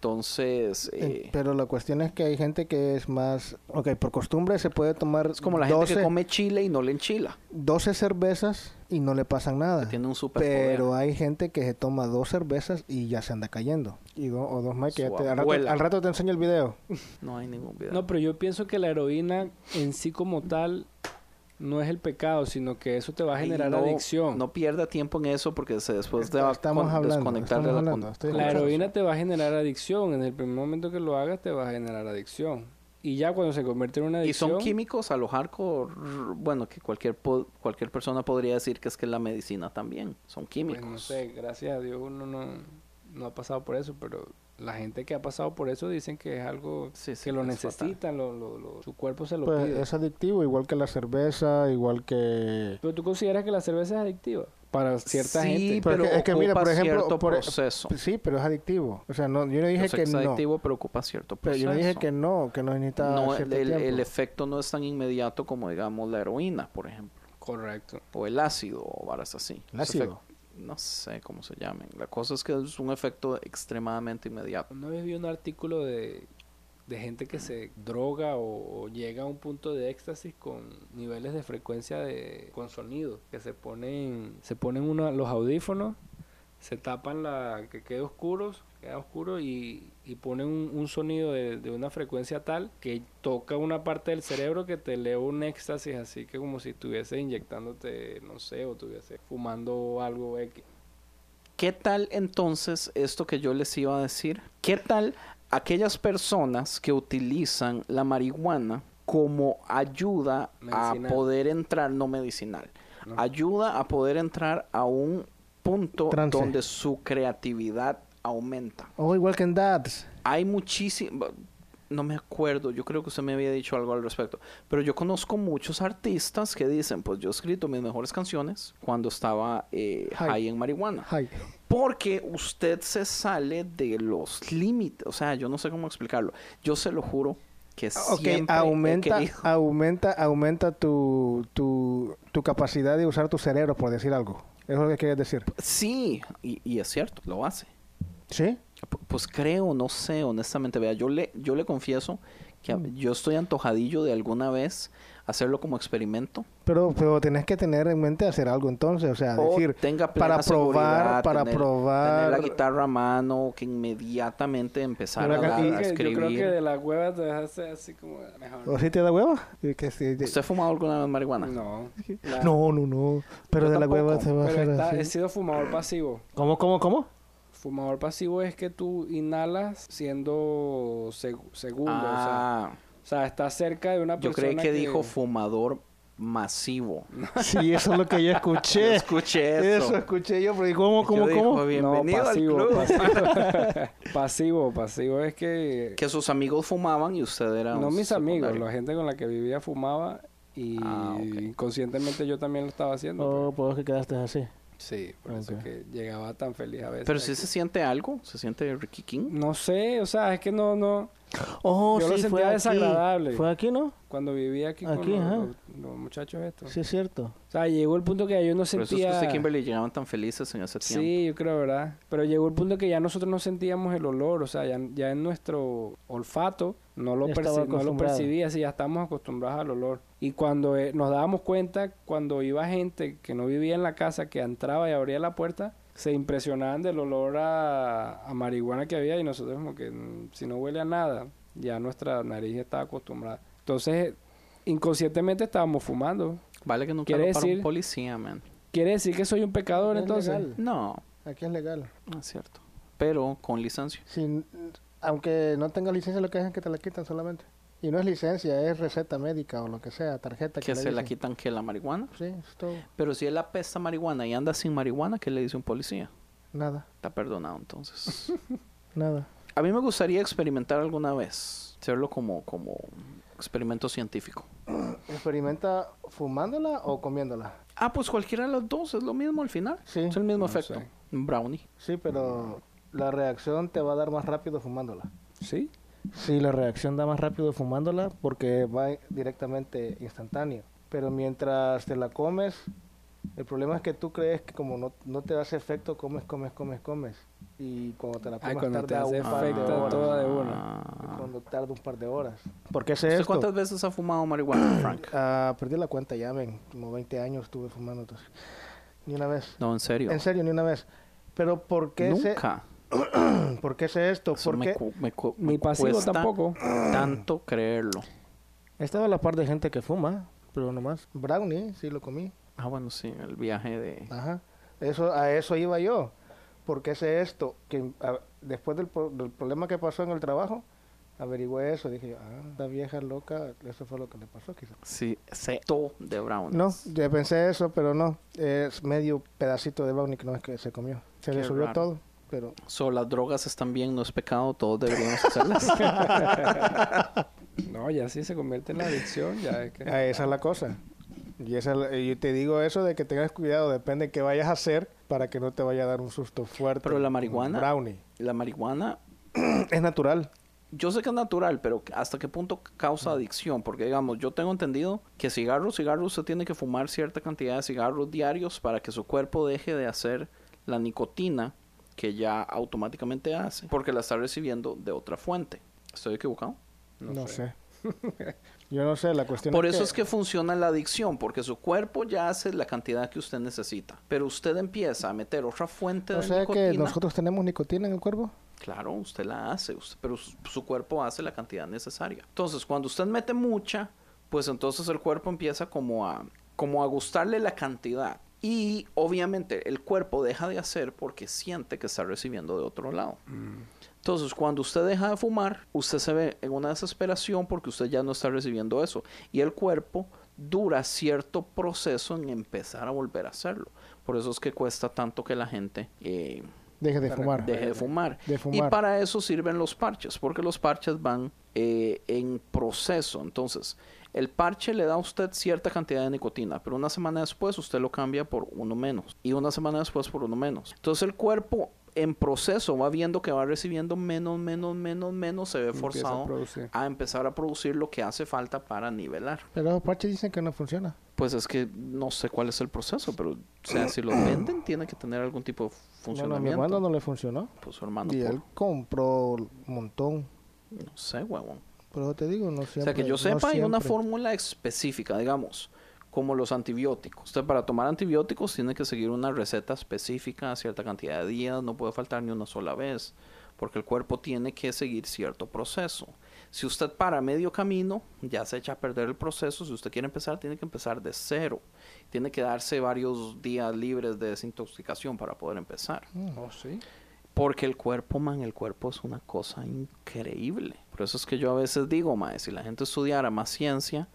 Speaker 4: Entonces,
Speaker 8: Eh,
Speaker 4: eh,
Speaker 8: Pero la cuestión es que hay gente que es más... Ok, por costumbre se puede tomar
Speaker 4: es como la gente
Speaker 8: 12,
Speaker 4: que come chile y no le enchila.
Speaker 8: 12 cervezas y no le pasan nada.
Speaker 4: Tiene un superpoder.
Speaker 8: Pero hay gente que se toma dos cervezas y ya se anda cayendo. Y do- o dos más que
Speaker 4: Su
Speaker 8: ya te- al, rato,
Speaker 4: abuela.
Speaker 8: al rato te enseño el video.
Speaker 4: No hay ningún video.
Speaker 7: No, pero yo pienso que la heroína en sí como tal no es el pecado, sino que eso te va a
Speaker 4: Ay,
Speaker 7: generar
Speaker 4: no-
Speaker 7: adicción.
Speaker 4: No pierda tiempo en eso porque se después te va a
Speaker 8: Estamos
Speaker 4: con-
Speaker 8: hablando,
Speaker 4: desconectar de
Speaker 8: estamos
Speaker 4: la
Speaker 8: hablando,
Speaker 4: con-
Speaker 8: estoy
Speaker 7: La
Speaker 8: escuchando.
Speaker 7: heroína te va a generar adicción. En el primer momento que lo hagas te va a generar adicción. Y ya cuando se convierte en una
Speaker 4: Y
Speaker 7: adicción...
Speaker 4: son químicos a lo hardcore, bueno, que cualquier po- cualquier persona podría decir que es que la medicina también, son
Speaker 7: pues,
Speaker 4: químicos.
Speaker 7: no sé, gracias a Dios uno no, no ha pasado por eso, pero la gente que ha pasado por eso dicen que es algo
Speaker 4: Sí, sí,
Speaker 7: que lo
Speaker 4: es
Speaker 7: necesitan, lo, lo- lo- su cuerpo se lo
Speaker 8: Pues
Speaker 7: pide.
Speaker 8: es adictivo, igual que la cerveza, igual que...
Speaker 7: Pero tú consideras que la cerveza es adictiva para cierta
Speaker 4: sí,
Speaker 7: gente.
Speaker 8: Pero
Speaker 4: pero
Speaker 8: es que mira,
Speaker 4: ocupa
Speaker 8: por ejemplo,
Speaker 4: cierto
Speaker 8: por-
Speaker 4: proceso.
Speaker 8: Pues Sí, pero es adictivo. O sea, no, yo no dije
Speaker 4: Yo sé
Speaker 8: que
Speaker 4: es
Speaker 8: no.
Speaker 4: adictivo, pero ocupa cierto
Speaker 8: Pero
Speaker 4: proceso.
Speaker 8: yo no dije que no, que no necesita
Speaker 4: No, el,
Speaker 8: cierto
Speaker 4: el-
Speaker 8: tiempo.
Speaker 4: el efecto no es tan inmediato como, digamos, la heroína, por ejemplo,
Speaker 7: Correcto.
Speaker 4: o el ácido o varas así.
Speaker 8: ¿El
Speaker 4: Ese
Speaker 8: ácido?
Speaker 4: efec- No sé cómo se llamen. La cosa es que es un efecto extremadamente inmediato.
Speaker 7: Una vez vi un artículo de, de gente que se droga o, o llega a un punto de éxtasis con niveles de frecuencia de, con sonido, que se ponen, se ponen uno, los audífonos, se tapan la, que queda oscuro, queda oscuro y, y ponen un, un sonido de, de una frecuencia tal que toca una parte del cerebro que te eleva un éxtasis, así que como si estuviese inyectándote, no sé, o estuviese fumando algo X.
Speaker 4: ¿Qué tal entonces esto que yo les iba a decir? ¿Qué tal aquellas personas que utilizan la marihuana como ayuda
Speaker 7: Medicinal.
Speaker 4: a poder entrar, no medicinal,
Speaker 7: No.
Speaker 4: ayuda a poder entrar a un punto
Speaker 8: Trance.
Speaker 4: donde su creatividad aumenta?
Speaker 8: O igual que en Dads.
Speaker 4: Hay muchísimo, no me acuerdo, yo creo que usted me había dicho algo al respecto, pero yo conozco muchos artistas que dicen, pues yo he escrito mis mejores canciones cuando estaba eh,
Speaker 8: High.
Speaker 4: high en marihuana.
Speaker 8: Ay,
Speaker 4: Porque usted se sale de los límites. O sea, yo no sé cómo explicarlo. Yo se lo juro que
Speaker 8: Ok,
Speaker 4: siempre he
Speaker 8: aumenta,
Speaker 4: querido-
Speaker 8: aumenta, aumenta tu, tu, tu capacidad de usar tu cerebro, por decir algo. Eso es lo que quieres decir.
Speaker 4: Sí, y, y es cierto, lo hace.
Speaker 8: ¿Sí?
Speaker 4: P- Pues creo, no sé, honestamente. Vea, yo le, yo le confieso que a-
Speaker 8: Mm.
Speaker 4: yo estoy antojadillo de alguna vez hacerlo como experimento.
Speaker 8: Pero, pero tenés que tener en mente hacer algo entonces. O sea,
Speaker 4: O
Speaker 8: decir,
Speaker 4: tenga plena
Speaker 8: para probar,
Speaker 4: seguridad,
Speaker 8: para
Speaker 4: tener-
Speaker 8: probar.
Speaker 4: Tener la guitarra a mano, que inmediatamente empezar
Speaker 8: Una
Speaker 4: a,
Speaker 8: can-
Speaker 4: a
Speaker 8: y-
Speaker 7: que
Speaker 4: escribir.
Speaker 7: Yo creo que de la cueva te hace así como mejor.
Speaker 8: ¿O si te da hueva? Y que sí, de-
Speaker 4: ¿Usted ha fumado alguna vez marihuana?
Speaker 7: No.
Speaker 8: No, no, no. Pero
Speaker 4: Yo
Speaker 8: de la
Speaker 4: tampoco,
Speaker 8: hueva se va a
Speaker 7: Pero
Speaker 8: hacer
Speaker 7: está-
Speaker 8: así.
Speaker 7: he sido fumador pasivo.
Speaker 8: ¿Cómo, cómo, cómo?
Speaker 7: Fumador pasivo es que tú inhalas siendo seg- segundo. o sea-
Speaker 4: Ah,
Speaker 7: o, sea, estás cerca de una
Speaker 4: yo
Speaker 7: persona.
Speaker 4: creí que dijo fumador masivo.
Speaker 8: Sí, eso es lo que yo
Speaker 4: Yo
Speaker 8: escuché.
Speaker 4: escuché
Speaker 8: Eso
Speaker 4: eso.
Speaker 8: escuché yo, pero ¿y ¿cómo, cómo,
Speaker 4: Yo
Speaker 8: cómo?
Speaker 4: dijo,
Speaker 7: No,
Speaker 4: Bienvenido al
Speaker 7: pasivo,
Speaker 4: club.
Speaker 7: Pasivo. pasivo, pasivo es que.
Speaker 4: Que sus amigos fumaban y usted era un
Speaker 7: No mis
Speaker 4: secundario.
Speaker 7: amigos, la gente con la que vivía fumaba y
Speaker 4: Ah, ok.
Speaker 7: inconscientemente yo también lo estaba haciendo.
Speaker 8: Oh, pues que quedaste así.
Speaker 7: pues. Sí, por eso
Speaker 8: Ok.
Speaker 7: es que llegaba tan feliz a veces.
Speaker 4: Pero si
Speaker 7: aquí.
Speaker 4: se siente algo, se siente Ricky King.
Speaker 7: No sé, o sea, es que no, no.
Speaker 8: Oh,
Speaker 7: Yo lo
Speaker 8: sí, fue
Speaker 7: sentía
Speaker 8: aquí.
Speaker 7: desagradable.
Speaker 8: ¿Fue aquí, no?
Speaker 7: Cuando vivía aquí,
Speaker 8: Aquí,
Speaker 7: con los-
Speaker 8: ajá.
Speaker 7: los, los muchachos estos.
Speaker 8: Sí, es cierto.
Speaker 7: O sea, llegó el punto que ya yo no
Speaker 4: Por eso es que
Speaker 7: sentía...
Speaker 4: usted y Kimberly llegaban tan felices en ese tiempo.
Speaker 7: sí, yo creo, ¿verdad? Pero llegó el punto que ya nosotros no sentíamos el olor, o sea, ya, ya en nuestro olfato no lo,
Speaker 8: Ya estaba
Speaker 7: perci- no lo
Speaker 8: acostumbrado.
Speaker 7: percibía, sí, ya estábamos acostumbrados al olor. Y cuando eh, nos dábamos cuenta, cuando iba gente que no vivía en la casa, que entraba y abría la puerta, se impresionaban del olor a, a marihuana que había y nosotros como que mm, si no huele a nada, ya nuestra nariz ya estaba acostumbrada. Entonces, inconscientemente estábamos fumando.
Speaker 4: Vale que nunca
Speaker 7: Quiere
Speaker 4: lo paró
Speaker 7: decir-
Speaker 4: un policía, man.
Speaker 7: ¿Quiere decir que soy un pecador
Speaker 8: No es
Speaker 7: entonces?
Speaker 8: legal.
Speaker 4: No,
Speaker 8: Aquí es legal.
Speaker 4: no es cierto. Pero con licencia.
Speaker 8: Si, aunque no tengas licencia, lo que hacen es que te la quitan solamente. Y no es licencia, es receta médica o lo que sea, tarjeta que,
Speaker 4: Que
Speaker 8: le
Speaker 4: se la
Speaker 8: dicen.
Speaker 4: quitan que la marihuana.
Speaker 8: Sí, es todo.
Speaker 4: Pero si él apesta marihuana y anda sin marihuana, ¿qué le dice un policía?
Speaker 8: Nada,
Speaker 4: Está perdonado entonces.
Speaker 8: nada.
Speaker 4: A mí me gustaría experimentar alguna vez. Hacerlo como, como experimento científico.
Speaker 8: ¿Experimenta fumándola o comiéndola?
Speaker 4: Ah, pues cualquiera de las dos es lo mismo al final.
Speaker 8: Sí.
Speaker 4: Es el mismo
Speaker 7: No
Speaker 4: efecto.
Speaker 7: sé.
Speaker 4: Un brownie.
Speaker 8: Sí, pero la reacción te va a dar más rápido fumándola.
Speaker 7: Sí.
Speaker 8: Sí, la reacción da más rápido fumándola porque va directamente instantáneo. Pero mientras te la comes, el problema es que tú crees que como no, no te hace efecto, comes, comes, comes, comes. Y cuando te la
Speaker 7: Ay,
Speaker 8: comes
Speaker 7: cuando te
Speaker 8: tarda
Speaker 7: hace
Speaker 8: un par de
Speaker 7: efecto
Speaker 8: horas.
Speaker 7: toda de una.
Speaker 4: Ah.
Speaker 8: Cuando tarda un par de horas. ¿Por qué es
Speaker 4: ¿Usted
Speaker 8: esto?
Speaker 4: cuántas veces ha fumado marihuana, Frank?
Speaker 8: Ah, perdí la cuenta ya, ven. Como 20 años estuve fumando. entonces, Ni una vez.
Speaker 4: No, en serio.
Speaker 8: En serio, ni una vez. Pero ¿por qué, ese-
Speaker 4: Nunca.
Speaker 8: ¿por qué es esto?
Speaker 4: Eso
Speaker 8: ¿Por
Speaker 4: me
Speaker 8: qué?
Speaker 4: cu- me cu- me
Speaker 7: Ni pasivo
Speaker 4: cuesta
Speaker 7: tampoco.
Speaker 4: Tanto creerlo.
Speaker 8: He estado a la par de gente que fuma, pero nomás. Brownie, sí lo comí.
Speaker 4: Ah, bueno, sí, el viaje de...
Speaker 8: Ajá. Eso, a eso iba yo. Porque sé esto, que a- después del, pro- del problema que pasó en el trabajo, averigüé eso. Dije yo, ah, la vieja loca, eso fue lo que le pasó quizás.
Speaker 4: Sí, seto de Brown.
Speaker 8: No, yo pensé eso, pero no. Es medio pedacito de brownie que no es que se comió. Se le
Speaker 4: Qué
Speaker 8: subió
Speaker 4: raro.
Speaker 8: todo, pero
Speaker 4: So, las drogas están bien, no es pecado, todos deberíamos hacerlas.
Speaker 7: No, ya sí se convierte en la adicción, ya es que...
Speaker 8: ah, esa es la cosa. Y esa, es la- y yo te digo eso de que tengas cuidado, depende de qué vayas a hacer para que no te vaya a dar un susto fuerte.
Speaker 4: Pero la
Speaker 8: Un
Speaker 4: marihuana-
Speaker 8: Brownie.
Speaker 4: La marihuana,
Speaker 8: Es natural.
Speaker 4: yo sé que es natural, pero ¿hasta qué punto causa adicción? Porque, digamos, yo tengo entendido que cigarros, cigarros, usted tiene que fumar cierta cantidad de cigarros diarios para que su cuerpo deje de hacer la nicotina que ya automáticamente hace, porque la está recibiendo de otra fuente. ¿Estoy equivocado?
Speaker 8: No, sé. yo no sé, la cuestión
Speaker 4: Por eso es que funciona la adicción, porque su cuerpo ya hace la cantidad que usted necesita. Pero usted empieza a meter otra fuente
Speaker 8: O
Speaker 4: de
Speaker 8: sea
Speaker 4: nicotina.
Speaker 8: que nosotros tenemos nicotina en el cuerpo.
Speaker 4: Claro, usted la hace, usted- pero su, su cuerpo hace la cantidad necesaria. Entonces, cuando usted mete mucha, pues entonces el cuerpo empieza como a, como a gustarle la cantidad. Y obviamente el cuerpo deja de hacer porque siente que está recibiendo de otro lado. Entonces, cuando usted deja de fumar, usted se ve en una desesperación porque usted ya no está recibiendo eso. Y el cuerpo dura cierto proceso en empezar a volver a hacerlo. Por eso es que cuesta tanto que la gente eh,
Speaker 8: Deje de fumar.
Speaker 4: deje de fumar.
Speaker 8: De fumar.
Speaker 4: Y para eso sirven los parches, porque los parches van eh, en proceso. Entonces, el parche le da a usted cierta cantidad de nicotina, pero una semana después usted lo cambia por uno menos. Y una semana después por uno menos. Entonces el cuerpo en proceso va viendo que va recibiendo menos, menos, menos, menos, se ve
Speaker 7: Empieza a
Speaker 4: forzado
Speaker 7: producir.
Speaker 4: a empezar a producir lo que hace falta para nivelar.
Speaker 8: Pero los parches dicen que no funciona.
Speaker 4: Pues es que no sé cuál es el proceso, pero o sea, si lo venden tiene que tener algún tipo de
Speaker 8: Bueno, a mi
Speaker 4: funcionamiento.
Speaker 8: hermano no le funcionó.
Speaker 4: Pues su hermano,
Speaker 8: y
Speaker 4: por-
Speaker 8: él compró un montón.
Speaker 4: no sé, huevón.
Speaker 8: Por eso te digo, no siempre.
Speaker 4: O sea, que yo
Speaker 8: no
Speaker 4: sepa, hay una
Speaker 8: siempre.
Speaker 4: fórmula específica, digamos, como los antibióticos. Usted para tomar antibióticos tiene que seguir una receta específica, cierta cantidad de días, no puede faltar ni una sola vez, porque el cuerpo tiene que seguir cierto proceso. Si usted para medio camino, ya se echa a perder el proceso. Si usted quiere empezar, tiene que empezar de cero. Tiene que darse varios días libres de desintoxicación para poder empezar.
Speaker 7: Oh, sí.
Speaker 4: Porque el cuerpo, man, el cuerpo es una cosa increíble. Por eso es que yo a veces digo, mae, si la gente estudiara más ciencia,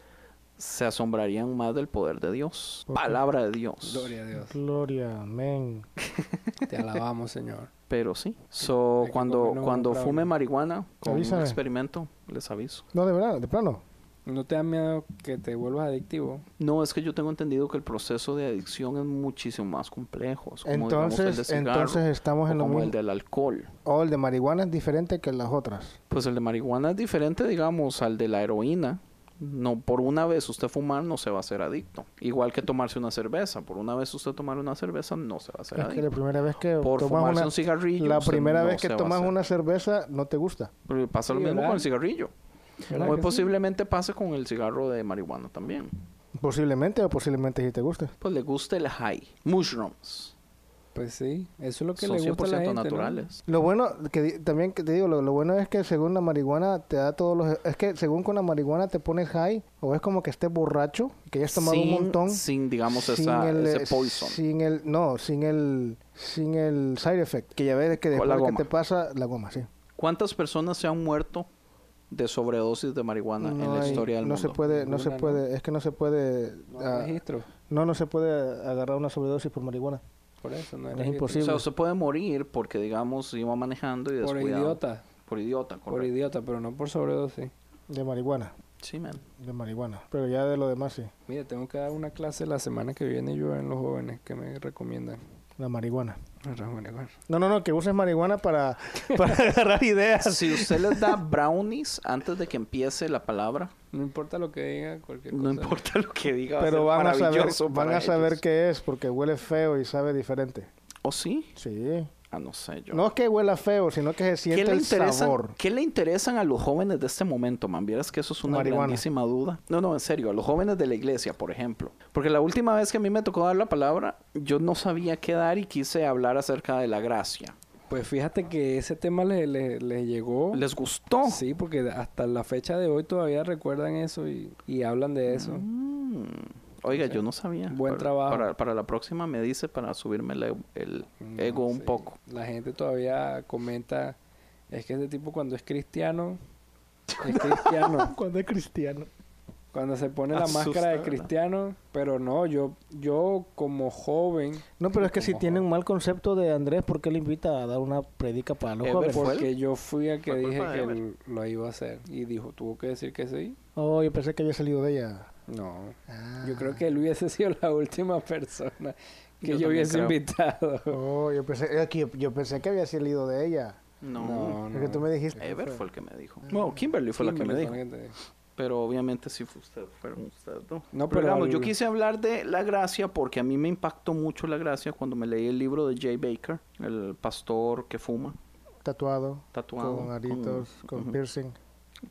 Speaker 4: se asombrarían más del poder de Dios. Palabra de Dios.
Speaker 7: Gloria a Dios.
Speaker 8: Gloria, amén.
Speaker 7: Te alabamos, Señor.
Speaker 4: Pero sí. So,
Speaker 7: Hay que
Speaker 4: cuando,
Speaker 7: comernos
Speaker 4: cuando
Speaker 7: un brownie.
Speaker 4: fume marihuana, con
Speaker 8: Avísame.
Speaker 4: un experimento, les aviso.
Speaker 8: No, de verdad, de plano.
Speaker 7: ¿No te da miedo que te vuelvas adictivo?
Speaker 4: No, es que yo tengo entendido que el proceso de adicción es muchísimo más complejo. Es como, digamos, el de
Speaker 8: entonces,
Speaker 4: cigarro,
Speaker 8: entonces estamos
Speaker 4: o
Speaker 8: en lo
Speaker 4: como
Speaker 8: mismo.
Speaker 4: el del alcohol.
Speaker 8: O el de marihuana es diferente que las otras.
Speaker 4: Pues el de marihuana es diferente, digamos, al de la heroína. No, por una vez usted fumar no se va a hacer adicto. Igual que tomarse una cerveza. Por una vez usted tomar una cerveza no se va a hacer
Speaker 8: Es que la
Speaker 4: adicto.
Speaker 8: primera vez que
Speaker 4: Por
Speaker 8: tomas
Speaker 4: fumarse
Speaker 8: una,
Speaker 4: un cigarrillo.
Speaker 8: la
Speaker 4: usted
Speaker 8: primera
Speaker 4: no
Speaker 8: vez que
Speaker 4: se va a
Speaker 8: tomas
Speaker 4: hacer-
Speaker 8: una cerveza no te gusta.
Speaker 4: Pero Pasa lo
Speaker 7: Sí,
Speaker 4: mismo
Speaker 7: ¿verdad?
Speaker 4: con el cigarrillo.
Speaker 7: ¿Verdad
Speaker 4: Muy
Speaker 7: que sí?
Speaker 4: posiblemente pase con el cigarro de marihuana también.
Speaker 8: Posiblemente o posiblemente sí te guste.
Speaker 4: Pues le gusta el high. Mushrooms.
Speaker 7: Pues sí, eso es lo que
Speaker 4: Son
Speaker 7: le gusta a
Speaker 4: 100%
Speaker 7: la gente, ¿no?
Speaker 4: naturales.
Speaker 8: Lo bueno, que di- también que te digo, lo, lo bueno es que según la marihuana te da todos los... Es que según con la marihuana te pones high o es como que estés borracho, que ya has tomado
Speaker 4: sin,
Speaker 8: un montón.
Speaker 4: Sin, digamos,
Speaker 8: sin
Speaker 4: esa,
Speaker 8: el, eh,
Speaker 4: ese poison.
Speaker 8: Sin el... No, sin el... Sin el side effect, que ya ves que
Speaker 4: Con
Speaker 8: después
Speaker 4: la
Speaker 8: que
Speaker 4: goma.
Speaker 8: te pasa la goma, sí.
Speaker 4: ¿Cuántas personas se han muerto de sobredosis de marihuana en la
Speaker 8: hay-
Speaker 4: historia del
Speaker 8: no
Speaker 4: mundo?
Speaker 8: se puede, no se
Speaker 7: Ninguna,
Speaker 8: puede, es que no se puede...
Speaker 7: No hay
Speaker 8: ah,
Speaker 7: registro,
Speaker 8: no, no se puede agarrar una sobredosis por marihuana.
Speaker 7: por eso no hay
Speaker 8: Es
Speaker 7: registro.
Speaker 8: imposible.
Speaker 4: O sea, se puede morir porque, digamos, iba manejando y
Speaker 7: Por
Speaker 4: descuidado.
Speaker 7: idiota,
Speaker 4: Por idiota,
Speaker 7: por
Speaker 4: correcto.
Speaker 7: idiota, pero no por sobredosis.
Speaker 8: De marihuana,
Speaker 4: sí, man.
Speaker 8: de marihuana. Pero ya de lo demás sí,
Speaker 7: Mire, tengo que dar una clase la semana que viene yo en los jóvenes que me recomiendan.
Speaker 8: la marihuana.
Speaker 7: Ahora, Ah, bueno, bueno.
Speaker 8: No, no, no, que uses marihuana para, para agarrar ideas.
Speaker 4: Si usted les da brownies antes de que empiece la palabra,
Speaker 7: No importa lo que diga, cualquier cosa.
Speaker 4: no importa lo que diga, va
Speaker 8: Pero
Speaker 4: a ser
Speaker 8: van a saber,
Speaker 4: maravilloso
Speaker 8: van
Speaker 4: para
Speaker 8: a saber
Speaker 4: ellos.
Speaker 8: qué es, porque huele feo y sabe diferente.
Speaker 4: ¿O sí?
Speaker 8: Sí.
Speaker 4: Ah, no sé yo.
Speaker 8: No es que huela feo, sino que se
Speaker 4: ¿Qué
Speaker 8: siente
Speaker 4: le,
Speaker 8: el
Speaker 4: interesan,
Speaker 8: sabor.
Speaker 4: ¿Qué le interesan a los jóvenes de este momento, man? Vieras que eso es una
Speaker 8: Marihuana.
Speaker 4: grandísima duda. No, no, en serio, a los jóvenes de la iglesia, por ejemplo. Porque la última vez que a mí me tocó dar la palabra, yo no sabía qué dar y quise hablar acerca de la gracia.
Speaker 7: Pues fíjate que ese tema le- le- les llegó.
Speaker 4: ¿Les gustó?
Speaker 7: Sí, porque hasta la fecha de hoy todavía recuerdan eso y, y hablan de eso.
Speaker 4: Mm. Oiga, yo no sabía.
Speaker 7: Buen
Speaker 4: Para-
Speaker 7: trabajo.
Speaker 4: Para, para la próxima me dice para subirme el, e- el
Speaker 7: No,
Speaker 4: ego un
Speaker 7: Mm, sí.
Speaker 4: poco.
Speaker 7: La gente todavía comenta, es que este tipo cuando es cristiano, es cristiano.
Speaker 8: Cuando es cristiano.
Speaker 7: cuando se pone la
Speaker 4: Asusta,
Speaker 7: máscara de
Speaker 4: ¿verdad?
Speaker 7: cristiano, pero no, yo, yo como joven,
Speaker 8: No, pero es que si
Speaker 7: Como
Speaker 8: tiene un mal concepto de Andrés, ¿por qué le invita a dar una predica para los
Speaker 4: Ever
Speaker 8: jóvenes?
Speaker 4: fue-
Speaker 7: porque yo fui el que
Speaker 4: Fue
Speaker 7: dije
Speaker 4: culpa de
Speaker 7: que
Speaker 4: Ever.
Speaker 7: l- lo iba a hacer y dijo, tuvo que decir que sí.
Speaker 8: Oh, yo pensé que había salido de ella.
Speaker 7: No,
Speaker 8: Ah.
Speaker 7: yo creo que él hubiese sido la última persona que
Speaker 4: Yo
Speaker 7: yo,
Speaker 4: también
Speaker 7: hubiese
Speaker 4: creo.
Speaker 7: invitado.
Speaker 8: Oh, yo pensé, eh, que yo, yo pensé que había salido de ella.
Speaker 4: No.
Speaker 8: Porque tú me dijiste.
Speaker 4: Ever fue el que me dijo. No, Kimberly fue la que me
Speaker 7: Kimberly
Speaker 4: dijo.
Speaker 7: fue la que te dijo.
Speaker 4: Pero obviamente sí fue usted, fueron ustedes, ¿no? pero
Speaker 7: No, pero
Speaker 4: digamos, yo
Speaker 7: al-
Speaker 4: quise hablar de la gracia porque a mí me impactó mucho la gracia cuando me leí el libro de Jay Baker, el pastor que fuma,
Speaker 8: Tatuado,
Speaker 4: tatuado.
Speaker 8: con aritos, con,
Speaker 4: ujú,
Speaker 8: piercing.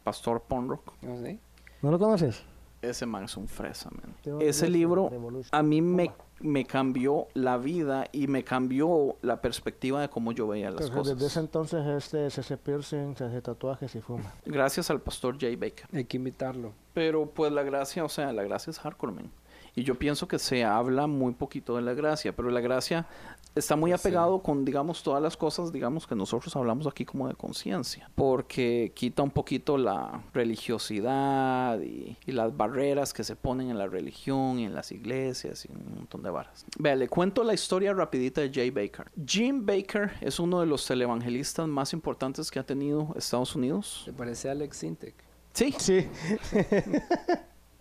Speaker 4: Pastor Ponrock.
Speaker 7: No sé.
Speaker 8: ¿No lo conoces?
Speaker 4: Ese man es un fresa, man.
Speaker 8: Tiene un
Speaker 4: Ese
Speaker 8: libro,
Speaker 4: libro
Speaker 8: Revolution.
Speaker 4: a mí me, me cambió la vida y me cambió la perspectiva de cómo yo veía las
Speaker 8: Entonces, desde ese
Speaker 4: cosas.
Speaker 8: entonces este se hace piercing, se hace tatuajes y fuma.
Speaker 4: Gracias al pastor Jay Baker.
Speaker 7: Hay que invitarlo.
Speaker 4: Pero pues la gracia, o sea, la gracia es hardcore, man. Y yo pienso que se habla muy poquito de la gracia, pero la gracia está muy apegado con, digamos, todas las cosas, digamos, que nosotros hablamos aquí como de conciencia, porque quita un poquito la religiosidad y, y las barreras que se ponen en la religión y en las iglesias y un montón de varas. Vea, le cuento la historia rapidita de Jay Baker. Jim Baker es uno de los televangelistas más importantes que ha tenido Estados Unidos.
Speaker 7: ¿Te parece a Alex Sintek?
Speaker 4: Sí,
Speaker 8: Sí,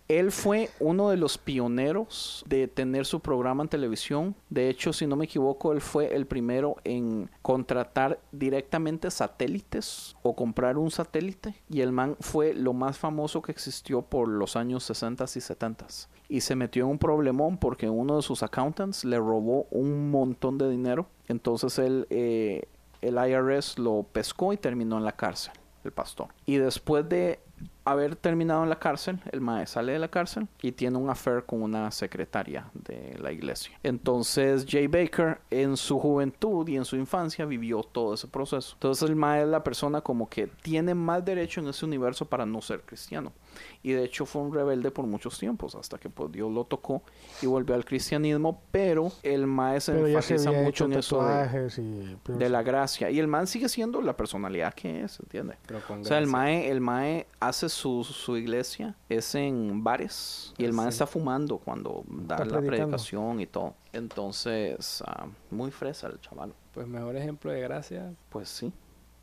Speaker 4: Él fue uno de los pioneros de tener su programa en televisión. De hecho, si no me equivoco, él fue el primero en contratar directamente satélites o comprar un satélite. Y el man fue lo más famoso que existió por los años 60 y 70. Y se metió en un problemón porque uno de sus accountants le robó un montón de dinero. Entonces él, eh, el IRS lo pescó y terminó en la cárcel, el pastor. Y después de haber terminado en la cárcel, el maestro sale de la cárcel y tiene un affair con una secretaria de la iglesia. Entonces Jay Baker en su juventud y en su infancia vivió todo ese proceso. Entonces el maestro es la persona como que tiene más derecho en ese universo para no ser cristiano. Y de hecho fue un rebelde por muchos tiempos hasta que pues, Dios lo tocó y volvió al cristianismo, pero el maestro
Speaker 8: pero ya se
Speaker 4: enfatiza
Speaker 8: había
Speaker 4: mucho
Speaker 8: hecho
Speaker 4: en eso de
Speaker 8: tatuajes y
Speaker 4: de
Speaker 8: piercing.
Speaker 4: la gracia. Y el man sigue siendo la personalidad que es, ¿entiendes?
Speaker 7: Pero con
Speaker 4: O sea, el
Speaker 7: gracia.
Speaker 4: mae, el mae hace su, su iglesia, es en bares, y el mae
Speaker 7: Sí.
Speaker 4: está fumando cuando da
Speaker 8: Está
Speaker 4: la
Speaker 8: predicando.
Speaker 4: predicación y todo. Entonces, ah, muy fresa el chaval.
Speaker 7: Pues mejor ejemplo de gracia.
Speaker 4: Pues sí.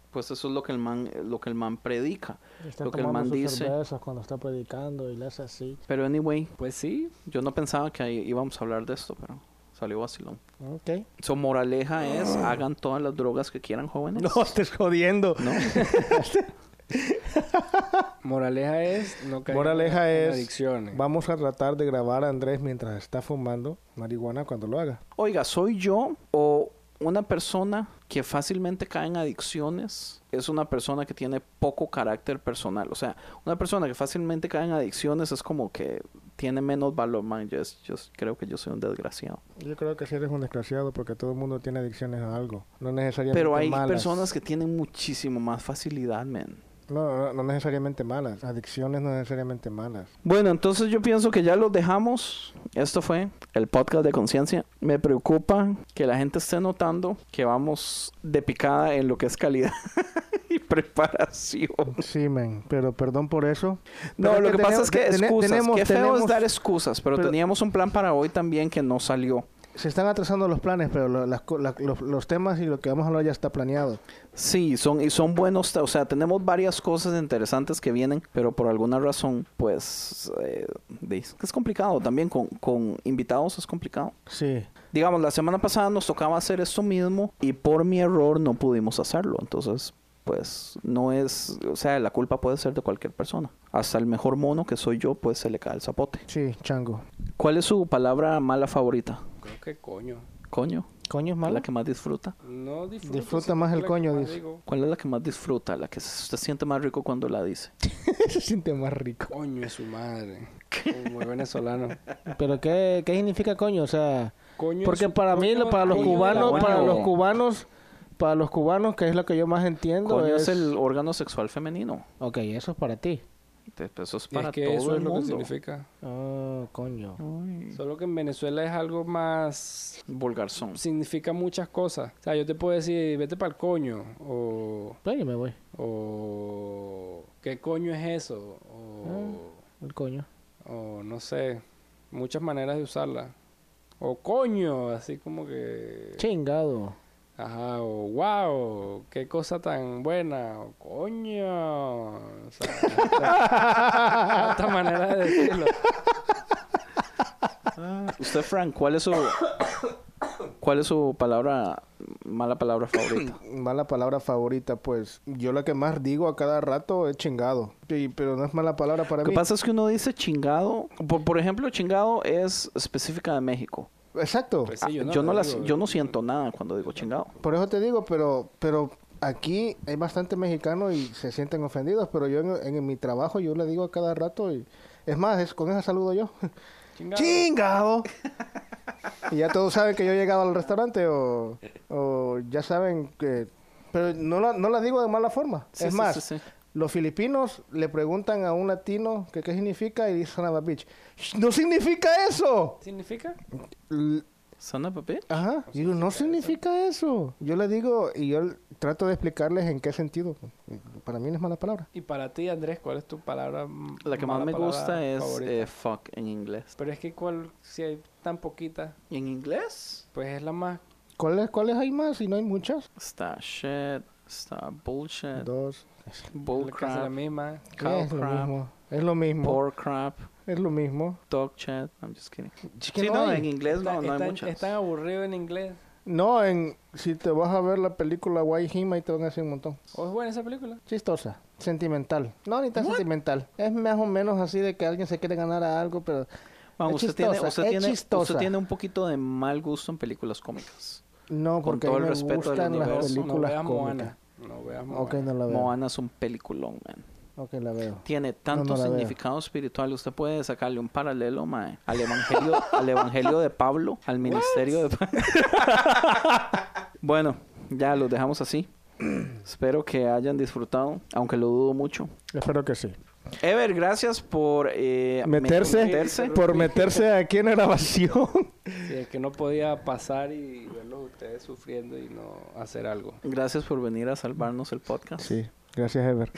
Speaker 4: Pues eso es lo que el man, lo que el man predica.
Speaker 8: Está
Speaker 4: lo que el
Speaker 8: tomando
Speaker 4: man
Speaker 8: sus
Speaker 4: dice.
Speaker 8: cervezas cuando está predicando y le hace así.
Speaker 4: Pero anyway,
Speaker 7: Pues sí.
Speaker 4: yo no pensaba que ahí íbamos a hablar de esto, pero salió vacilón.
Speaker 8: Ok.
Speaker 4: Su moraleja es, hagan todas las drogas que quieran, jóvenes.
Speaker 8: Ah. No, estés jodiendo.
Speaker 4: ¿No?
Speaker 7: Moraleja es no caer
Speaker 8: Moraleja
Speaker 7: en
Speaker 8: es-
Speaker 7: adicciones.
Speaker 8: Vamos a tratar de grabar a Andrés mientras está fumando marihuana cuando lo haga.
Speaker 4: Oiga, ¿soy yo o una persona que fácilmente cae en adicciones? Es una persona que tiene poco carácter personal. O sea, una persona que fácilmente cae en adicciones es como que tiene menos valor, man. Yo, es- yo es- creo que yo soy un desgraciado.
Speaker 5: Yo creo que si eres un desgraciado porque todo el mundo tiene adicciones a algo. No necesariamente
Speaker 4: Pero hay
Speaker 5: malas.
Speaker 4: personas que tienen muchísimo más facilidad, man.
Speaker 5: No, no, no necesariamente malas. Adicciones no necesariamente malas.
Speaker 4: Bueno, entonces yo pienso que ya los dejamos. Esto fue el podcast de conciencia. Me preocupa que la gente esté notando que vamos de picada en lo que es calidad y preparación.
Speaker 5: Sí, men. Pero perdón por eso.
Speaker 4: No,
Speaker 5: Pero
Speaker 4: lo que, pasa
Speaker 5: tenemos-
Speaker 4: es que
Speaker 5: te- tene-
Speaker 4: excusas. Qué feo es
Speaker 5: tenemos-
Speaker 4: dar excusas, pero,
Speaker 5: pero-
Speaker 4: teníamos un plan para hoy también que no salió.
Speaker 5: Se están atrasando los planes, pero lo- las co- la- los, los temas y lo que vamos a hablar ya está planeado.
Speaker 4: Sí, son y son buenos, o sea, tenemos varias cosas interesantes que vienen, pero por alguna razón, pues, eh, de- es complicado también con, con invitados es complicado.
Speaker 5: Sí.
Speaker 4: Digamos, la semana pasada nos tocaba hacer esto mismo y por mi error no pudimos hacerlo, entonces, pues, no es, o sea, la culpa puede ser de cualquier persona. Hasta el mejor mono que soy yo, pues, se le cae el zapote.
Speaker 5: Sí, chango.
Speaker 4: ¿Cuál es su palabra mala favorita?
Speaker 7: Creo que coño.
Speaker 4: Coño.
Speaker 5: ¿Coño
Speaker 4: ¿Cuál es
Speaker 5: es malo?
Speaker 4: la que más disfruta?
Speaker 7: No disfruto,
Speaker 5: Disfruta
Speaker 7: sino
Speaker 5: más
Speaker 7: que
Speaker 5: el
Speaker 7: la
Speaker 5: coño,
Speaker 7: que más
Speaker 5: dice.
Speaker 7: digo,
Speaker 4: ¿Cuál es la que más disfruta? La que se usted siente más rico cuando la dice.
Speaker 5: Se siente más rico.
Speaker 7: Coño es su madre. Como el venezolano.
Speaker 5: ¿Pero qué, qué significa coño? O sea,
Speaker 7: Coño
Speaker 5: porque
Speaker 7: es su-
Speaker 5: para mí,
Speaker 7: coño-
Speaker 5: para los
Speaker 7: coño de la
Speaker 5: cubanos,
Speaker 7: buena,
Speaker 5: para los
Speaker 7: güey.
Speaker 5: cubanos, para los cubanos, que es lo que yo más entiendo,
Speaker 4: Coño es... el órgano sexual femenino.
Speaker 5: Ok, eso es para ti.
Speaker 4: Te- pues, Eso es
Speaker 7: Y
Speaker 4: para
Speaker 7: es que
Speaker 4: todo
Speaker 7: eso
Speaker 4: el
Speaker 7: es lo que
Speaker 4: mundo.
Speaker 7: significa.
Speaker 5: Oh, coño.
Speaker 7: Solo que en Venezuela es algo más...
Speaker 4: Vulgarzón.
Speaker 7: Significa muchas cosas. O sea, yo te puedo decir, vete para el coño. O...
Speaker 5: Pues yo me voy.
Speaker 7: O... ¿Qué coño es eso? O...
Speaker 5: El coño.
Speaker 7: o no sé, muchas maneras de usarla. O coño, así como que...
Speaker 5: Chingado.
Speaker 7: Ajá, o wow, qué cosa tan buena, o coño. O sea, hasta- hasta manera de decirlo.
Speaker 4: Usted, Frank, ¿cuál es su... ¿Cuál es su palabra... Mala palabra favorita?
Speaker 5: Mala palabra favorita, pues. Yo la que más digo a cada rato es chingado. Sí, pero no es mala palabra para
Speaker 4: lo que
Speaker 5: mí.
Speaker 4: pasa es que uno dice chingado... Por, por ejemplo, chingado es específica de México.
Speaker 5: Exacto.
Speaker 7: Pues
Speaker 4: Ah,
Speaker 7: sí,
Speaker 4: yo, no
Speaker 7: lo
Speaker 4: las-
Speaker 7: digo.
Speaker 4: yo no siento nada cuando digo chingado.
Speaker 5: Por eso te digo, pero, pero aquí hay bastante mexicanos y se sienten ofendidos, pero yo en, en mi trabajo yo le digo a cada rato y es más, es, con esa saludo yo.
Speaker 7: Chingado.
Speaker 5: ¡Chingado! y ya todos saben que yo he llegado al restaurante o, o ya saben que... Pero no la, no la digo de mala forma.
Speaker 4: Sí,
Speaker 5: es
Speaker 4: sí,
Speaker 5: más,
Speaker 4: sí, sí.
Speaker 5: los filipinos le preguntan a un latino que qué significa y dice son a bitch. ¡No significa eso!
Speaker 7: ¿Significa?
Speaker 5: L-
Speaker 4: Son of a bitch.
Speaker 5: Ajá. Y digo, no significa eso. Yo le digo, y yo l- trato de explicarles en qué sentido. Para mí no es mala palabra.
Speaker 7: Y para ti, Andrés, ¿cuál es tu palabra? m-
Speaker 4: La que más
Speaker 7: mala
Speaker 4: me
Speaker 7: palabra
Speaker 4: gusta es
Speaker 7: favorita?
Speaker 4: eh, fuck en inglés.
Speaker 7: Pero es que cuál, si hay tan poquita,
Speaker 4: ¿En inglés?
Speaker 7: pues es la más...
Speaker 5: ¿Cuáles, ¿Cuáles hay más? Si no hay muchas.
Speaker 4: Está shit, está bullshit,
Speaker 5: Dos.
Speaker 7: la casi la
Speaker 4: bullcrap,
Speaker 7: misma.
Speaker 4: Cow
Speaker 5: es lo
Speaker 4: crap.
Speaker 5: mismo. Es lo mismo.
Speaker 4: pork crap,
Speaker 5: Es lo mismo.
Speaker 4: dog shit. I'm just kidding.
Speaker 5: que
Speaker 4: sí,
Speaker 5: no
Speaker 4: no,
Speaker 5: hay.
Speaker 4: en inglés no, no
Speaker 7: Está-
Speaker 4: hay
Speaker 7: están-
Speaker 4: muchas.
Speaker 7: están aburridos en inglés.
Speaker 5: No, en, si te vas a ver la película Why Him, ahí te van a decir un montón.
Speaker 7: ¿O es buena esa película?
Speaker 5: Chistosa. Sentimental. No, ni tan sentimental. Es más o menos así de que alguien se quiere ganar a algo, pero...
Speaker 4: Vamos,
Speaker 5: es
Speaker 4: Ah, usted, tiene,
Speaker 5: chistosa,
Speaker 4: usted,
Speaker 5: es
Speaker 4: tiene, usted
Speaker 5: chistosa.
Speaker 4: tiene un poquito de mal gusto en películas cómicas.
Speaker 5: No,
Speaker 4: Con
Speaker 5: porque a
Speaker 4: todo el
Speaker 5: mí me
Speaker 4: respeto del
Speaker 5: gustan las
Speaker 4: universo, no
Speaker 5: películas
Speaker 7: no veas
Speaker 5: cómicas.
Speaker 7: Moana. No veas Moana.
Speaker 5: Ok, no la veo.
Speaker 4: Moana es un peliculón, man.
Speaker 5: Ok, la veo.
Speaker 4: Tiene tanto
Speaker 5: no la veo.
Speaker 4: significado espiritual. Usted puede sacarle un paralelo, man, al evangelio, al evangelio de Pablo, al ministerio de Pablo. bueno, ya los dejamos así. Espero que hayan disfrutado, aunque lo dudo mucho.
Speaker 5: Espero que sí.
Speaker 4: Ever, gracias por eh,
Speaker 5: meterse,
Speaker 4: meterse.
Speaker 5: por meterse aquí en la grabación.
Speaker 7: Sí, es que no podía pasar y verlos ustedes sufriendo y no hacer algo.
Speaker 4: Gracias por venir a salvarnos el podcast.
Speaker 5: Sí, gracias Ever.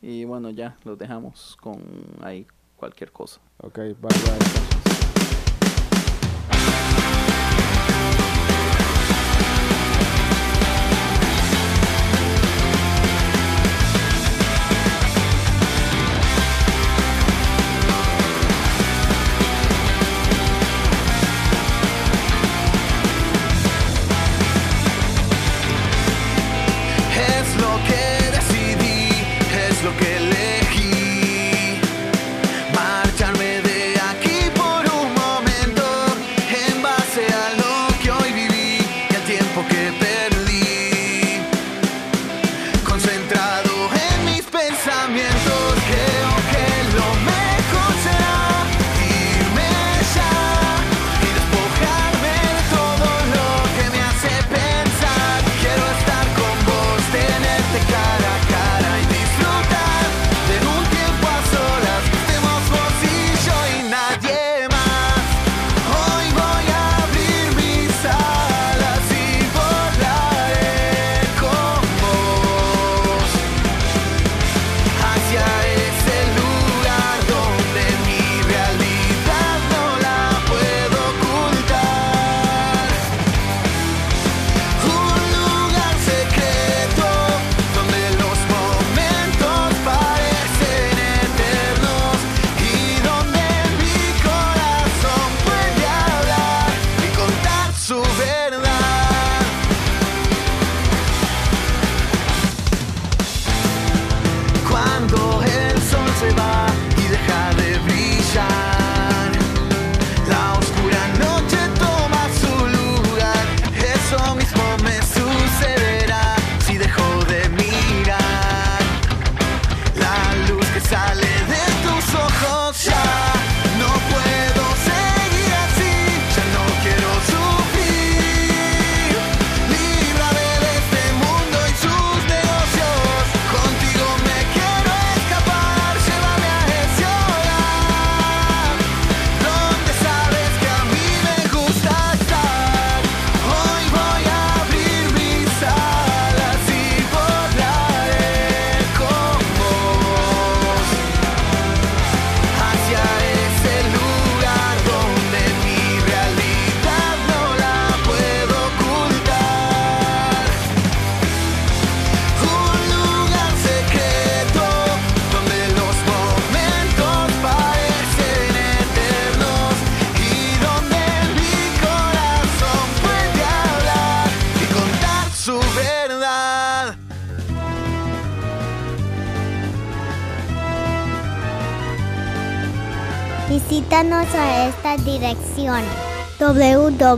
Speaker 4: Y bueno, ya los dejamos con ahí cualquier cosa.
Speaker 5: Ok, bye bye.
Speaker 9: Es lo que decidí, es lo que elegí. Marcharme de aquí por un momento, en base a lo que hoy viví y al tiempo que perdí. Concentrado en mis pensamientos, creo que lo mejor será
Speaker 10: Visítanos a esta dirección www.concienciamedia.com